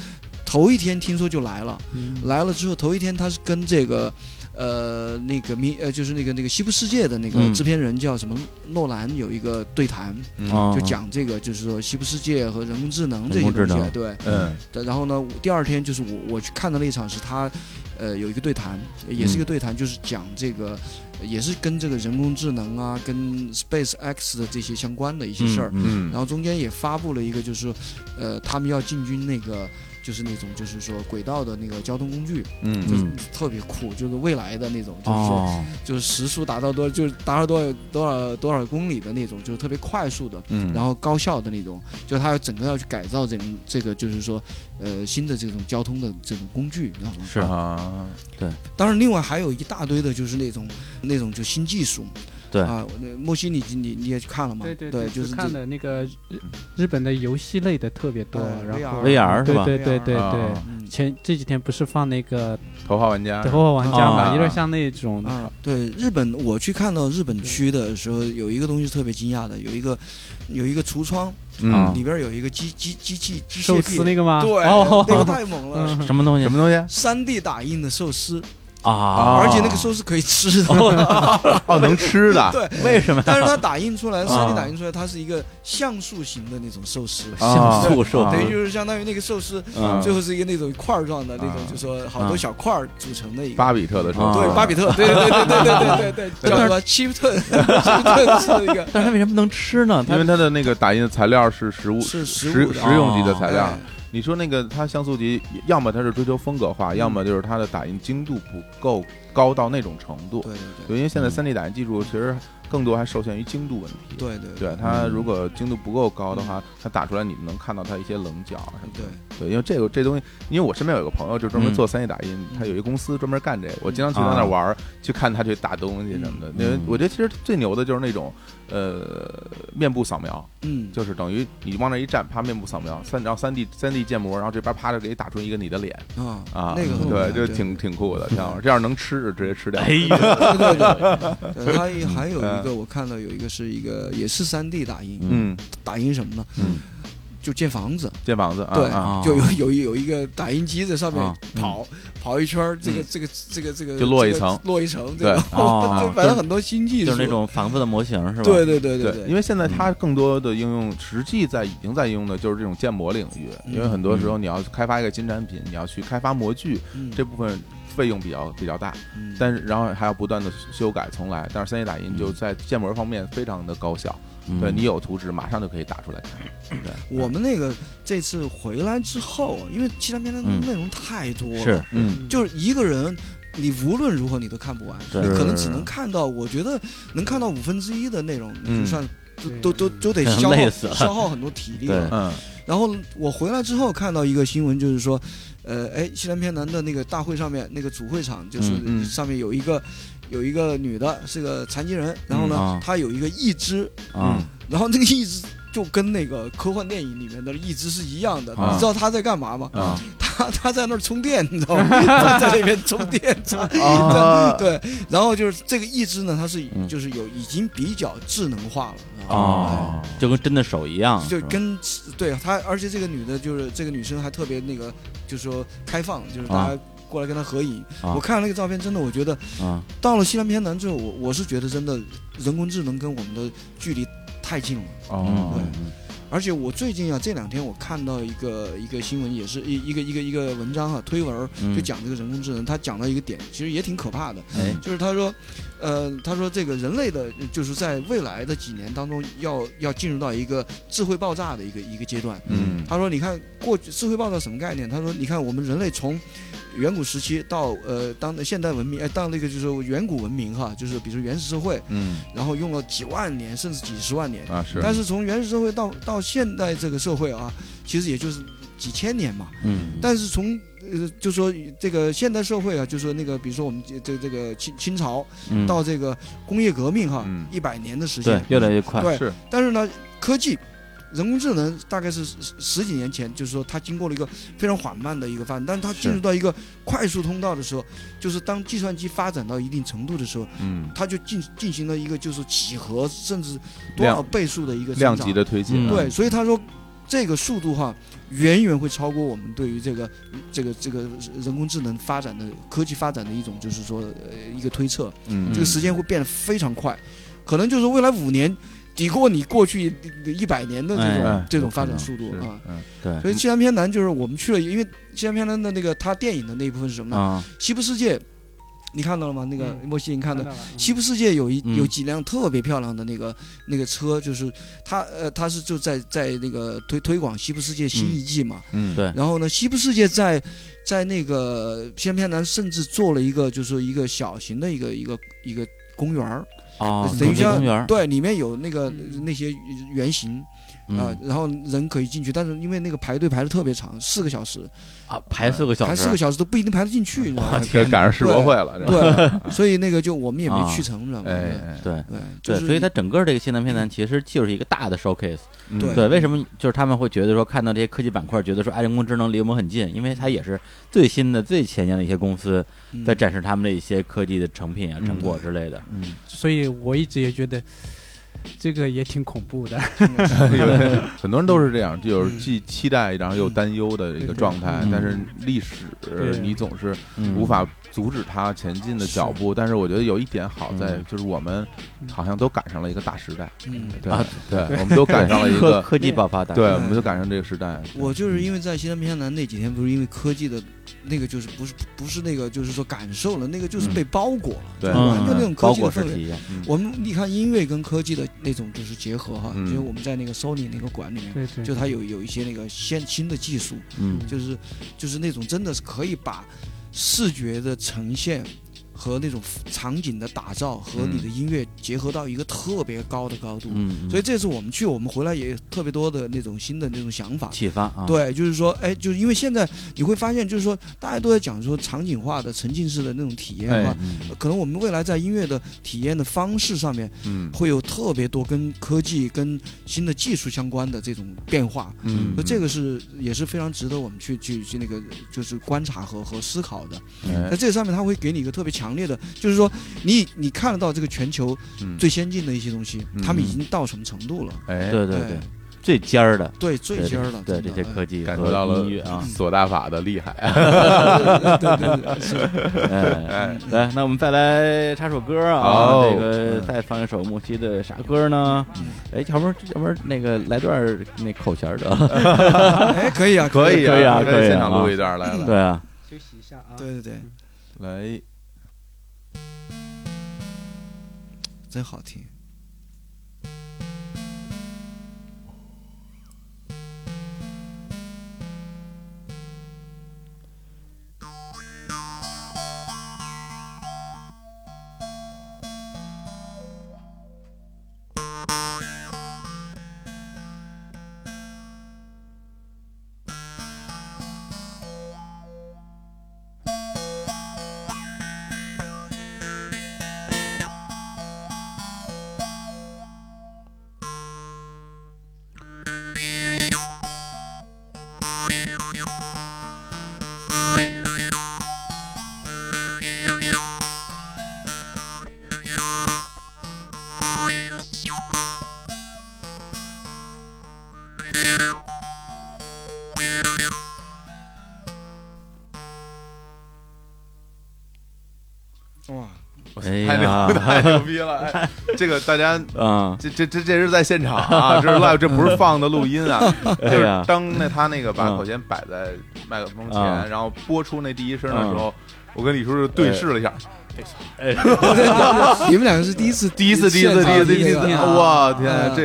[SPEAKER 3] 头一天听说就来了。
[SPEAKER 4] 嗯
[SPEAKER 3] 来了之后，头一天他是跟这个，呃，那个迷呃，就是那个那个西部世界的那个
[SPEAKER 1] 嗯
[SPEAKER 3] 制片人叫什么诺兰有一个对谈，
[SPEAKER 2] 嗯
[SPEAKER 1] 啊
[SPEAKER 3] 就讲这个就是说西部世界和人工智能这
[SPEAKER 1] 人
[SPEAKER 3] 些
[SPEAKER 1] 工智
[SPEAKER 3] 东西
[SPEAKER 1] 能
[SPEAKER 3] 啊。对，
[SPEAKER 2] 嗯
[SPEAKER 3] 对然后呢，第二天就是我我去看的那一场是他，呃，有一个对谈，也
[SPEAKER 1] 嗯
[SPEAKER 3] 是一个对谈，就是讲这个，也是跟这个人工智能啊，跟 Space X 的这些相关的一些事儿。
[SPEAKER 1] 嗯，
[SPEAKER 2] 嗯
[SPEAKER 3] 然后中间也发布了一个，就是说，呃，他们要进军那个，就是那种就是说轨道的那个交通工具，
[SPEAKER 2] 嗯
[SPEAKER 3] 就是
[SPEAKER 1] 嗯
[SPEAKER 3] 特别酷，就是未来的那种，
[SPEAKER 1] 嗯
[SPEAKER 3] 就是说、
[SPEAKER 1] 哦，
[SPEAKER 3] 就是时速达到多，就是达到多少多少多少公里的那种，就是特别快速的，
[SPEAKER 2] 嗯，
[SPEAKER 3] 然后高效的那种，就它要整个要去改造这种这个就是说，呃，新的这种交通的这种工具，你知道吗？
[SPEAKER 1] 是
[SPEAKER 2] 啊，
[SPEAKER 3] 当然，另外还有一大堆的就是那种那种就新技术，
[SPEAKER 1] 对
[SPEAKER 3] 啊，那莫西你你你也去看了吗？
[SPEAKER 4] 对
[SPEAKER 3] 对
[SPEAKER 4] 对，
[SPEAKER 3] 就是
[SPEAKER 4] 看
[SPEAKER 3] 这
[SPEAKER 4] 的那个日日本的游戏类的特别多
[SPEAKER 3] 哎，
[SPEAKER 4] 然后
[SPEAKER 1] VR 是吧
[SPEAKER 4] 对对对对对
[SPEAKER 2] 啊。
[SPEAKER 3] 嗯
[SPEAKER 4] 前这几天不是放那个
[SPEAKER 2] 头号玩家
[SPEAKER 4] 《头号玩家》
[SPEAKER 1] 啊
[SPEAKER 4] 嘛，有点像那种
[SPEAKER 3] 啊，对日本，我去看到日本区的时候，有一个东西特别惊讶的，有一个有一个橱窗，
[SPEAKER 1] 啊
[SPEAKER 3] 里边有一个机机机器机
[SPEAKER 4] 寿
[SPEAKER 3] 械
[SPEAKER 4] 司
[SPEAKER 3] 臂，
[SPEAKER 4] 那个吗？嗯
[SPEAKER 3] 对，
[SPEAKER 4] 哦
[SPEAKER 3] 那个太猛了，
[SPEAKER 1] 什么东西
[SPEAKER 2] 什么东西？
[SPEAKER 3] 三 D 打印的寿司，
[SPEAKER 1] 啊？
[SPEAKER 3] 而且那个寿司可以吃的，，
[SPEAKER 2] 哦，能吃的
[SPEAKER 3] 对。
[SPEAKER 1] 为什么
[SPEAKER 3] 但是它打印出来，三
[SPEAKER 1] 啊
[SPEAKER 3] D 打印出来，它是一个像素型的那种寿司，
[SPEAKER 2] 啊
[SPEAKER 1] 像素受
[SPEAKER 2] 啊
[SPEAKER 3] 等于就是相当于那个寿司
[SPEAKER 1] 嗯
[SPEAKER 3] 最后是一个那种块儿状的那种
[SPEAKER 2] 啊，
[SPEAKER 3] 就说好多小块儿组成的一个。
[SPEAKER 2] 巴比特的时候，
[SPEAKER 1] 啊
[SPEAKER 3] 对，巴比特，对对对对对对对对，叫什么希普顿，希普顿是一个
[SPEAKER 1] 但是它为什么能吃呢？
[SPEAKER 2] 因
[SPEAKER 1] 它
[SPEAKER 2] 为它的那个打印的材料是实物
[SPEAKER 3] 是
[SPEAKER 2] 实
[SPEAKER 3] 实物的
[SPEAKER 2] 实用级的材料
[SPEAKER 3] 哎。
[SPEAKER 2] 你说那个它像素级，要么它是追求风格
[SPEAKER 1] 嗯
[SPEAKER 2] 化，要么就是它的打印精度不够高到那种程度。
[SPEAKER 3] 对对对。
[SPEAKER 2] 对，因为现在
[SPEAKER 1] 嗯
[SPEAKER 2] 三 D 打印技术其实更多还受限于精度问题。
[SPEAKER 3] 对对
[SPEAKER 2] 对，它如果精度不够高的
[SPEAKER 1] 嗯
[SPEAKER 2] 话，它打出来你能看到它一些棱角啊什么的。
[SPEAKER 3] 对，
[SPEAKER 2] 对，因为这个这东西，因为我身边有个朋友就专门
[SPEAKER 1] 嗯
[SPEAKER 2] 做三 D 打印，他有一个公司专门干这个，我经常去他那
[SPEAKER 1] 啊
[SPEAKER 2] 儿玩儿，去看他去打东西什么的。
[SPEAKER 1] 嗯
[SPEAKER 2] 因为我觉得其实最牛的就是那种呃面部扫描，
[SPEAKER 3] 嗯，
[SPEAKER 2] 就是等于你往那一站，啪面部扫描三，然后三 D 三 D 建模，然后这边啪就给你打出一个你的脸
[SPEAKER 3] 啊
[SPEAKER 2] 啊，
[SPEAKER 3] 那个很好
[SPEAKER 2] 对，
[SPEAKER 3] 看
[SPEAKER 2] 就挺挺酷 的，挺好玩。这要是能吃，就直接吃掉。
[SPEAKER 1] 哎呀，
[SPEAKER 3] 对对对对，对还有还有一个我看到有一个是一个也是三 D 打印，
[SPEAKER 2] 嗯
[SPEAKER 3] 打印什么呢？
[SPEAKER 2] 嗯，
[SPEAKER 3] 就建房子，
[SPEAKER 2] 建房子啊
[SPEAKER 3] 对
[SPEAKER 2] 啊，，嗯
[SPEAKER 3] 就有有有一个打印机在上面
[SPEAKER 1] 啊
[SPEAKER 3] 跑跑一圈儿，这个这个这个这个
[SPEAKER 2] 就落一
[SPEAKER 3] 这个
[SPEAKER 2] 层
[SPEAKER 3] 落一层，
[SPEAKER 2] 对啊
[SPEAKER 3] 这个
[SPEAKER 1] 哦
[SPEAKER 3] 就反正很多新技术，
[SPEAKER 1] 就是那种房子的模型是吧？
[SPEAKER 3] 对对对
[SPEAKER 2] 对
[SPEAKER 3] 对，
[SPEAKER 2] 因为现在
[SPEAKER 1] 嗯
[SPEAKER 2] 它更多的应用，实际在已经在应用的就是这种建模领域。因为很多
[SPEAKER 1] 嗯
[SPEAKER 2] 时候你要开发一个新产品，你要去开发模具，
[SPEAKER 3] 嗯
[SPEAKER 2] 这部分费用比较比较大，
[SPEAKER 3] 嗯
[SPEAKER 2] 但是然后还要不断的修改重来。但是三 D 打印就在建模方面非常的高效，
[SPEAKER 1] 嗯，
[SPEAKER 2] 对你有图纸马上就可以打出来。对，
[SPEAKER 3] 我们那个这次回来之后，因为西南片的
[SPEAKER 1] 嗯
[SPEAKER 3] 内容太多了，
[SPEAKER 1] 是
[SPEAKER 2] 嗯，
[SPEAKER 3] 就是一个人，你无论如何你都看不完，
[SPEAKER 1] 是
[SPEAKER 3] 你可能只能看到，我觉得能看到五分之一的内容，
[SPEAKER 2] 嗯
[SPEAKER 3] 就算都
[SPEAKER 4] 对
[SPEAKER 3] 都都 都得
[SPEAKER 1] 嗯
[SPEAKER 3] 消
[SPEAKER 1] 累
[SPEAKER 3] 耗
[SPEAKER 1] 死了
[SPEAKER 3] 消耗很多体力
[SPEAKER 1] 对
[SPEAKER 3] 了。
[SPEAKER 2] 嗯
[SPEAKER 3] 然后我回来之后看到一个新闻，就是说，呃，哎，西南偏南的那个大会上面那个主会场，就是
[SPEAKER 2] 嗯嗯
[SPEAKER 3] 上面有一个有一个女的是个残疾人，然后
[SPEAKER 1] 嗯
[SPEAKER 3] 呢
[SPEAKER 1] 啊，
[SPEAKER 3] 她有一个义肢，
[SPEAKER 2] 嗯
[SPEAKER 1] 啊，
[SPEAKER 3] 然后那个义肢就跟那个科幻电影里面的义肢是一样的，
[SPEAKER 2] 啊
[SPEAKER 3] 你知道她在干嘛吗？
[SPEAKER 2] 啊
[SPEAKER 3] 他他在那儿充电，你知道吗？他在那边充电， 他
[SPEAKER 2] 啊
[SPEAKER 3] 对，然后就是这个义肢呢，它是
[SPEAKER 1] 嗯
[SPEAKER 3] 就是有已经比较智能化
[SPEAKER 2] 嗯
[SPEAKER 3] 了
[SPEAKER 1] 哦，就跟真的手一样，
[SPEAKER 3] 就是
[SPEAKER 1] 吧
[SPEAKER 3] 跟对她，而且这个女的就是这个女生还特别那个，就是说开放，就是大家过来跟她合影。
[SPEAKER 1] 啊
[SPEAKER 3] 我看了那个照片，真的，我觉得
[SPEAKER 1] 啊，
[SPEAKER 3] 到了西南偏南之后，我我是觉得真的人工智能跟我们的距离太近了。
[SPEAKER 1] 嗯
[SPEAKER 2] 哦，
[SPEAKER 3] 对而且我最近啊，这两天我看到一个一个新闻，也是一一个一个一个文章啊，推文儿
[SPEAKER 1] 嗯
[SPEAKER 3] 就讲这个人工智能，他讲到一个点，其实也挺可怕的，
[SPEAKER 1] 哎
[SPEAKER 3] 就是他说，呃，他说这个人类的，就是在未来的几年当中要，要进入到一个智慧爆炸的一个一个阶段。
[SPEAKER 2] 嗯
[SPEAKER 3] 他说，你看过去智慧爆炸什么概念？他说，你看我们人类从远古时期到呃当现代文明，哎，到那个就是远古文明哈，就是比如说原始社会，
[SPEAKER 2] 嗯
[SPEAKER 3] 然后用了几万年甚至几十万年。
[SPEAKER 2] 啊是，
[SPEAKER 3] 但是从原始社会到到现代这个社会啊，其实也就是几千年嘛。
[SPEAKER 1] 嗯，
[SPEAKER 3] 但是从呃，就说这个现代社会啊，就说那个，比如说我们这这这个清清朝
[SPEAKER 1] 嗯
[SPEAKER 3] 到这个工业革命哈
[SPEAKER 2] 嗯，
[SPEAKER 3] 一百、年的时
[SPEAKER 1] 对
[SPEAKER 3] 间。
[SPEAKER 1] 越来越快，
[SPEAKER 3] 对
[SPEAKER 2] 啊是
[SPEAKER 3] 但是呢，科技、人工智能大概是十十几年前，就是说它经过了一个非常缓慢的一个发展，但是它进入到一个快速通道的时候，就是当计算机发展到一定程度的时候，
[SPEAKER 2] 嗯
[SPEAKER 3] 它就进进行了一个就是几何甚至多少
[SPEAKER 2] 量
[SPEAKER 3] 倍数的一个
[SPEAKER 2] 量
[SPEAKER 3] 增长
[SPEAKER 2] 级的推进，啊
[SPEAKER 1] 嗯
[SPEAKER 3] 对，所以他说这个速度哈，远远会超过我们对于这个这个这个人工智能发展的科技发展的一种就是说呃一个推测，
[SPEAKER 2] 嗯
[SPEAKER 3] 这个时间会变得非常快，可能就是未来五年抵过你过去一百年的这种、
[SPEAKER 1] 哎
[SPEAKER 3] 这种发展速度啊。
[SPEAKER 2] 嗯
[SPEAKER 1] 对
[SPEAKER 3] 所以西南偏南就是我们去了，因为西南偏南的那个他电影的那一部分是什么呢？
[SPEAKER 1] 啊，
[SPEAKER 3] 西部世界，你看到了吗？那个
[SPEAKER 4] 嗯
[SPEAKER 3] 莫西你看到
[SPEAKER 4] 看
[SPEAKER 3] 了
[SPEAKER 4] 到了
[SPEAKER 3] 西部世界有一
[SPEAKER 1] 嗯
[SPEAKER 3] 有几辆特别漂亮的那个那个车，就是它呃，它是就在在那个推推广西部世界新
[SPEAKER 1] 嗯
[SPEAKER 3] 艺伎嘛。
[SPEAKER 2] 嗯
[SPEAKER 1] 对
[SPEAKER 3] 然后呢，西部世界在在那个偏偏南甚至做了一个就是一个小型的一个一个一个公园儿，
[SPEAKER 1] 哦，
[SPEAKER 3] 等于
[SPEAKER 1] 主题
[SPEAKER 3] 像
[SPEAKER 1] 公园儿
[SPEAKER 3] 对，里面有那个
[SPEAKER 4] 嗯
[SPEAKER 3] 那些原型啊
[SPEAKER 1] 嗯，
[SPEAKER 3] 然后人可以进去，但是因为那个排队排的特别长，四个小时，
[SPEAKER 1] 啊，排四个小
[SPEAKER 3] 排
[SPEAKER 1] 时，
[SPEAKER 3] 四个小时都不一定排得进去，你知道吗？
[SPEAKER 2] 这赶上世博会了，这
[SPEAKER 3] 对，所以那个就我们也没去成，你知道吗？
[SPEAKER 2] 哎哎
[SPEAKER 1] 啊对。
[SPEAKER 3] 对，就
[SPEAKER 1] 对，
[SPEAKER 3] 是嗯
[SPEAKER 1] 所以它整个这个西南片南其实就是一个大的 showcase。
[SPEAKER 2] 嗯
[SPEAKER 3] 对
[SPEAKER 1] 对，为什么就是他们会觉得说看到这些科技板块，觉得说哎，人工智能离我们很近，因为它也是最新的、最前沿的一些公司
[SPEAKER 3] 嗯
[SPEAKER 1] 在展示他们的一些科技的成品啊、成果之类的。
[SPEAKER 2] 嗯，
[SPEAKER 4] 所以我一直也觉得这个也挺恐 怖的。
[SPEAKER 2] 对 很多人都是这样，就是
[SPEAKER 3] 嗯
[SPEAKER 2] 既期待然后又担忧的一个状态
[SPEAKER 1] 嗯。
[SPEAKER 2] 但是历史
[SPEAKER 4] 对
[SPEAKER 2] 你总是
[SPEAKER 1] 嗯
[SPEAKER 2] 无法阻止它前进的脚步。但是我觉得有一点好在
[SPEAKER 1] 嗯，
[SPEAKER 2] 就是我们好像都赶上了一个大时代，
[SPEAKER 3] 嗯。
[SPEAKER 2] 对
[SPEAKER 1] 啊
[SPEAKER 2] 对，我们都赶上了一
[SPEAKER 1] 科
[SPEAKER 2] 个，
[SPEAKER 1] 科技爆发带。
[SPEAKER 2] 对，我们都赶上这个时代。
[SPEAKER 3] 我就是因为在西南偏南那几天，不是因为科技的，那个就是不是不是那个，就是说感受了，那个就是被包裹了，
[SPEAKER 2] 对
[SPEAKER 3] 就是完全那种
[SPEAKER 1] 嗯，
[SPEAKER 3] 科
[SPEAKER 1] 包
[SPEAKER 3] 技的
[SPEAKER 1] 裹式
[SPEAKER 3] 氛围。
[SPEAKER 1] 体验。
[SPEAKER 2] 嗯
[SPEAKER 3] 我们你看音乐跟科技的那种就是结合哈，
[SPEAKER 2] 嗯
[SPEAKER 3] 就是我们在那个 Sony 那个馆里面，
[SPEAKER 4] 对对，
[SPEAKER 3] 就它有有一些那个先新的技术，
[SPEAKER 1] 嗯
[SPEAKER 3] 就是就是那种真的是可以把视觉的呈现和那种场景的打造和你的音乐结合到一个特别高的高度。
[SPEAKER 1] 嗯，
[SPEAKER 3] 所以
[SPEAKER 1] 以
[SPEAKER 3] 这次我们去，我们回来也有特别多的那种新的那种想法。
[SPEAKER 1] 启发啊，，
[SPEAKER 3] 对，就是说，哎，就是因为现在你会发现，就是说，大家都在讲说场景化的、沉浸式的那种体验
[SPEAKER 1] 哎
[SPEAKER 3] 化，，呃可能我们未来在音乐的体验的方式上面，
[SPEAKER 2] 嗯
[SPEAKER 3] 会有特别多跟科技、跟新的技术相关的这种变化。
[SPEAKER 2] 嗯
[SPEAKER 3] 那这个是也是非常值得我们去去去那个就是观察和和思考的。
[SPEAKER 1] 哎
[SPEAKER 3] 在这上面，它会给你一个特别强烈的，就是说你你看得到这个全球
[SPEAKER 2] 嗯
[SPEAKER 3] 最先进的一些东西，
[SPEAKER 2] 嗯
[SPEAKER 3] 他们已经到什么程度了？
[SPEAKER 2] 哎，
[SPEAKER 1] 对对对，最尖儿的，
[SPEAKER 3] 对，最尖儿了，
[SPEAKER 1] 对
[SPEAKER 3] 真
[SPEAKER 1] 这
[SPEAKER 3] 的
[SPEAKER 1] 些
[SPEAKER 3] 哎
[SPEAKER 1] 科技
[SPEAKER 2] 感
[SPEAKER 1] 和
[SPEAKER 2] 觉到了嗯
[SPEAKER 1] 音乐啊，
[SPEAKER 2] 索大法的厉害，
[SPEAKER 1] 哎。
[SPEAKER 2] 哎，
[SPEAKER 1] 来，那我们再来插首歌啊，
[SPEAKER 2] 好
[SPEAKER 1] 这个再放一首木西的啥歌呢？哎，要不然要不然那个来段儿那口弦儿的，
[SPEAKER 3] 哎，可以 啊，
[SPEAKER 2] 可以
[SPEAKER 1] 可以啊可以啊
[SPEAKER 2] 现场录一段来来
[SPEAKER 1] 对啊，
[SPEAKER 4] 休息一下啊。
[SPEAKER 3] 对对对，
[SPEAKER 2] 来，
[SPEAKER 3] 真好听。哇，
[SPEAKER 1] 哎
[SPEAKER 2] 太牛
[SPEAKER 1] 呀，
[SPEAKER 2] 太牛逼了！哎这个大家
[SPEAKER 1] 啊，
[SPEAKER 2] 这这这这是在现场啊，这是 live，这不是放的录音 啊。 就
[SPEAKER 1] 哎
[SPEAKER 2] 是
[SPEAKER 1] 呀
[SPEAKER 2] 当那他那个把
[SPEAKER 1] 嗯
[SPEAKER 2] 口弦摆在麦克风
[SPEAKER 1] 啊
[SPEAKER 2] 前，然后播出那第一声的时候，我跟李叔叔对视了一下，
[SPEAKER 1] 哎，
[SPEAKER 3] 你们两个是第一次，
[SPEAKER 2] 第一次，第一次，
[SPEAKER 3] 现
[SPEAKER 2] 第
[SPEAKER 3] 场
[SPEAKER 2] 一次，第一
[SPEAKER 3] 第一
[SPEAKER 2] 次
[SPEAKER 3] 次，
[SPEAKER 4] 啊
[SPEAKER 2] 哇天啊，
[SPEAKER 3] 嗯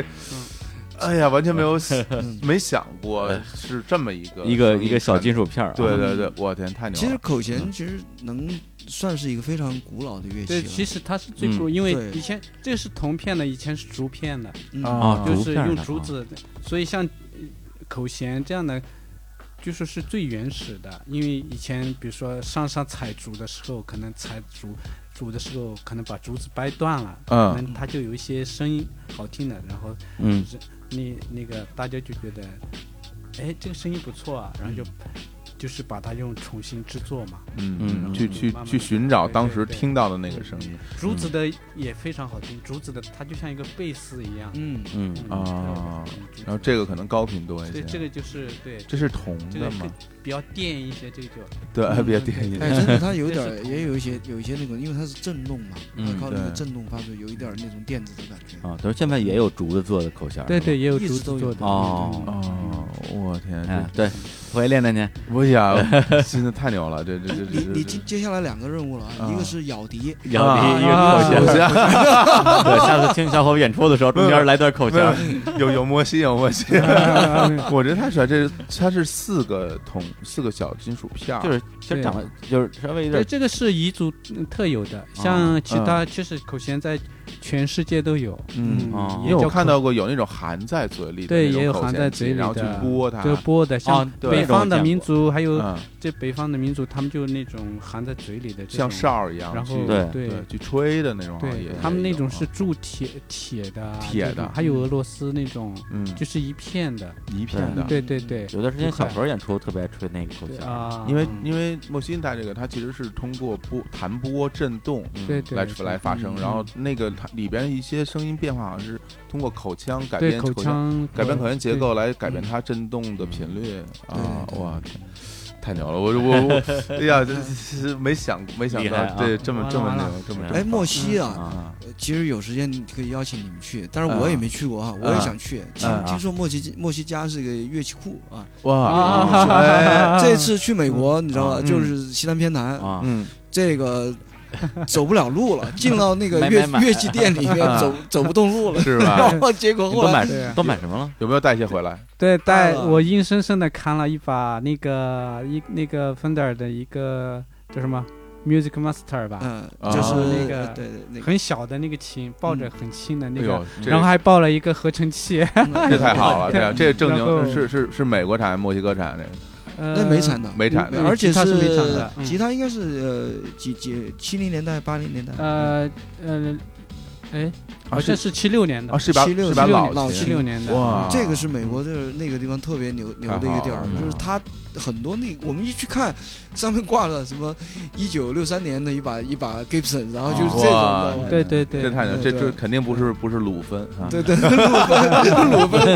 [SPEAKER 2] 这，哎呀，完全没有
[SPEAKER 3] 嗯
[SPEAKER 2] 没想过是这哎么一个
[SPEAKER 1] 一个
[SPEAKER 2] 声音
[SPEAKER 1] 一个小
[SPEAKER 2] 传
[SPEAKER 1] 金属片儿啊，
[SPEAKER 2] 对对对，我天，太牛了！
[SPEAKER 3] 其实口弦其实能算是一个非常古老的乐器
[SPEAKER 4] 对，
[SPEAKER 3] 了。
[SPEAKER 4] 其实它是最不，
[SPEAKER 1] 嗯
[SPEAKER 4] 因为
[SPEAKER 3] 对
[SPEAKER 4] 以前这是铜片的，以前是竹片的，
[SPEAKER 3] 嗯
[SPEAKER 1] 啊
[SPEAKER 4] 就
[SPEAKER 1] 竹
[SPEAKER 4] 是
[SPEAKER 1] 片
[SPEAKER 4] 用
[SPEAKER 1] 的
[SPEAKER 4] 竹
[SPEAKER 1] 啊
[SPEAKER 4] 子，所以像呃口弦这样的，就说是最原始的。因为以前比如说上山采竹的时候，可能采竹竹的时候，可能把竹子掰断了，
[SPEAKER 1] 啊
[SPEAKER 4] 可
[SPEAKER 2] 嗯，
[SPEAKER 4] 能它就有一些声音好听的，然后
[SPEAKER 1] 嗯，
[SPEAKER 4] 那那个大家就觉得，哎，这个声音不错啊，然后就就是把它用重新制作嘛。
[SPEAKER 2] 嗯
[SPEAKER 1] 嗯
[SPEAKER 2] 去去
[SPEAKER 4] 慢慢
[SPEAKER 2] 去寻找
[SPEAKER 4] 对
[SPEAKER 2] 当
[SPEAKER 4] 对
[SPEAKER 2] 时
[SPEAKER 4] 对
[SPEAKER 2] 听到的那个声音
[SPEAKER 4] 竹子的也非常好听，竹子的它就像一个贝斯一样。
[SPEAKER 3] 嗯，
[SPEAKER 1] 嗯，
[SPEAKER 4] 嗯
[SPEAKER 2] 啊
[SPEAKER 4] 嗯竹子
[SPEAKER 2] 然后这个可能高频多一
[SPEAKER 4] 对，这
[SPEAKER 2] 些。
[SPEAKER 4] 个就是对，
[SPEAKER 2] 这是铜
[SPEAKER 4] 这
[SPEAKER 2] 的
[SPEAKER 4] 个
[SPEAKER 2] 吗？
[SPEAKER 4] 比较电一些，这个就
[SPEAKER 2] 对，
[SPEAKER 4] 嗯
[SPEAKER 2] 别
[SPEAKER 4] 对对
[SPEAKER 2] 点音。
[SPEAKER 3] 哎，真的，它有点
[SPEAKER 4] 这是
[SPEAKER 3] 儿，
[SPEAKER 4] 铜
[SPEAKER 3] 也有一些有一些那种，因为它是震动嘛，
[SPEAKER 1] 嗯
[SPEAKER 3] 它靠那个
[SPEAKER 2] 对
[SPEAKER 3] 震动发出有一点儿那种电子的感觉。
[SPEAKER 1] 啊，等于现在也有竹子做的口弦儿，
[SPEAKER 4] 对
[SPEAKER 1] 是吧
[SPEAKER 4] 对，，也有
[SPEAKER 3] 一
[SPEAKER 4] 竹
[SPEAKER 3] 直
[SPEAKER 4] 子
[SPEAKER 3] 都有
[SPEAKER 4] 做的
[SPEAKER 1] 哦
[SPEAKER 2] 哦，我天，
[SPEAKER 1] 哎，
[SPEAKER 2] 这
[SPEAKER 1] 对，回来练练去，
[SPEAKER 2] 我想真的太牛了，这这这
[SPEAKER 3] 你
[SPEAKER 2] 这这
[SPEAKER 3] 你接接下来两个任务了啊，
[SPEAKER 2] 啊
[SPEAKER 3] 一个是咬笛，
[SPEAKER 1] 摇
[SPEAKER 2] 啊
[SPEAKER 1] 笛一个口弦
[SPEAKER 2] 口
[SPEAKER 1] 儿，
[SPEAKER 2] 弦
[SPEAKER 1] 对，下次听小伙演出的时候，中间来段口弦儿，
[SPEAKER 2] 有有默契，有默契。
[SPEAKER 4] 嗯
[SPEAKER 2] 我觉得太帅，这是它是四个铜，四个小金属片儿，
[SPEAKER 1] 就是其实长得就是稍微有
[SPEAKER 4] 对，
[SPEAKER 1] 点
[SPEAKER 4] 这个是彝族嗯特有的，
[SPEAKER 1] 啊
[SPEAKER 4] 像其他其实口弦在全世界都有，
[SPEAKER 2] 嗯
[SPEAKER 1] 哦
[SPEAKER 2] 因
[SPEAKER 4] 也
[SPEAKER 2] 为我
[SPEAKER 4] 叫
[SPEAKER 2] 看
[SPEAKER 4] 口
[SPEAKER 2] 到过有那种含在嘴里的
[SPEAKER 4] 对，
[SPEAKER 2] 那种口弦琴，
[SPEAKER 4] 也有含在嘴里的，
[SPEAKER 2] 然后去剥它，哦
[SPEAKER 4] 就剥的，像
[SPEAKER 1] 对
[SPEAKER 4] 北方
[SPEAKER 1] 这我
[SPEAKER 4] 的
[SPEAKER 1] 见过
[SPEAKER 4] 民族，还有
[SPEAKER 2] 嗯，
[SPEAKER 4] 这北方的民族，他们就那种含在嘴里的这
[SPEAKER 2] 像
[SPEAKER 4] 种，
[SPEAKER 2] 哨儿一样
[SPEAKER 4] 然
[SPEAKER 2] 去，
[SPEAKER 4] 后
[SPEAKER 1] 对
[SPEAKER 4] 对
[SPEAKER 2] 对，去吹的那种好像也，
[SPEAKER 4] 对，他们那
[SPEAKER 2] 也有
[SPEAKER 4] 种
[SPEAKER 2] 啊
[SPEAKER 4] 是铸铁铁的啊，
[SPEAKER 2] 铁
[SPEAKER 4] 这种
[SPEAKER 2] 的
[SPEAKER 4] 还有俄罗斯那种，
[SPEAKER 2] 嗯，
[SPEAKER 4] 就是一片的，
[SPEAKER 2] 一片的
[SPEAKER 1] 嗯，
[SPEAKER 4] 对对对，
[SPEAKER 1] 有段时间小时候演出特别爱吹那个口
[SPEAKER 4] 对
[SPEAKER 1] 弦儿，
[SPEAKER 4] 啊，
[SPEAKER 2] 因为因为莫西他这个，它其实是通过波弹波震动
[SPEAKER 1] 嗯
[SPEAKER 4] 对对
[SPEAKER 2] 来
[SPEAKER 4] 对
[SPEAKER 2] 来发声，
[SPEAKER 4] 嗯
[SPEAKER 2] 然后那个它里边一些声音变化，好像是通过口腔改
[SPEAKER 4] 对
[SPEAKER 2] 变
[SPEAKER 4] 口
[SPEAKER 2] 口腔
[SPEAKER 4] 腔
[SPEAKER 2] 改变口腔结
[SPEAKER 4] 对嗯
[SPEAKER 2] 构来改变它振动的频率啊！
[SPEAKER 3] 对对
[SPEAKER 2] 哇，天太牛了！我我我， 哎呀，这这这没想没想
[SPEAKER 1] 厉
[SPEAKER 2] 到
[SPEAKER 1] 害啊，
[SPEAKER 2] 对，这么这么
[SPEAKER 4] 完了
[SPEAKER 2] 牛
[SPEAKER 4] 完了，
[SPEAKER 2] 这么
[SPEAKER 1] 嗯
[SPEAKER 3] 哎，
[SPEAKER 2] 这么
[SPEAKER 3] 莫西啊，
[SPEAKER 1] 啊，
[SPEAKER 3] 呃其实有时间你可以邀请你们去，但是我也没去过哈，我也想去。
[SPEAKER 2] 啊
[SPEAKER 3] 听听说莫西莫西家是个乐器库啊，
[SPEAKER 2] 哇！
[SPEAKER 4] 啊
[SPEAKER 2] 哎，
[SPEAKER 3] 这次去美国你知道吧，
[SPEAKER 2] 嗯
[SPEAKER 3] 就是西南偏南，
[SPEAKER 1] 啊，
[SPEAKER 2] 嗯，
[SPEAKER 3] 这个走不了路 了，进到那个
[SPEAKER 1] 买
[SPEAKER 3] 乐
[SPEAKER 1] 买买
[SPEAKER 3] 乐器店里面
[SPEAKER 2] 啊
[SPEAKER 3] 走走不动路
[SPEAKER 4] 嗯
[SPEAKER 3] 了，
[SPEAKER 2] 是吧？
[SPEAKER 3] 然后结果
[SPEAKER 1] 你
[SPEAKER 3] 后
[SPEAKER 1] 都
[SPEAKER 3] 来
[SPEAKER 1] 买
[SPEAKER 4] 对啊
[SPEAKER 1] 都买什么了？
[SPEAKER 2] 有没有带些回来？
[SPEAKER 4] 对，带
[SPEAKER 3] 了
[SPEAKER 4] 我硬生生的扛了一把那个一那个芬德尔的一个叫什么 Music Master 吧，
[SPEAKER 3] 嗯，
[SPEAKER 2] 啊
[SPEAKER 3] 就是
[SPEAKER 4] 那个
[SPEAKER 3] 对对那个
[SPEAKER 4] 很小的那个琴，抱着很轻的那
[SPEAKER 2] 哎
[SPEAKER 4] 个，
[SPEAKER 2] 呦，这
[SPEAKER 4] 然后还抱了一个合 成器，
[SPEAKER 3] 嗯
[SPEAKER 2] 这太好 了，这样这正
[SPEAKER 4] 然后
[SPEAKER 2] 经是是是美国产、墨西哥产这个
[SPEAKER 4] 那
[SPEAKER 3] 那美产的，
[SPEAKER 2] 美产
[SPEAKER 4] 对
[SPEAKER 2] 的，
[SPEAKER 3] 而且
[SPEAKER 4] 吉他呃是
[SPEAKER 3] 是
[SPEAKER 4] 美产的嗯
[SPEAKER 3] 吉他应该是呃几几七零年代八零年代，
[SPEAKER 4] 呃
[SPEAKER 3] 啊
[SPEAKER 4] 呃，哎，好像是七六年的
[SPEAKER 2] 啊，是一把
[SPEAKER 3] 七六
[SPEAKER 2] 是一把
[SPEAKER 3] 七六
[SPEAKER 2] 老
[SPEAKER 3] 老
[SPEAKER 4] 七
[SPEAKER 3] 七
[SPEAKER 2] 琴，
[SPEAKER 4] 六年的，
[SPEAKER 2] 哇，
[SPEAKER 3] 这个是美国就是那个地方特别
[SPEAKER 2] 啊
[SPEAKER 3] 牛牛的一个地
[SPEAKER 2] 太
[SPEAKER 3] 儿
[SPEAKER 2] 好了，
[SPEAKER 3] 就是它很多那我们一去看，上面挂了什 么一九六三年的一把一把 Gibson，然后就是这种
[SPEAKER 2] 啊哇
[SPEAKER 3] 的，
[SPEAKER 4] 对对
[SPEAKER 2] 这
[SPEAKER 4] 对，
[SPEAKER 2] 太牛，这
[SPEAKER 3] 对
[SPEAKER 2] 这肯定不是不是鲁芬啊，
[SPEAKER 3] 对 对，鲁芬， 鲁芬，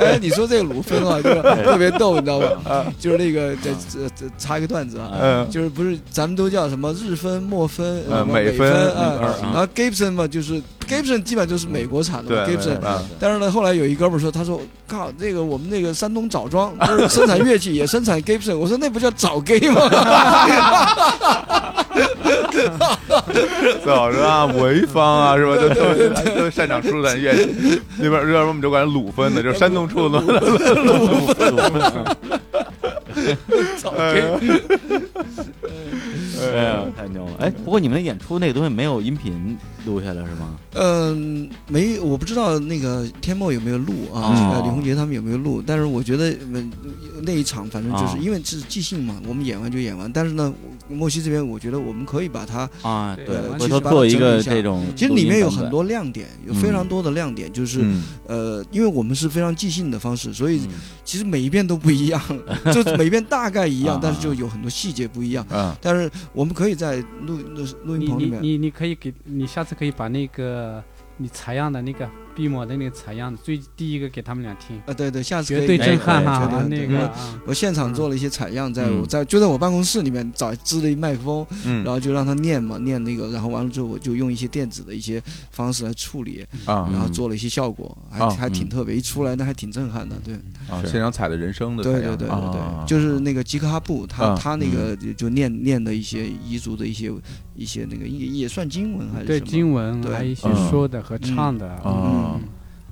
[SPEAKER 3] 哎，你说这个鲁芬啊，就是特别逗，你知道吧？就是那个，这这这插一个段子啊，
[SPEAKER 2] 嗯，
[SPEAKER 3] 就是不是咱们都叫什么日分、墨分、
[SPEAKER 2] 呃
[SPEAKER 3] 什么
[SPEAKER 2] 美
[SPEAKER 3] 美
[SPEAKER 2] 分
[SPEAKER 3] 啊
[SPEAKER 2] 嗯，
[SPEAKER 3] 然后 Gibson 嘛，就是 Gibson 基本就是美国产的
[SPEAKER 2] 对
[SPEAKER 3] 嘛，Gibson
[SPEAKER 2] 对。嗯
[SPEAKER 3] 但是呢，后来有一哥们儿说，他说：“靠，这个我们那个山东枣庄 就是生产乐器，也生产 Gibson。”我说：“那不叫枣 gay 吗
[SPEAKER 2] 早上啊，潍坊啊，是吧？都都都擅长出 产乐器，那边要不我们就管鲁芬的，就是山东出的 鲁芬。
[SPEAKER 3] 枣 gay
[SPEAKER 1] 哎呀，太牛了！哎，不过你们演出那个东西没有音频录下来是吗？
[SPEAKER 3] 嗯，没，我不知道那个天梦有没有录啊，
[SPEAKER 1] 哦
[SPEAKER 3] 呃李洪杰他们有没有录，但是我觉得嗯那一场反正就是、
[SPEAKER 1] 哦
[SPEAKER 3] 因为是即兴嘛，我们演完就演完，但是呢，我墨西这边我觉得我们可以把它，
[SPEAKER 1] 啊，
[SPEAKER 4] 对
[SPEAKER 3] 完
[SPEAKER 1] 回
[SPEAKER 3] 全
[SPEAKER 1] 头
[SPEAKER 3] 把它
[SPEAKER 1] 做一
[SPEAKER 3] 整理
[SPEAKER 1] 个
[SPEAKER 3] 一下
[SPEAKER 1] 这种，
[SPEAKER 3] 其实里面有很，多亮点，有非常多的亮点，就是、
[SPEAKER 2] 嗯，
[SPEAKER 3] 呃，因为我们是非常即兴的方式，所以
[SPEAKER 1] 嗯
[SPEAKER 3] 其实每一遍都 不一样，就每一遍大概一
[SPEAKER 1] 啊
[SPEAKER 3] 样，但是就有很多细节不一样。
[SPEAKER 2] 啊，
[SPEAKER 3] 但是我们可以在录录录音
[SPEAKER 4] 你
[SPEAKER 3] 棚里
[SPEAKER 4] 你
[SPEAKER 3] 面，
[SPEAKER 4] 你你可以给你下次可以把那个你采样的那个闭幕的那个采样的最第一个给他们俩听，
[SPEAKER 3] 啊，对对，下次可
[SPEAKER 4] 绝
[SPEAKER 3] 以
[SPEAKER 4] 对
[SPEAKER 1] 哎
[SPEAKER 4] 震撼
[SPEAKER 3] 哎
[SPEAKER 4] 哈，
[SPEAKER 3] 绝对对
[SPEAKER 4] 那个啊
[SPEAKER 3] 我现场做了一些采样，在
[SPEAKER 1] 嗯
[SPEAKER 3] 我在就在我办公室里面找支了一麦克风，
[SPEAKER 2] 嗯
[SPEAKER 3] 然后就让他念嘛，念那个，然后完了之后我就用一些电子的一些方式来处理，
[SPEAKER 2] 啊
[SPEAKER 4] 嗯
[SPEAKER 3] 然后嗯做了一些效果，还
[SPEAKER 2] 啊
[SPEAKER 3] 还挺
[SPEAKER 1] 嗯
[SPEAKER 3] 特别，一出来那还挺震撼的，
[SPEAKER 4] 嗯
[SPEAKER 3] 对，
[SPEAKER 2] 啊，
[SPEAKER 1] 是
[SPEAKER 2] 现场采的人声的采
[SPEAKER 3] 对
[SPEAKER 2] 样，
[SPEAKER 3] 对对对
[SPEAKER 2] 啊
[SPEAKER 3] 对，就是那个吉克哈布，他
[SPEAKER 2] 啊
[SPEAKER 3] 他那
[SPEAKER 4] 嗯
[SPEAKER 3] 个就就念念的一些彝族的一些一些那个也也算经文还是
[SPEAKER 4] 对
[SPEAKER 3] 什么
[SPEAKER 4] 经文
[SPEAKER 3] 对
[SPEAKER 4] 还有一些
[SPEAKER 2] 嗯
[SPEAKER 4] 说的和唱的，
[SPEAKER 2] 哦
[SPEAKER 4] 嗯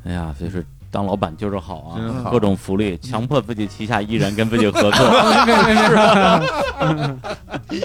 [SPEAKER 1] 哎呀，所以说当老板就是好啊，
[SPEAKER 3] 嗯
[SPEAKER 2] 真好
[SPEAKER 1] 各种福利，强迫自己旗下艺人跟自己合作，
[SPEAKER 3] 啊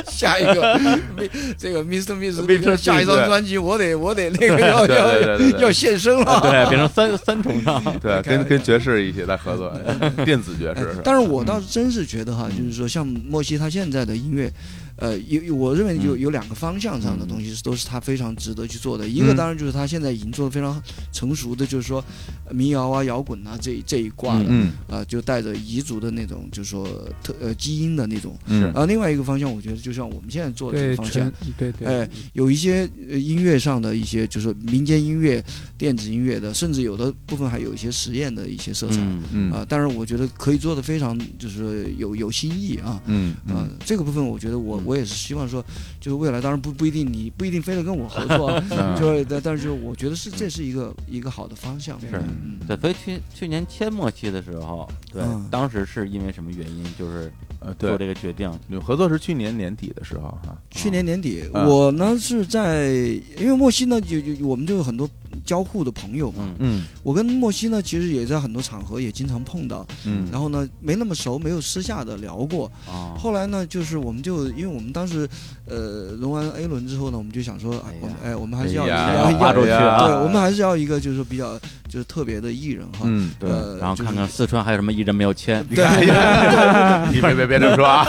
[SPEAKER 3] 下一个 ，mi- 这个 Mr.
[SPEAKER 2] Mr.
[SPEAKER 3] Mr. 下一张
[SPEAKER 2] 对
[SPEAKER 3] 专辑，我得我 得那个要
[SPEAKER 2] 对对对对
[SPEAKER 3] 要
[SPEAKER 2] 对
[SPEAKER 3] 要现身了。
[SPEAKER 1] 对，变成三三重唱，
[SPEAKER 2] 对，跟跟爵士一起在合作，呃电子爵
[SPEAKER 3] 哎
[SPEAKER 2] 士是吧。
[SPEAKER 3] 但是我倒是真是觉得哈，就是说像莫西他现在的音乐，呃，有有我认为
[SPEAKER 2] 嗯
[SPEAKER 3] 有有两个方向上的东西是都是他非常值得去做的。一个
[SPEAKER 2] 嗯
[SPEAKER 3] 当然就是他现在已经做的非常成熟的，就是说呃民谣啊、摇滚啊这一这一挂的，
[SPEAKER 2] 嗯
[SPEAKER 3] 啊，就带着彝族的那种，就是说特呃基因的那种。
[SPEAKER 2] 嗯
[SPEAKER 3] 然后另外一个方向，我觉得就像我们现在做的这
[SPEAKER 4] 对
[SPEAKER 3] 个方向
[SPEAKER 4] 纯，对对，
[SPEAKER 3] 啊哎，有一些呃音乐上的一些，就是民间音乐、电子音乐的，甚至有的部分还有一些实验的一些色彩。
[SPEAKER 1] 嗯，
[SPEAKER 2] 嗯
[SPEAKER 3] 啊，但是我觉得可以做的非常就是有有新意啊。
[SPEAKER 2] 嗯
[SPEAKER 3] 啊
[SPEAKER 2] 嗯，
[SPEAKER 3] 这个部分我觉得我我也是希望说，就是未来当然不不一定你不一定非得跟我合作啊
[SPEAKER 2] 嗯，
[SPEAKER 3] 就是但但是就是我觉得是这是一个一个好的方向。
[SPEAKER 1] 是
[SPEAKER 3] 嗯
[SPEAKER 1] 对，所以去去年签末期的时候，对
[SPEAKER 3] 嗯，
[SPEAKER 1] 当时是因为什么原因，就是
[SPEAKER 2] 呃
[SPEAKER 1] 做
[SPEAKER 2] 对，
[SPEAKER 1] 这个决定，
[SPEAKER 2] 你合作是去年年底的时候哈，
[SPEAKER 3] 去年年底，
[SPEAKER 2] 啊
[SPEAKER 3] 我呢是在因为莫西呢，就就我们就有很多交互的朋友嘛。
[SPEAKER 1] 嗯
[SPEAKER 2] 嗯
[SPEAKER 3] 我跟莫西呢，其实也在很多场合也经常碰到，
[SPEAKER 2] 嗯
[SPEAKER 3] 然后呢没那么熟，没有私下的聊过。
[SPEAKER 1] 啊，
[SPEAKER 3] 后来呢，就是我们就因为我们当时，呃，融完 A 轮之后呢，我们就想说，啊
[SPEAKER 1] 哎呀
[SPEAKER 3] 我们哎，我们还是要
[SPEAKER 2] 哎呀
[SPEAKER 3] 要
[SPEAKER 1] 挖出
[SPEAKER 3] 要
[SPEAKER 1] 去
[SPEAKER 2] 啊
[SPEAKER 3] 对，我们还是要一个就是比较就是特别的艺人哈。
[SPEAKER 2] 嗯，
[SPEAKER 1] 对
[SPEAKER 3] 呃，
[SPEAKER 1] 然后
[SPEAKER 3] 就是
[SPEAKER 1] 看看四川还有什么艺人没有签，
[SPEAKER 3] 对，嗯
[SPEAKER 2] 你别别别这么说啊，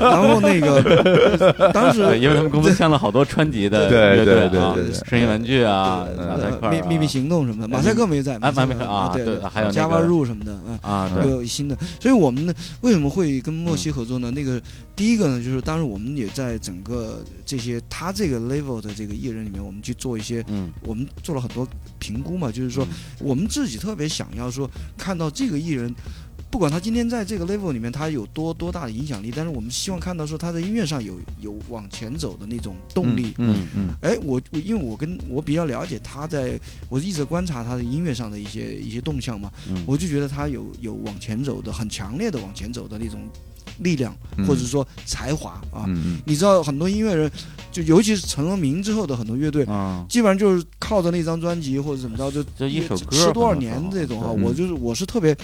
[SPEAKER 3] 然后 那个当时
[SPEAKER 1] 对，因为他们公司签了好多川籍的
[SPEAKER 2] 对
[SPEAKER 1] 乐队
[SPEAKER 2] 对
[SPEAKER 1] 啊
[SPEAKER 2] 对对对
[SPEAKER 1] 声音玩具啊，马赛克
[SPEAKER 3] 呃
[SPEAKER 1] 啊
[SPEAKER 3] 秘秘密行动什么的，马赛克没在，
[SPEAKER 1] 哎马
[SPEAKER 3] 赛
[SPEAKER 1] 赛克
[SPEAKER 3] 克
[SPEAKER 1] 啊
[SPEAKER 3] 对
[SPEAKER 1] 对还有那
[SPEAKER 3] 加
[SPEAKER 1] 个
[SPEAKER 3] 瓦入什么的，嗯。
[SPEAKER 1] 啊，
[SPEAKER 2] 对
[SPEAKER 1] 对，
[SPEAKER 3] 有新的，所以我们呢为什么会跟莫西合作
[SPEAKER 2] 嗯
[SPEAKER 3] 呢？那个第一个呢，就是当时我们也在整个这些他这个 level 的这个艺人里面，我们去做一些
[SPEAKER 1] 嗯，
[SPEAKER 3] 我们做了很多评估嘛，就是说
[SPEAKER 1] 嗯
[SPEAKER 3] 我们自己特别想要说看到这个艺人，不管他今天在这个 level 里面他有多多大的影响力，但是我们希望看到说他在音乐上有有往前走的那种动力。
[SPEAKER 2] 嗯嗯
[SPEAKER 3] 哎，我我因为我跟我比较了解他在，我一直观察他的音乐上的一些一些动向嘛，
[SPEAKER 1] 嗯
[SPEAKER 3] 我就觉得他有有往前走的很强烈的往前走的那种力量，
[SPEAKER 2] 嗯
[SPEAKER 3] 或者说才华啊。
[SPEAKER 2] 嗯
[SPEAKER 3] 你知道很多音乐人，就尤其是成了名之后的很多乐队，
[SPEAKER 1] 啊，
[SPEAKER 3] 基本上就是靠着那张专辑或者怎么着，就
[SPEAKER 1] 就一首歌
[SPEAKER 3] 吃多少
[SPEAKER 1] 可能
[SPEAKER 3] 年
[SPEAKER 1] 是
[SPEAKER 3] 这种啊，
[SPEAKER 1] 对
[SPEAKER 3] 我就是我是特别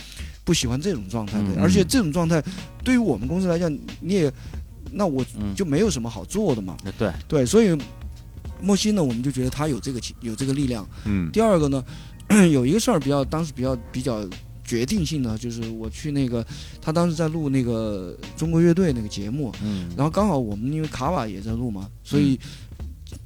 [SPEAKER 3] 不喜欢这种状态的，
[SPEAKER 1] 嗯
[SPEAKER 3] 而且这种状态对于我们公司来讲，你也那我
[SPEAKER 1] 嗯
[SPEAKER 3] 就没有什么好做的嘛。
[SPEAKER 1] 对，
[SPEAKER 3] 对，所以莫西呢，我们就觉得他有这个有这个力量。
[SPEAKER 2] 嗯
[SPEAKER 3] 第二个呢， 有一个事儿比较当时比较比较决定性的，就是我去那个他当时在录那个中国乐队那个节目，
[SPEAKER 1] 嗯
[SPEAKER 3] 然后刚好我们因为卡瓦也在录嘛，所以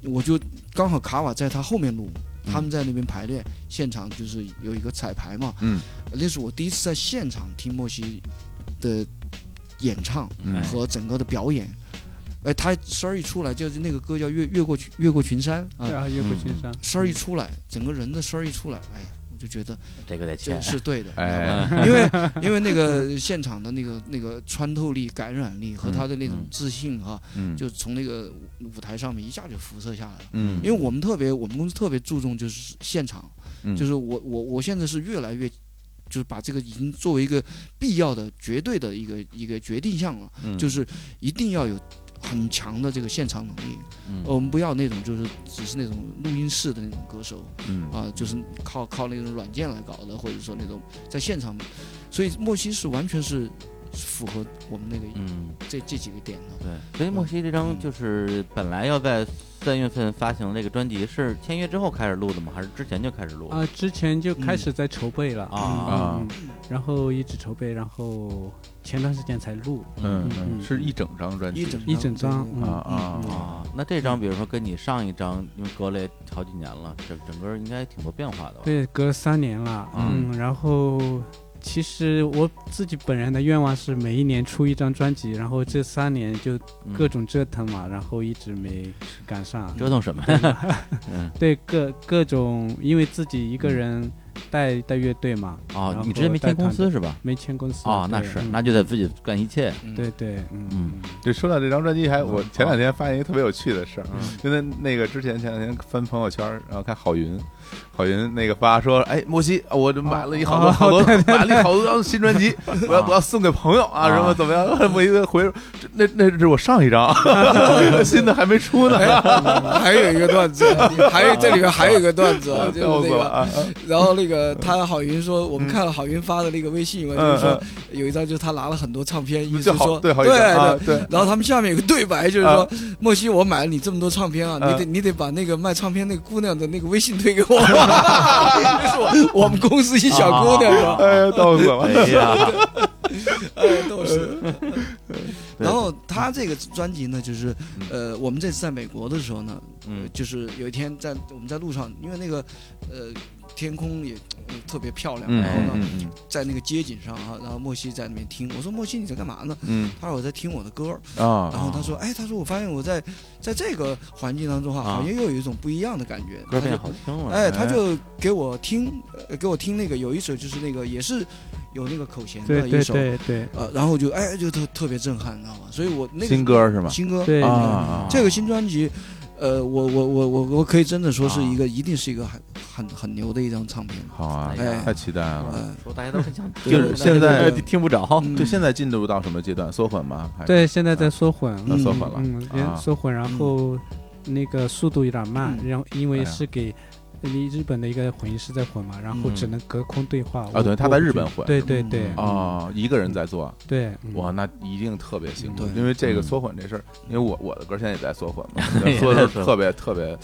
[SPEAKER 3] 我就刚好卡瓦在他后面录，
[SPEAKER 1] 嗯
[SPEAKER 3] 他们在那边排练，现场就是有一个彩排嘛，
[SPEAKER 2] 嗯，
[SPEAKER 3] 那是我第一次在现场听莫西的演唱
[SPEAKER 1] 哎
[SPEAKER 2] 嗯
[SPEAKER 3] 和整个的表演。哎，他声儿一出来，就是那个歌叫《越越过群越过群山》啊
[SPEAKER 4] 对，啊，越过群山，
[SPEAKER 2] 嗯
[SPEAKER 3] 声儿一出来，整个人的声儿一出来，哎呀，我就觉得
[SPEAKER 1] 这个得
[SPEAKER 3] 这
[SPEAKER 1] 签，嗯
[SPEAKER 3] 是对的，
[SPEAKER 2] 哎
[SPEAKER 3] 因为因为那个现场的那个那个穿透力、感染力和他的那种
[SPEAKER 1] 嗯
[SPEAKER 3] 自信啊，
[SPEAKER 2] 嗯
[SPEAKER 3] 就从那个舞舞台上面一下就辐射下来了。
[SPEAKER 2] 嗯
[SPEAKER 3] 因为我们特别，我们公司特别注重就是现场，就是我我我现在是越来越，就是把这个已经作为一个必要的、绝对的一个一个决定项了，就是一定要有很强的这个现场能力。呃我们不要那种就是只是那种录音室的那种歌手，
[SPEAKER 2] 嗯
[SPEAKER 3] 啊，就是靠靠那种软件来搞的，或者说那种在现场，所以莫西是完全是符合我们那个、
[SPEAKER 1] 嗯。
[SPEAKER 3] 这这几个点的。
[SPEAKER 1] 对，所以莫西这张就是本来要在三月份发行这个专辑，是签约之后开始录的吗？还是之前就开始录？
[SPEAKER 4] 啊，之前就开始在筹备了
[SPEAKER 1] 啊
[SPEAKER 4] 嗯嗯然后一直筹备，然后前段时间才录，
[SPEAKER 2] 嗯嗯，是一整张专辑，
[SPEAKER 3] 整
[SPEAKER 4] 一整张
[SPEAKER 3] 对
[SPEAKER 4] 嗯
[SPEAKER 2] 啊啊
[SPEAKER 4] 嗯嗯
[SPEAKER 1] 啊，那这张比如说跟你上一张，因为隔了好几年了，整整个应该挺多变化的吧？，
[SPEAKER 4] 对，隔三年了，
[SPEAKER 1] 嗯
[SPEAKER 4] 嗯，然后其实我自己本人的愿望是每一年出一张专辑，然后这三年就各种折腾嘛，然后一直没赶上，
[SPEAKER 1] 折腾什么呀？
[SPEAKER 4] 对各各种，因为自己一个人带带乐队嘛，
[SPEAKER 1] 哦
[SPEAKER 4] 然，
[SPEAKER 1] 你之前没
[SPEAKER 4] 后带
[SPEAKER 1] 签公司
[SPEAKER 4] 团队，
[SPEAKER 1] 是吧？
[SPEAKER 4] 没签公司
[SPEAKER 1] 哦，那
[SPEAKER 4] 对
[SPEAKER 1] 是，
[SPEAKER 4] 嗯
[SPEAKER 1] 那就得自己干一切。
[SPEAKER 4] 对对，嗯
[SPEAKER 1] 嗯
[SPEAKER 2] 这说到这张专辑，还我
[SPEAKER 1] 嗯
[SPEAKER 2] 前两天发现一个特别有趣的事儿，
[SPEAKER 1] 嗯
[SPEAKER 2] 就那那个之前前两天翻朋友圈儿，然后看郝云，郝云那个发说，哎，莫西，我这买了一好多
[SPEAKER 4] 哦
[SPEAKER 2] 好多买了一好多张新专 辑，我要我要送给朋友啊，
[SPEAKER 1] 啊
[SPEAKER 2] 什么怎么样？ 莫西回这那那是我上一 张，新的还没出呢，
[SPEAKER 3] 哎还有一个 段子，还有这里面还有一个段子啊，
[SPEAKER 2] 笑
[SPEAKER 3] 就
[SPEAKER 2] 死了
[SPEAKER 3] 是那个，
[SPEAKER 2] 啊！
[SPEAKER 3] 然后那个他郝云说，我们看了郝云发的那个微信嘛，
[SPEAKER 2] 嗯
[SPEAKER 3] 就是说
[SPEAKER 2] 嗯
[SPEAKER 3] 有一张就是他拿了很多唱片，意
[SPEAKER 2] 嗯
[SPEAKER 3] 思
[SPEAKER 2] 就好
[SPEAKER 3] 说
[SPEAKER 2] 对好
[SPEAKER 3] 对
[SPEAKER 2] 啊
[SPEAKER 3] 对。
[SPEAKER 2] 对，
[SPEAKER 3] 然后他们下面有个对白，就是
[SPEAKER 2] 啊
[SPEAKER 3] 说，莫西，我买了你这么多唱片啊，
[SPEAKER 2] 嗯
[SPEAKER 3] 你得你得把那个卖唱片那个姑娘的那个微信 推给我，就是我我们公司一小姑娘是吧？
[SPEAKER 2] 哎呀，逗死了
[SPEAKER 1] 哎。呀，
[SPEAKER 3] 哎，都是。
[SPEAKER 2] 嗯
[SPEAKER 3] 然后他这个专辑呢，就是呃，我们这次在美国的时候呢，
[SPEAKER 1] 嗯
[SPEAKER 3] 就是有一天在我们在路上，因为那个呃天空也、呃特别漂亮，
[SPEAKER 2] 嗯
[SPEAKER 3] 然后呢、
[SPEAKER 2] 嗯
[SPEAKER 1] 哎
[SPEAKER 2] 嗯
[SPEAKER 3] 在那个街景上啊，然后莫西在那边听，我说莫西你在干嘛呢？
[SPEAKER 2] 嗯
[SPEAKER 3] 他说我在听我的歌儿，
[SPEAKER 2] 嗯
[SPEAKER 1] 哦
[SPEAKER 2] 啊
[SPEAKER 3] 然后他说哎，他说我发现我在在这个环境当中哈、
[SPEAKER 1] 啊
[SPEAKER 3] 好像又有一种不一样的感觉，
[SPEAKER 1] 歌
[SPEAKER 3] 他就
[SPEAKER 1] 变好听了。
[SPEAKER 3] 哎，他就给我听，呃给我听那个有一首就是那个也是呃有那个口弦
[SPEAKER 4] 对
[SPEAKER 3] 的一
[SPEAKER 4] 对
[SPEAKER 3] 首，
[SPEAKER 4] 对对
[SPEAKER 3] 呃，然后就哎就特特别震撼，你知道吗？所以我那个
[SPEAKER 2] 新歌是吗？
[SPEAKER 3] 新歌
[SPEAKER 4] 对
[SPEAKER 3] 那个
[SPEAKER 2] 啊
[SPEAKER 3] 这个新专辑，呃，我我我我我可以真的说是一个，一定是一个很很很牛的一张唱片。
[SPEAKER 2] 好啊
[SPEAKER 1] 哎呀，
[SPEAKER 2] 太期待了。
[SPEAKER 3] 呃，
[SPEAKER 1] 说大家都很想听，
[SPEAKER 2] 就是现在
[SPEAKER 1] 但是听不着。
[SPEAKER 3] 嗯
[SPEAKER 2] 就现在进入到什么阶段？缩混吗？还是
[SPEAKER 4] 对，现在在缩混，
[SPEAKER 2] 那
[SPEAKER 4] 嗯
[SPEAKER 2] 缩混了
[SPEAKER 4] 嗯，
[SPEAKER 2] 啊
[SPEAKER 4] 连缩混，然后那个速度有点慢，
[SPEAKER 3] 嗯
[SPEAKER 4] 然后因为
[SPEAKER 2] 哎呀
[SPEAKER 4] 是给离日本的一个混音师在混嘛，然后
[SPEAKER 1] 嗯
[SPEAKER 4] 只能隔空对话。
[SPEAKER 2] 啊，
[SPEAKER 4] 我
[SPEAKER 2] 等于他在日本混。
[SPEAKER 4] 对对对
[SPEAKER 3] 嗯，
[SPEAKER 2] 哦，一个人在做，
[SPEAKER 4] 对，嗯
[SPEAKER 2] 哇，那一定特别辛苦
[SPEAKER 3] 对，
[SPEAKER 2] 因为这个
[SPEAKER 1] 嗯
[SPEAKER 2] 缩混这事儿，因为我我的歌现在也在缩混嘛
[SPEAKER 1] 也，
[SPEAKER 2] 缩
[SPEAKER 1] 在
[SPEAKER 2] 的
[SPEAKER 1] 缩
[SPEAKER 2] 特别特别，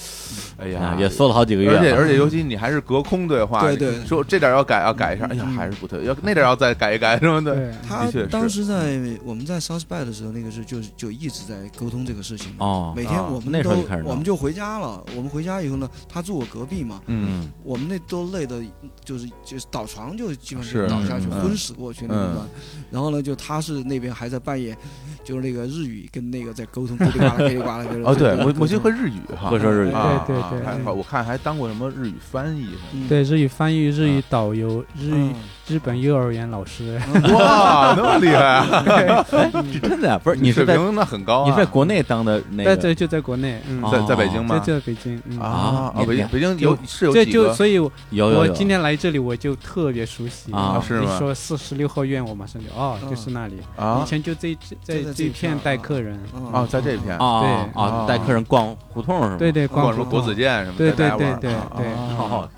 [SPEAKER 2] 哎 呀
[SPEAKER 1] 啊，，也缩了好几个月了，
[SPEAKER 2] 而且而且，尤其你还是隔空对话，
[SPEAKER 3] 对
[SPEAKER 2] 你
[SPEAKER 3] 对
[SPEAKER 2] 说这点儿要改要改一下，哎呀，
[SPEAKER 1] 嗯
[SPEAKER 2] 还是不对，要那点儿要再改一改，什么的，
[SPEAKER 4] 对，嗯
[SPEAKER 3] 他
[SPEAKER 2] 的确是
[SPEAKER 3] 当时在我们在 South by 的时候，那个是就是就一直在沟通这个事情。
[SPEAKER 1] 哦，
[SPEAKER 3] 每天
[SPEAKER 2] 啊
[SPEAKER 3] 我
[SPEAKER 1] 那
[SPEAKER 3] 们
[SPEAKER 1] 时
[SPEAKER 3] 都
[SPEAKER 1] 候就开始闹
[SPEAKER 3] 我们就回家了。我们回家以后呢，他住我隔壁嘛，
[SPEAKER 2] 嗯，
[SPEAKER 1] 嗯
[SPEAKER 3] 我们那都累的，就是就是倒床就基本
[SPEAKER 2] 是
[SPEAKER 3] 上倒下去，
[SPEAKER 1] 嗯
[SPEAKER 3] 昏死过去那种的。然后呢，就他是那边还在半夜，就是那个日语跟那个在沟通，叽里呱啦叽里呱啦叽里呱啦。
[SPEAKER 2] 哦，对，
[SPEAKER 3] 沟通
[SPEAKER 2] 我我记得会日语哈，
[SPEAKER 1] 会说日语
[SPEAKER 2] 啊，
[SPEAKER 4] 对对
[SPEAKER 2] 啊
[SPEAKER 4] 对
[SPEAKER 2] 还
[SPEAKER 4] 对
[SPEAKER 2] 好，我看还当过什么日语翻译什么
[SPEAKER 4] 对日语翻译、日语
[SPEAKER 2] 啊
[SPEAKER 4] 导游、日语
[SPEAKER 3] 嗯
[SPEAKER 4] 日本幼儿园老师， 嗯
[SPEAKER 2] 的，哇，那么厉害啊，
[SPEAKER 1] 是真的呀，啊不是你
[SPEAKER 2] 水
[SPEAKER 1] 是在
[SPEAKER 2] 平那很高啊，
[SPEAKER 1] 你是在国内当的那个
[SPEAKER 4] 在这就在国内，嗯，
[SPEAKER 1] 哦
[SPEAKER 2] 在在北京
[SPEAKER 4] 在
[SPEAKER 2] 吗？
[SPEAKER 4] 这北京，嗯，
[SPEAKER 2] 啊，
[SPEAKER 1] 啊
[SPEAKER 2] 哦北京北京有是有
[SPEAKER 4] 这
[SPEAKER 2] 几
[SPEAKER 4] 就
[SPEAKER 2] 个
[SPEAKER 4] 所以我，
[SPEAKER 1] 有有
[SPEAKER 4] 我
[SPEAKER 1] 有，
[SPEAKER 4] 今天来这里我就特别熟悉
[SPEAKER 1] 啊
[SPEAKER 4] 你
[SPEAKER 2] 是吗
[SPEAKER 4] 说四十六号院，我马上就哦，
[SPEAKER 3] 嗯
[SPEAKER 4] 就是那里，以
[SPEAKER 2] 啊
[SPEAKER 4] 前就这
[SPEAKER 3] 就在
[SPEAKER 4] 在
[SPEAKER 3] 这
[SPEAKER 4] 这片
[SPEAKER 3] 片
[SPEAKER 4] 带客人，
[SPEAKER 3] 嗯
[SPEAKER 2] 哦，在这片
[SPEAKER 1] 啊啊
[SPEAKER 4] 对
[SPEAKER 1] 啊，带客人逛胡同是吗？
[SPEAKER 4] 对对，
[SPEAKER 2] 不管
[SPEAKER 4] 光
[SPEAKER 2] 什么
[SPEAKER 4] 复
[SPEAKER 2] 国子监什么，
[SPEAKER 4] 对
[SPEAKER 2] 带大家
[SPEAKER 4] 对
[SPEAKER 2] 玩儿
[SPEAKER 4] 对
[SPEAKER 2] 啊
[SPEAKER 4] 对对
[SPEAKER 2] 啊
[SPEAKER 1] 哦，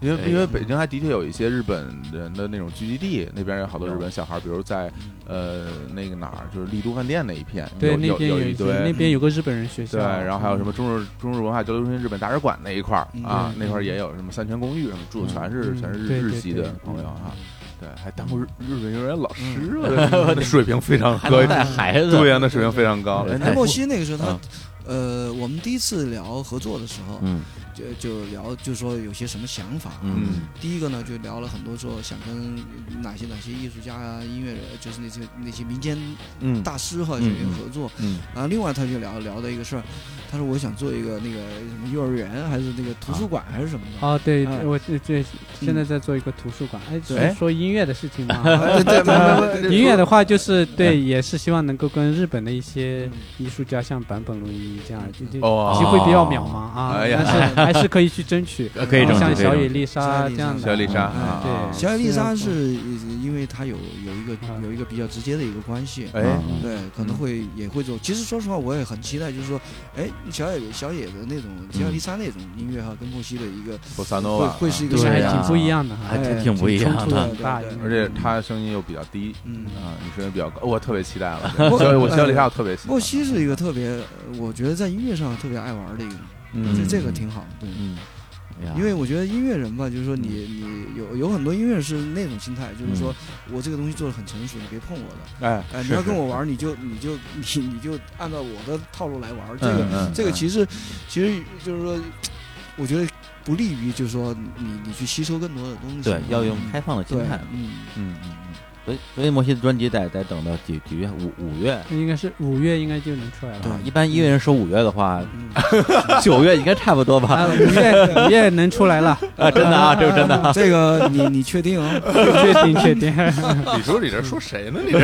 [SPEAKER 2] 因
[SPEAKER 1] 哎
[SPEAKER 2] 为因为北京还的确有一些日本人的那种聚集地，那边有好多日本小孩，比如在
[SPEAKER 3] 嗯
[SPEAKER 2] 呃那个哪儿，就是丽都饭店那一片，
[SPEAKER 4] 对，
[SPEAKER 2] 有
[SPEAKER 4] 那
[SPEAKER 2] 有
[SPEAKER 4] 边
[SPEAKER 2] 有
[SPEAKER 4] 一
[SPEAKER 2] 一
[SPEAKER 4] 些
[SPEAKER 2] 堆，
[SPEAKER 4] 那边有个日本人学校，
[SPEAKER 2] 对，然后还有什么中日中日文化交流中心日本大使馆那一块儿
[SPEAKER 3] 嗯
[SPEAKER 2] 啊，
[SPEAKER 4] 嗯
[SPEAKER 2] 那块儿也有什么三泉公寓什么住的全是
[SPEAKER 4] 嗯
[SPEAKER 2] 全是
[SPEAKER 4] 对对
[SPEAKER 2] 日系
[SPEAKER 4] 对
[SPEAKER 2] 的
[SPEAKER 4] 嗯
[SPEAKER 2] 朋友哈，对，还当过日日本幼儿园老师， 我嗯那水平非常
[SPEAKER 1] 还
[SPEAKER 2] 高
[SPEAKER 1] 能，带孩 子，
[SPEAKER 2] 对呀，啊那水平非常高。
[SPEAKER 1] 对
[SPEAKER 2] 哎嗯
[SPEAKER 1] 太
[SPEAKER 3] 哎，
[SPEAKER 2] 那
[SPEAKER 3] 莫西那个时候他
[SPEAKER 1] 啊，
[SPEAKER 3] 呃，我们第一次聊合作的时候，
[SPEAKER 1] 嗯
[SPEAKER 3] 就就聊，就说有些什么想法。
[SPEAKER 1] 嗯
[SPEAKER 3] 第一个呢，就聊了很多，说想跟哪些哪些艺术家啊、音乐人，就是那些那些民间
[SPEAKER 2] 嗯
[SPEAKER 3] 大师哈，有
[SPEAKER 1] 嗯
[SPEAKER 3] 些合作。
[SPEAKER 2] 嗯
[SPEAKER 3] 然后另外他就聊聊的一个事儿，他说我想做一个那个什么幼儿园还是那个图书馆
[SPEAKER 2] 啊
[SPEAKER 3] 还是什么的。
[SPEAKER 4] 哦，对，
[SPEAKER 2] 嗯
[SPEAKER 3] 哎
[SPEAKER 4] 我这这现
[SPEAKER 3] 嗯
[SPEAKER 4] 在在做一个图书馆。哎，只
[SPEAKER 2] 哎
[SPEAKER 4] 是说音乐的事情吗？
[SPEAKER 3] 啊对对对
[SPEAKER 2] 嗯
[SPEAKER 3] 对对
[SPEAKER 4] 音乐的
[SPEAKER 2] 哎
[SPEAKER 4] 话，就是对，也是希望能够跟日本的一些
[SPEAKER 3] 嗯
[SPEAKER 4] 艺术家，像坂本龙一这样，就就
[SPEAKER 2] 哦
[SPEAKER 4] 机会比较渺茫啊，
[SPEAKER 2] 哎呀
[SPEAKER 4] 但 是还是可以去争取。
[SPEAKER 1] 呃可以
[SPEAKER 4] 然后
[SPEAKER 1] 争取
[SPEAKER 4] 像
[SPEAKER 1] 可以
[SPEAKER 4] 小野
[SPEAKER 1] 争
[SPEAKER 4] 丽莎
[SPEAKER 3] 小野丽
[SPEAKER 4] 这样
[SPEAKER 3] 莎
[SPEAKER 4] 的，
[SPEAKER 2] 小野丽莎
[SPEAKER 3] 嗯
[SPEAKER 2] 啊，
[SPEAKER 4] 对
[SPEAKER 2] 啊
[SPEAKER 3] 小野丽莎
[SPEAKER 4] 是
[SPEAKER 3] 是呃因为她有有一个有一个比较直接的一个关系，
[SPEAKER 2] 哎
[SPEAKER 1] 嗯
[SPEAKER 3] 对，可能会也会做。其实说实话，我也很期待，就是说，哎，小野小野的那种小野
[SPEAKER 1] 嗯
[SPEAKER 3] 丽莎那种音乐哈，跟莫西的一个
[SPEAKER 2] 波萨诺
[SPEAKER 3] 会
[SPEAKER 2] 瓦
[SPEAKER 3] 会是一个
[SPEAKER 4] 就是
[SPEAKER 1] 哦对
[SPEAKER 4] 还
[SPEAKER 3] 什
[SPEAKER 1] 呀
[SPEAKER 3] 么
[SPEAKER 4] 挺不一样的
[SPEAKER 1] 还
[SPEAKER 4] 哈。
[SPEAKER 1] 挺
[SPEAKER 3] 哎
[SPEAKER 1] 挺不一样
[SPEAKER 3] 冲突
[SPEAKER 1] 的
[SPEAKER 4] 很大
[SPEAKER 3] 对对
[SPEAKER 4] 一
[SPEAKER 2] 啊
[SPEAKER 4] 个
[SPEAKER 2] 而且他声音又比较低
[SPEAKER 3] 嗯。
[SPEAKER 2] 啊，你声音比较高，我特别期待 了。
[SPEAKER 3] 我
[SPEAKER 2] 小我小李莎我特别喜欢。
[SPEAKER 3] 莫哎西是一个特别，呃我觉得在音乐上特别爱玩的一个人，
[SPEAKER 2] 嗯
[SPEAKER 3] 这这个挺好。对，
[SPEAKER 2] 嗯
[SPEAKER 1] 哎呀
[SPEAKER 3] 因为我觉得音乐人吧，就是说
[SPEAKER 1] 嗯
[SPEAKER 3] 你你有有很多音乐人是那种心态，就是说我这个东西做的很成熟，你别碰我的。
[SPEAKER 2] 哎
[SPEAKER 3] 哎，你
[SPEAKER 2] 是
[SPEAKER 3] 要跟
[SPEAKER 2] 是
[SPEAKER 3] 我玩儿，你就你就你你就按照我的套路来玩儿。这
[SPEAKER 2] 嗯
[SPEAKER 3] 个、
[SPEAKER 2] 嗯
[SPEAKER 3] 这个
[SPEAKER 2] 嗯
[SPEAKER 3] 其实其实就是说，我觉得不利于就是说你你去吸收更多的东西。
[SPEAKER 1] 对，要用开
[SPEAKER 3] 嗯
[SPEAKER 1] 放的心
[SPEAKER 3] 对
[SPEAKER 1] 态。，
[SPEAKER 2] 嗯
[SPEAKER 3] 嗯，
[SPEAKER 2] 嗯嗯
[SPEAKER 1] 所以，所以摩西的专辑得得等到几几月？五五月
[SPEAKER 4] 那应该是五月应该就能出来了
[SPEAKER 3] 对
[SPEAKER 1] 啊。一般音乐人说五月的话，
[SPEAKER 3] 嗯
[SPEAKER 1] 九月应该差不多吧？
[SPEAKER 4] 啊，五月五月能出来 了，
[SPEAKER 1] 啊，真的啊，这个真的啊。
[SPEAKER 3] 嗯这个你你确定啊？
[SPEAKER 4] 确定确定。
[SPEAKER 2] 你说你这说谁呢？你这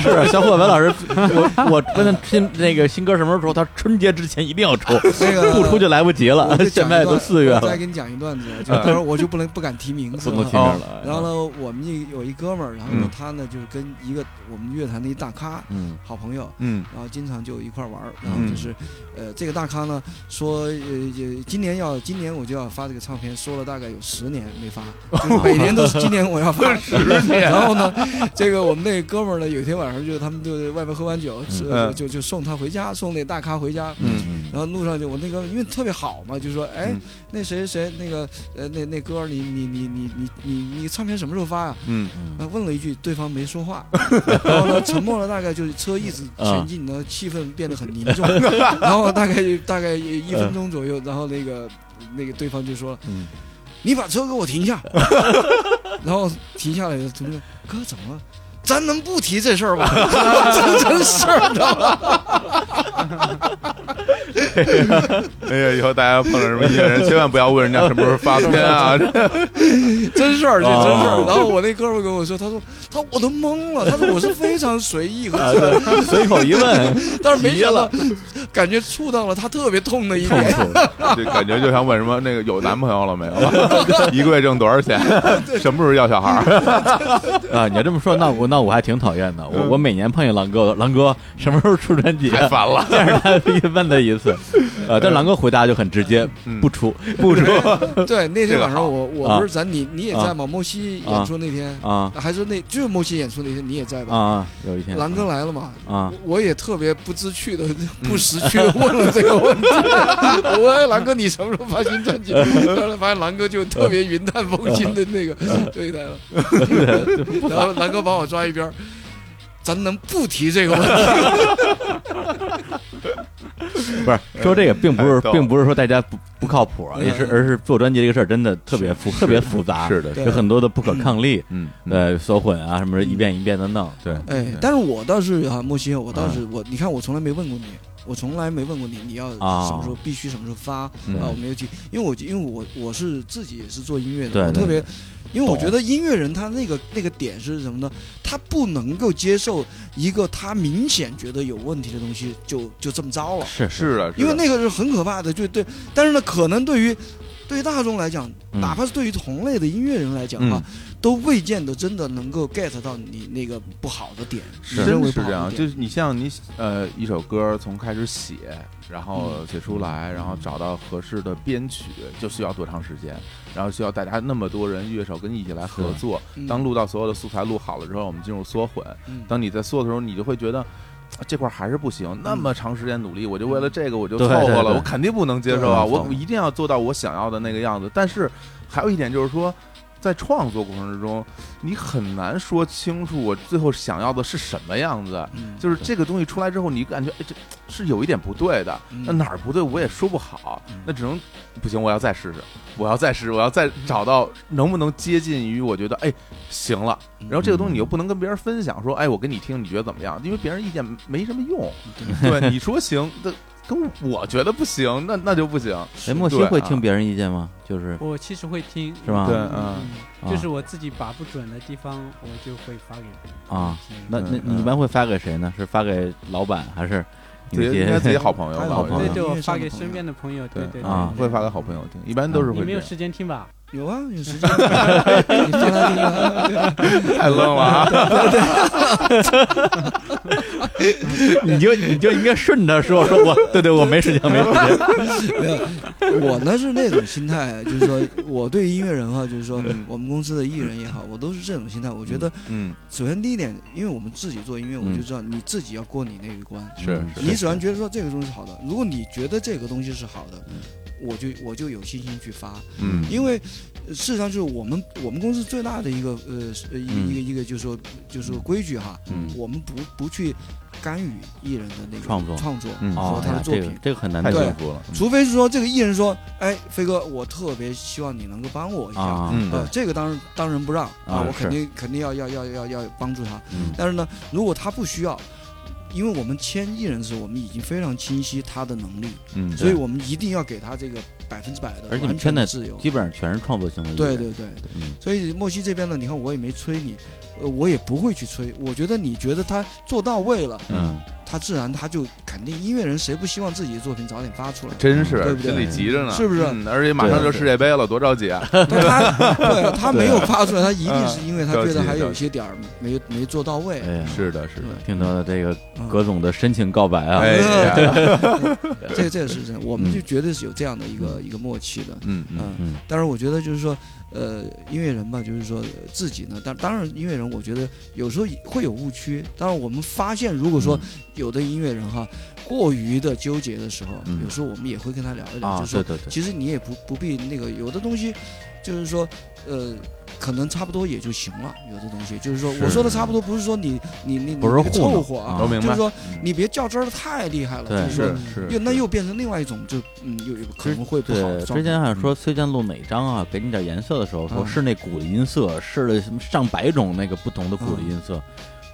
[SPEAKER 2] 是
[SPEAKER 1] 是小伙文老师，我我问他新那个新歌什么时候出，他说春节之前一定要出，
[SPEAKER 3] 那个
[SPEAKER 1] 不出就来不及
[SPEAKER 3] 我
[SPEAKER 1] 了。
[SPEAKER 3] 再
[SPEAKER 1] 现
[SPEAKER 3] 讲一
[SPEAKER 1] 在都
[SPEAKER 3] 段
[SPEAKER 1] 四月
[SPEAKER 3] 我再
[SPEAKER 1] 了，嗯
[SPEAKER 3] 给你讲一段子，就到时候我就不能不敢提名字
[SPEAKER 1] 不能嗯
[SPEAKER 3] 了。啊
[SPEAKER 1] 去这儿
[SPEAKER 2] 哦
[SPEAKER 1] 了。
[SPEAKER 3] 然后呢，我们一有一哥们儿，然后呢
[SPEAKER 2] 嗯
[SPEAKER 3] 他呢就是跟一个我们乐坛的一大咖
[SPEAKER 1] 嗯，
[SPEAKER 3] 好朋友，
[SPEAKER 2] 嗯
[SPEAKER 3] 然后经常就一块儿玩儿，然后
[SPEAKER 2] 嗯
[SPEAKER 3] 就是，呃，这个大咖呢说，呃，也今年要今年我就要发这个唱片，说了大概有十年没 发，就是每年都是今年我要发十年。 然后呢，这个我们那哥们儿呢，有一天晚上就他们就外边喝完酒，是
[SPEAKER 2] 嗯
[SPEAKER 3] 就就送他回家，送那大咖回家。
[SPEAKER 2] 嗯
[SPEAKER 3] 然后路上就我那个因为特别好嘛，就说哎
[SPEAKER 2] 嗯，
[SPEAKER 3] 那谁谁那个呃那那哥儿你你你你你你你唱片什么时候发呀、
[SPEAKER 2] 嗯
[SPEAKER 3] 啊，问了一句，对方没说话，然后呢，沉默了大概就是车一直前进，然后气氛变得很凝重， 然后大概大概一分钟左右，然后那个那个对方就说了
[SPEAKER 2] 嗯，
[SPEAKER 3] 你把车给我停下， 然后停下来的同学哥怎么了？咱能不提这事儿吗？ 这真事儿的，
[SPEAKER 2] 哎呀，以后大家碰到什么音 乐人，千万不要问人家什么时候发片啊！
[SPEAKER 3] 真事儿，这真事儿
[SPEAKER 1] 哦。
[SPEAKER 3] 然后我那哥们儿跟我说，他说他我都懵了，他说我是非常随意
[SPEAKER 1] 啊
[SPEAKER 3] 和自然，
[SPEAKER 1] 随口一问，
[SPEAKER 3] 但是没想到，感觉触到了他特别痛的 一点。
[SPEAKER 2] 这感啊觉就像问什么那个有男朋友了没有，一个月挣多少 钱，什么时候要小孩儿？
[SPEAKER 1] 啊！你要这么说，那我那我还挺讨厌的。我
[SPEAKER 2] 嗯
[SPEAKER 1] 我每年碰见狼哥，狼哥什么时候出专辑啊？
[SPEAKER 2] 太烦了。
[SPEAKER 1] 但是他必须问他一 次，呃，但狼哥回答就很直接，
[SPEAKER 2] 嗯
[SPEAKER 1] 不 出不出
[SPEAKER 3] 对，那
[SPEAKER 2] 这
[SPEAKER 3] 天晚
[SPEAKER 2] 个好
[SPEAKER 3] 上我
[SPEAKER 1] 啊
[SPEAKER 3] 我不是咱你你也在吗？莫西演出那天，
[SPEAKER 1] 啊
[SPEAKER 3] 还是那就是莫西演出那天你也在
[SPEAKER 1] 啊
[SPEAKER 3] 吧？
[SPEAKER 1] 啊！有一天，
[SPEAKER 3] 狼哥来了嘛？
[SPEAKER 1] 啊，嗯
[SPEAKER 3] 我我也特别不知趣的、不识趣的问了这个问题。 我说：“哎狼哥，你什么时候发新专辑？”后来发现狼哥就特别云淡风轻的 那个对待了，然后狼哥把我抓一边儿，咱能不提这个问题？
[SPEAKER 1] 不是说这个，并不是
[SPEAKER 2] 太逗，了
[SPEAKER 1] 并不是说大家不不靠谱啊，也是而是做专辑这个事儿真的特别复特别复杂，
[SPEAKER 2] 嗯是的，
[SPEAKER 3] 对
[SPEAKER 1] 有很多的不可抗力，
[SPEAKER 2] 嗯，
[SPEAKER 1] 呃，缩混啊什么的，一遍一遍的弄，
[SPEAKER 2] 对，
[SPEAKER 3] 哎，但是我倒是啊，莫西，我倒
[SPEAKER 1] 嗯
[SPEAKER 3] 是我，你看我从来没问过你，我从来没问过你，你要什
[SPEAKER 1] 啊
[SPEAKER 3] 么时候必须什么时候发啊？
[SPEAKER 2] 嗯
[SPEAKER 3] 我没有去，因为我因为我我是自己也是做音乐
[SPEAKER 1] 对
[SPEAKER 3] 的，我
[SPEAKER 1] 对
[SPEAKER 3] 特别，因为我
[SPEAKER 1] 懂
[SPEAKER 3] 觉得音乐人他那个那个点是什么呢？他不能够接受一个他明显觉得有问题的东西就就这么着了，
[SPEAKER 1] 是
[SPEAKER 2] 是的，
[SPEAKER 3] 因为
[SPEAKER 2] 是的
[SPEAKER 3] 那个是很可怕的，就对。但是呢，可能对于对于大众来讲，
[SPEAKER 1] 嗯
[SPEAKER 3] 哪怕是对于同类的音乐人来讲啊，
[SPEAKER 2] 嗯
[SPEAKER 3] 都未见得真的能够 get 到你那个不好的点，你认
[SPEAKER 2] 真
[SPEAKER 3] 为
[SPEAKER 2] 是
[SPEAKER 3] 不好
[SPEAKER 2] 这
[SPEAKER 3] 的
[SPEAKER 2] 样，
[SPEAKER 3] 点
[SPEAKER 2] 就是你像你呃一首歌从开始写，然后
[SPEAKER 3] 嗯
[SPEAKER 2] 写出来，然后找到合适的编曲，就需要多长时间，然后需要大家那么多人乐手跟你一起来合作。
[SPEAKER 3] 嗯
[SPEAKER 2] 当录到所有的素材录好了之后，我们进入缩混。
[SPEAKER 3] 嗯
[SPEAKER 2] 当你在缩的时候，你就会觉得。啊这块儿还是不行，那么长时间努力，我就为了这个我就
[SPEAKER 1] 对
[SPEAKER 2] 凑合
[SPEAKER 1] 对
[SPEAKER 2] 了，
[SPEAKER 1] 对
[SPEAKER 2] 我肯定不能接受啊！
[SPEAKER 1] 对没
[SPEAKER 2] 我
[SPEAKER 1] 错
[SPEAKER 2] 我一定要做到我想要的那个样子。但是还有一点就是说，在创作过程之中，你很难说清楚我最后想要的是什么样子。
[SPEAKER 3] 嗯
[SPEAKER 2] 就是这个东西出来之后，你感觉哎，这是有一点不对的，
[SPEAKER 3] 嗯
[SPEAKER 2] 那哪儿不对我也说不好
[SPEAKER 3] 嗯，
[SPEAKER 2] 那只能不行，我要再试试，我要再试，我要再找到能不能接近于我觉得哎行了。
[SPEAKER 3] 嗯
[SPEAKER 2] 然后这个东西你又不能跟别人分享，说哎我给你听，你觉得怎么样？因为别人意见没什么 用，对，你说行，那跟我觉得不行，那那就不行。
[SPEAKER 1] 哎，莫西
[SPEAKER 2] 对
[SPEAKER 1] 会
[SPEAKER 2] 啊
[SPEAKER 1] 听别人意见吗？就是
[SPEAKER 4] 我其实会听，
[SPEAKER 1] 是吧
[SPEAKER 2] 对，
[SPEAKER 1] 啊
[SPEAKER 2] 嗯，
[SPEAKER 1] 啊
[SPEAKER 4] 就是我自己把不准的地方，我就会发给别人
[SPEAKER 1] 啊，
[SPEAKER 4] 听
[SPEAKER 1] 那那
[SPEAKER 2] 嗯
[SPEAKER 1] 你一般会发给谁呢？是发给老板还是你
[SPEAKER 2] 自
[SPEAKER 1] 那
[SPEAKER 2] 己
[SPEAKER 1] 些
[SPEAKER 2] 应该自己好朋友
[SPEAKER 3] 太
[SPEAKER 2] 吧，
[SPEAKER 3] 好
[SPEAKER 2] 我觉
[SPEAKER 1] 朋
[SPEAKER 4] 对
[SPEAKER 1] 友
[SPEAKER 2] 得
[SPEAKER 4] 对，我
[SPEAKER 3] 音乐上
[SPEAKER 4] 发
[SPEAKER 3] 的
[SPEAKER 4] 给
[SPEAKER 3] 朋
[SPEAKER 4] 身
[SPEAKER 3] 友
[SPEAKER 4] 边的朋友，对
[SPEAKER 2] 对
[SPEAKER 4] 对
[SPEAKER 1] 啊
[SPEAKER 2] 会发给好朋友听，一般都是
[SPEAKER 4] 你
[SPEAKER 2] 会
[SPEAKER 4] 没
[SPEAKER 2] 这
[SPEAKER 4] 有
[SPEAKER 2] 样。
[SPEAKER 4] 时间听吧？
[SPEAKER 3] 有啊，有时间， 你放他听啊。
[SPEAKER 2] 太愣了啊！
[SPEAKER 1] 你就你就应该顺着说，说我对对，我没时间，没时间。
[SPEAKER 3] 没有，我呢是那种心态，就是说我对音乐人哈，就是说
[SPEAKER 2] 嗯
[SPEAKER 3] 我们公司的艺人也好，我都是这种心态。我觉得
[SPEAKER 2] 嗯，
[SPEAKER 3] 首先第一点，因为我们自己做音乐，我
[SPEAKER 1] 嗯
[SPEAKER 3] 就知道你自己要过你那一关。
[SPEAKER 2] 是
[SPEAKER 1] 嗯
[SPEAKER 2] 是
[SPEAKER 3] 你只要觉得说这个东西是好的，如果你觉得这个东西是好的，
[SPEAKER 1] 嗯
[SPEAKER 3] 我就我就有信心去发。
[SPEAKER 2] 嗯
[SPEAKER 3] 因为呃事实上就是我们我们公司最大的一个呃是呃一
[SPEAKER 1] 嗯
[SPEAKER 3] 一个一个就是说就是说规矩哈，
[SPEAKER 1] 嗯
[SPEAKER 3] 我们不不去干预艺人的那个
[SPEAKER 1] 创作
[SPEAKER 3] 创作
[SPEAKER 2] 嗯
[SPEAKER 3] 和
[SPEAKER 1] 哦，
[SPEAKER 3] 他
[SPEAKER 1] 哎
[SPEAKER 3] 的
[SPEAKER 1] 呀
[SPEAKER 3] 作
[SPEAKER 1] 这
[SPEAKER 3] 品
[SPEAKER 1] 个。这个很难
[SPEAKER 2] 太
[SPEAKER 1] 得
[SPEAKER 2] 幸福了。
[SPEAKER 3] 除非是说这个艺人说，哎，飞哥，我特别希望你能够帮我一下，
[SPEAKER 1] 啊，
[SPEAKER 2] 嗯
[SPEAKER 3] 呃，这个当然当仁不让
[SPEAKER 1] 啊
[SPEAKER 3] 我
[SPEAKER 1] 是
[SPEAKER 3] 肯定肯定要要要要要帮助他。
[SPEAKER 1] 嗯
[SPEAKER 3] 但是呢，如果他不需要，因为我们签艺人的时候，我们已经非常清晰他的能力，
[SPEAKER 2] 嗯，
[SPEAKER 3] 所以我们一定要给他这个百分之百的
[SPEAKER 1] 而且你
[SPEAKER 3] 完全
[SPEAKER 1] 现在
[SPEAKER 3] 的自由。
[SPEAKER 1] 基本上全是创作性的艺人。
[SPEAKER 3] 对对对，
[SPEAKER 1] 嗯，
[SPEAKER 3] 所以莫西这边呢，你看我也没催你，呃，我也不会去催。我觉得你觉得他做到位了，
[SPEAKER 1] 嗯，
[SPEAKER 3] 他自然他就肯定音乐人谁不希望自己的作品早点 发出来？
[SPEAKER 2] 真是
[SPEAKER 3] 对不对
[SPEAKER 2] 心里急着呢，
[SPEAKER 3] 是不是
[SPEAKER 2] 嗯而且马上就世界杯了，多着急啊！
[SPEAKER 3] 但他对他
[SPEAKER 1] 啊
[SPEAKER 3] 没有发出来，他一定是因为他
[SPEAKER 2] 嗯
[SPEAKER 3] 觉得
[SPEAKER 2] 着急
[SPEAKER 3] 还有
[SPEAKER 2] 着
[SPEAKER 3] 一些点儿没没做到位。
[SPEAKER 1] 哎呀，
[SPEAKER 2] 嗯是的，是的，
[SPEAKER 1] 听到了这个
[SPEAKER 3] 嗯
[SPEAKER 1] 葛总的深情告白啊，
[SPEAKER 2] 哎呀，
[SPEAKER 3] 这这个是真的，我们
[SPEAKER 1] 嗯
[SPEAKER 3] 就绝对是有这样的一个一个默契的。
[SPEAKER 2] 嗯嗯
[SPEAKER 3] 嗯，
[SPEAKER 1] 嗯
[SPEAKER 3] 当然我觉得就是说，呃，音乐人吧，就是说呃自己呢，当当然音乐人，我觉得有时候也会有误区。当然我们发现，如果
[SPEAKER 1] 嗯
[SPEAKER 3] 说有的音乐人哈过于的纠结的时候，
[SPEAKER 1] 嗯
[SPEAKER 3] 有时候我们也会跟他聊一
[SPEAKER 2] 哎
[SPEAKER 3] 聊，
[SPEAKER 1] 啊
[SPEAKER 3] 就，是
[SPEAKER 1] 对
[SPEAKER 3] 说
[SPEAKER 1] 对对，
[SPEAKER 3] 其实你也不不必那个，有的东西就是说，呃，可能差不多也就行了。有的东西就是说，
[SPEAKER 1] 是
[SPEAKER 3] 我说的差不多，不是说你你你
[SPEAKER 1] 不是
[SPEAKER 3] 你别
[SPEAKER 1] 糊弄
[SPEAKER 3] 凑合啊，
[SPEAKER 2] 都明
[SPEAKER 3] 就
[SPEAKER 2] 白
[SPEAKER 3] 是。说你别较真儿的太厉害了，
[SPEAKER 1] 嗯对
[SPEAKER 3] 就是说
[SPEAKER 2] 是是，
[SPEAKER 3] 又那又变成另外一种，就嗯，又有可能会不好
[SPEAKER 1] 对
[SPEAKER 3] 的，状
[SPEAKER 1] 之
[SPEAKER 3] 态。
[SPEAKER 1] 前好像说崔健录哪张啊，给你点颜色的时候，说
[SPEAKER 3] 嗯
[SPEAKER 1] 试那鼓的音色，试了什么上百种那个不同的鼓的音色，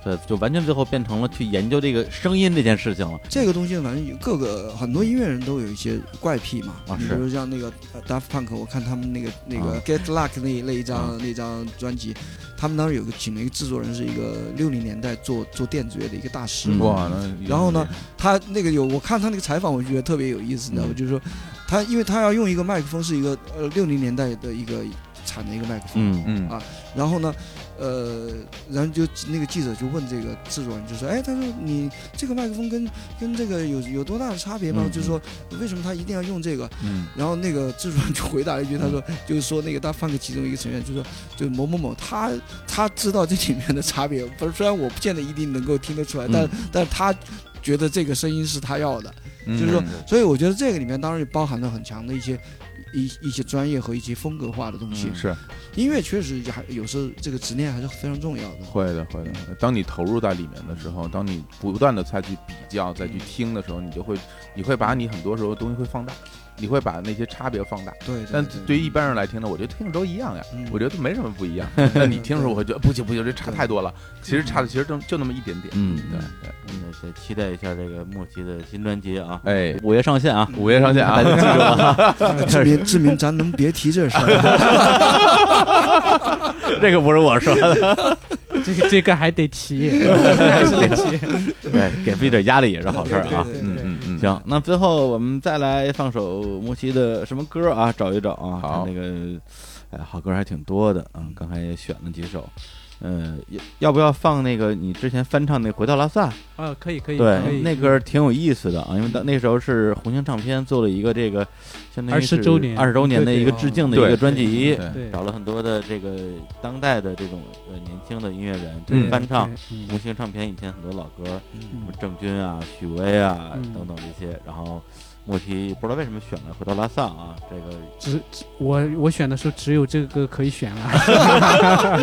[SPEAKER 1] 对，就完全最后变成了去研究这个声音这件事情了。
[SPEAKER 3] 这个东西反正有各个很多音乐人都有一些怪癖嘛，
[SPEAKER 1] 啊
[SPEAKER 3] 你
[SPEAKER 1] 是
[SPEAKER 3] 比如像那个呃 Daft Punk，我看他们那个那个
[SPEAKER 1] 啊
[SPEAKER 3] Get Luck 那那一张、
[SPEAKER 1] 啊
[SPEAKER 3] 那张专辑，他们当时有个请了一个制作人，是一个六零年代做做电子乐的一个大师嘛，
[SPEAKER 1] 嗯
[SPEAKER 2] 哇，那
[SPEAKER 3] 然后呢，他那个有，我看他那个采访，我就觉得特别有意思，你知道吗？
[SPEAKER 1] 嗯
[SPEAKER 3] 就是说，他因为他要用一个麦克风，是一个呃六零年代的一个产的一个麦克风，
[SPEAKER 1] 嗯
[SPEAKER 2] 嗯
[SPEAKER 3] 啊然后呢，呃，然后就那个记者就问这个制作人，就说，哎，他说你这个麦克风跟跟这个有有多大的差别吗？
[SPEAKER 1] 嗯
[SPEAKER 3] 就说为什么他一定要用这个？
[SPEAKER 2] 嗯
[SPEAKER 3] 然后那个制作人就回答了一句，他说， 就是说那个大 funk 其中一个成员就说，就某某某，他他知道这里面的差别，不是虽然我不见得一定能够听得出来，但
[SPEAKER 1] 嗯
[SPEAKER 3] 但他觉得这个声音是他要的，
[SPEAKER 2] 嗯，
[SPEAKER 3] 就是说
[SPEAKER 2] 嗯，
[SPEAKER 3] 所以我觉得这个里面当然也包含了很强的一些一一些专业和一些风格化的东西。
[SPEAKER 2] 嗯是
[SPEAKER 3] 音乐确实还有时候这个执念还是非常重要的。
[SPEAKER 2] 会的，会的。当你投入在里面的时候，当你不断的再去比较、再去听的时候，你就会，你会把你很多时候东西会放大，你会把那些差别放大。
[SPEAKER 3] 对，对
[SPEAKER 2] 但
[SPEAKER 3] 对
[SPEAKER 2] 对于一般人来听呢，我觉得听着都一样呀，
[SPEAKER 3] 嗯
[SPEAKER 2] 我觉得没什么不一样。 那你听的时 候，我会觉得不行不行，这差太多了。其实差的其实就就那么一点点。
[SPEAKER 1] 嗯
[SPEAKER 2] 对对。
[SPEAKER 1] 嗯，得期待一下这个莫奇的新专辑啊，
[SPEAKER 2] 哎，
[SPEAKER 1] 五月上线啊，
[SPEAKER 2] 五月上线
[SPEAKER 1] 大，
[SPEAKER 2] 啊
[SPEAKER 1] 家记住啊，
[SPEAKER 3] 志明，志明，咱能别提这事 儿吗。
[SPEAKER 1] 这个不是我说的，
[SPEAKER 4] 这个 这个还得提，还是得提。
[SPEAKER 1] 对，给自己点压力也是好事儿啊。
[SPEAKER 4] 对对
[SPEAKER 2] 嗯嗯嗯，
[SPEAKER 1] 行，那最后我们再来放首莫西的什么歌啊？找一找啊，
[SPEAKER 2] 好
[SPEAKER 1] 看那个，哎，好歌还挺多的啊，刚才也选了几首。嗯，要要不要放那个你之前翻唱那《回到拉萨》？
[SPEAKER 4] 啊，可以可以，可
[SPEAKER 1] 对，
[SPEAKER 4] 以
[SPEAKER 1] 那歌儿挺有意思的啊，因为当那时候是红星唱片做了一个这个，相当于
[SPEAKER 4] 20周年
[SPEAKER 1] 二十周年的一个致敬的一个
[SPEAKER 2] 对
[SPEAKER 1] 专辑，
[SPEAKER 2] 对
[SPEAKER 4] 对
[SPEAKER 1] 找了很多的这个当代的这种呃年轻的音乐人
[SPEAKER 2] 嗯
[SPEAKER 1] 翻唱，
[SPEAKER 4] 对
[SPEAKER 1] 红星唱片以前很多老歌，什
[SPEAKER 4] 嗯
[SPEAKER 1] 么郑钧啊、许巍啊
[SPEAKER 4] 嗯
[SPEAKER 1] 等等这些，然后莫提不知道为什么选了《回到拉萨》啊，这个
[SPEAKER 4] 只只我我选的时候只有这个可以选 了，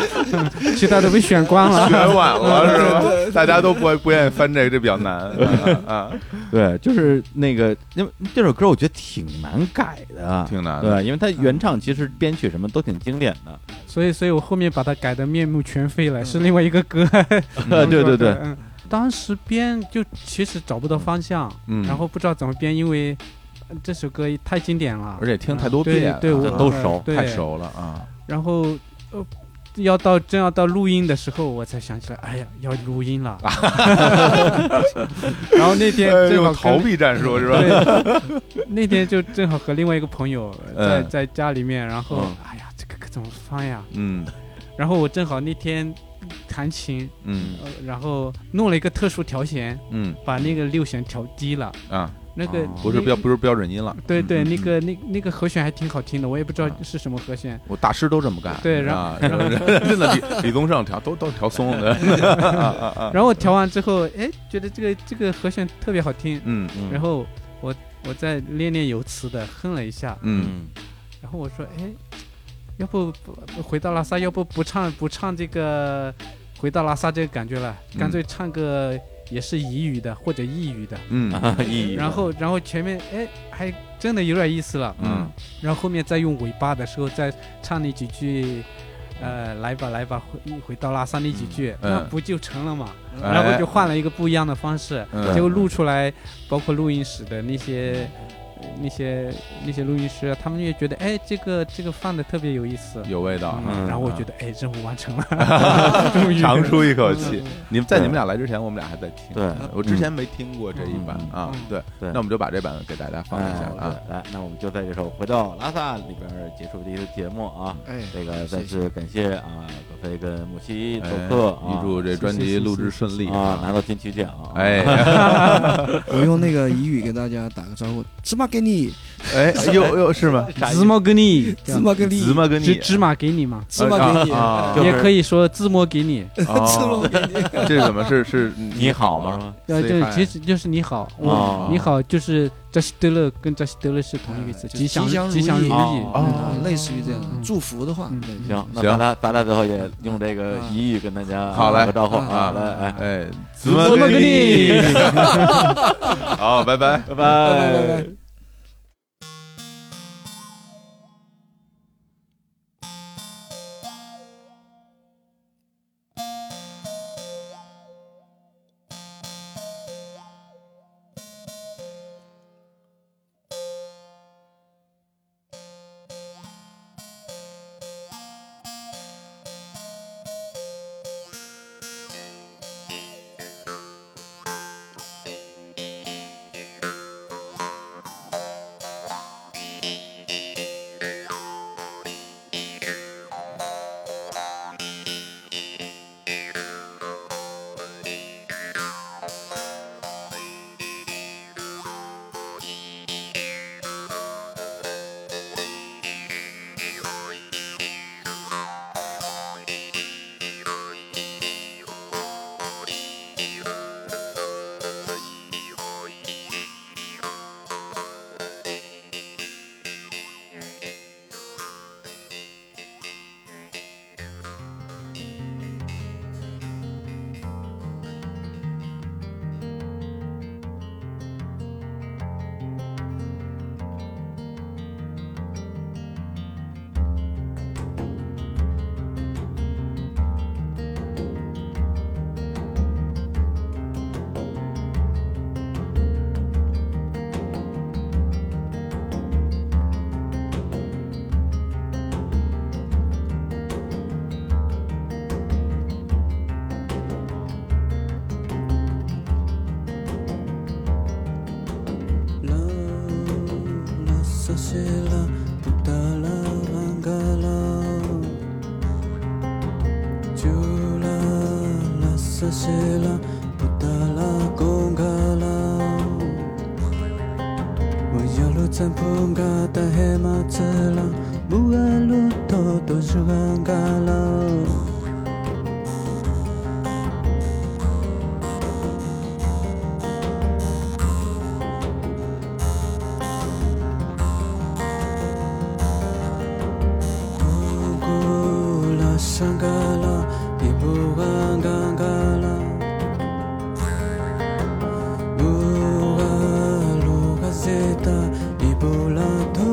[SPEAKER 4] 其他都被选光了。
[SPEAKER 2] 选晚了是吧？大家都不不愿意翻这个，这比较难 啊，
[SPEAKER 1] 对，就是那个，因为这首歌我觉得挺难改
[SPEAKER 2] 啊
[SPEAKER 1] 的，
[SPEAKER 2] 挺难的。
[SPEAKER 1] 对，因为它原唱其实编曲什么都挺经典的，
[SPEAKER 4] 所以，所以我后面把它改的面目全非了，是另外一个歌。
[SPEAKER 2] 呃
[SPEAKER 1] 对对对，
[SPEAKER 4] 嗯，当时编就其实找不到方向，
[SPEAKER 2] 嗯
[SPEAKER 4] 然后不知道怎么编，因为呃这首歌太经典了，嗯
[SPEAKER 2] 而且听太多
[SPEAKER 4] 对
[SPEAKER 2] 遍了，
[SPEAKER 4] 对，我
[SPEAKER 1] 这都熟
[SPEAKER 4] 呃对
[SPEAKER 2] 太熟了啊。
[SPEAKER 4] 然后呃，要到真要到录音的时候，我才想起来，哎呀，要录 音了。 然后那天
[SPEAKER 2] 哎用
[SPEAKER 4] 正好跟
[SPEAKER 2] 逃避战术是吧？
[SPEAKER 4] 对，那天就正好和另外一个朋友在、
[SPEAKER 2] 嗯
[SPEAKER 4] 在家里面，然后、
[SPEAKER 1] 嗯
[SPEAKER 4] 哎呀，这个可怎么翻呀？
[SPEAKER 2] 嗯
[SPEAKER 4] 然后我正好那天弹琴，
[SPEAKER 2] 嗯
[SPEAKER 4] 呃、然后弄了一个特殊调弦，
[SPEAKER 2] 嗯
[SPEAKER 4] 把那个六弦调低了，
[SPEAKER 2] 啊，
[SPEAKER 4] 那个、
[SPEAKER 1] 哦
[SPEAKER 2] 不是
[SPEAKER 4] 嗯
[SPEAKER 2] 标。不是标准音了。
[SPEAKER 4] 对对，
[SPEAKER 2] 嗯
[SPEAKER 4] 那个那那个和弦还挺好听的，我也不知道
[SPEAKER 2] 啊
[SPEAKER 4] 是什么和弦。
[SPEAKER 2] 我大师都这么干，
[SPEAKER 4] 对然
[SPEAKER 2] 啊， 真的李李宗盛调都都调松的， 啊啊啊
[SPEAKER 4] 然后我调完之后，哎，觉得这个这个和弦特别好听，
[SPEAKER 2] 嗯
[SPEAKER 1] 嗯
[SPEAKER 4] 然后我我再练练有词的哼了一下，
[SPEAKER 2] 嗯，
[SPEAKER 4] 然后我说，哎，要不不不回到拉萨，要不不唱不唱这个回到拉萨这个感觉了，
[SPEAKER 2] 嗯
[SPEAKER 4] 干脆唱个也是彝语的或者异语的。
[SPEAKER 2] 嗯
[SPEAKER 1] 啊， 意义。
[SPEAKER 4] 然后，然后前面哎，还真的有点意思了。
[SPEAKER 2] 嗯，
[SPEAKER 4] 然后后面再用尾巴的时候再唱那几句，呃，来吧来吧，回回到拉萨那几句，
[SPEAKER 2] 嗯
[SPEAKER 4] 那不就成了嘛？
[SPEAKER 2] 哎
[SPEAKER 4] 然后就换了一个不一样的方式，
[SPEAKER 2] 嗯
[SPEAKER 4] 结果录出来，包括录音室的那些。那些那些录音师啊，他们也觉得，哎，这个这个放的特别有意思。
[SPEAKER 2] 哎有啊味道，嗯
[SPEAKER 1] 嗯
[SPEAKER 4] 然后我觉得，哎，任务完成了， 终于
[SPEAKER 2] 长出一 口气。你们在
[SPEAKER 1] 对
[SPEAKER 2] 你们俩来之前，我们俩还在听，
[SPEAKER 1] 对
[SPEAKER 2] 我之前没听过这一版
[SPEAKER 1] 嗯
[SPEAKER 2] 啊
[SPEAKER 4] 嗯，
[SPEAKER 2] 对，
[SPEAKER 1] 对
[SPEAKER 2] 那我们就把这版给大家放一下
[SPEAKER 1] 哎
[SPEAKER 2] 啊，
[SPEAKER 1] 对来，那我们就在这首《回到拉萨》里边儿结束这一期节目啊。
[SPEAKER 3] 哎，
[SPEAKER 1] 这个
[SPEAKER 3] 谢
[SPEAKER 1] 再
[SPEAKER 3] 谢
[SPEAKER 1] 次感谢啊，葛飞跟木西做
[SPEAKER 2] 哎
[SPEAKER 1] 客
[SPEAKER 2] 预
[SPEAKER 1] 啊，
[SPEAKER 2] 祝这专辑录制顺利
[SPEAKER 1] 啊拿到金曲奖啊。
[SPEAKER 2] 哎
[SPEAKER 3] 我用那个彝语给大家打个招呼，芝麻给你，
[SPEAKER 2] 哎，又又是吗？
[SPEAKER 4] 芝麻给你，
[SPEAKER 3] 芝麻给你，
[SPEAKER 2] 芝麻跟
[SPEAKER 4] 芝
[SPEAKER 2] 你
[SPEAKER 4] 芝麻给你嘛，
[SPEAKER 3] 芝麻给你，
[SPEAKER 2] 啊，
[SPEAKER 1] 就
[SPEAKER 4] 也
[SPEAKER 1] 是
[SPEAKER 4] 可以说自摸给你，
[SPEAKER 2] 芝
[SPEAKER 3] 芝麻给你，
[SPEAKER 2] 这怎么是是
[SPEAKER 1] 你好吗？
[SPEAKER 4] 呃，
[SPEAKER 2] Say
[SPEAKER 4] 就是
[SPEAKER 2] hi
[SPEAKER 4] 其实就是你好，
[SPEAKER 1] 哦
[SPEAKER 4] 我你好就是扎西德勒跟扎西德勒是同一个意思，
[SPEAKER 3] 就是
[SPEAKER 4] 吉祥
[SPEAKER 3] 哦吉祥
[SPEAKER 4] 吉祥
[SPEAKER 3] 如
[SPEAKER 4] 如
[SPEAKER 3] 意
[SPEAKER 4] 意
[SPEAKER 2] 哦
[SPEAKER 3] 嗯类似于这样的
[SPEAKER 4] 嗯
[SPEAKER 3] 祝福的话
[SPEAKER 4] 嗯，
[SPEAKER 3] 对
[SPEAKER 1] 行，那
[SPEAKER 2] 行
[SPEAKER 1] 咱俩咱俩最后也用这个
[SPEAKER 2] 啊
[SPEAKER 1] 彝语跟大家
[SPEAKER 2] 好嘞
[SPEAKER 1] 打个招呼
[SPEAKER 2] 啊
[SPEAKER 1] 来，哎，
[SPEAKER 2] 哎，
[SPEAKER 1] 芝
[SPEAKER 2] 芝
[SPEAKER 1] 麻
[SPEAKER 2] 麻
[SPEAKER 1] 跟
[SPEAKER 2] 跟
[SPEAKER 1] 你，
[SPEAKER 2] 好，拜拜。
[SPEAKER 1] 拜
[SPEAKER 3] 拜拜拜
[SPEAKER 1] 拜
[SPEAKER 3] 拜。
[SPEAKER 5] Thank
[SPEAKER 3] 西啦，嘟达啦，啷个啦，就啦啦萨西啦，嘟达啦，贡嘎啦，我要路赞普嘎达黑马子啦，不爱路多多是啷个啦。Gula Shangala, Ibu Gangala. Luga Luga Zeta, Ibu Lato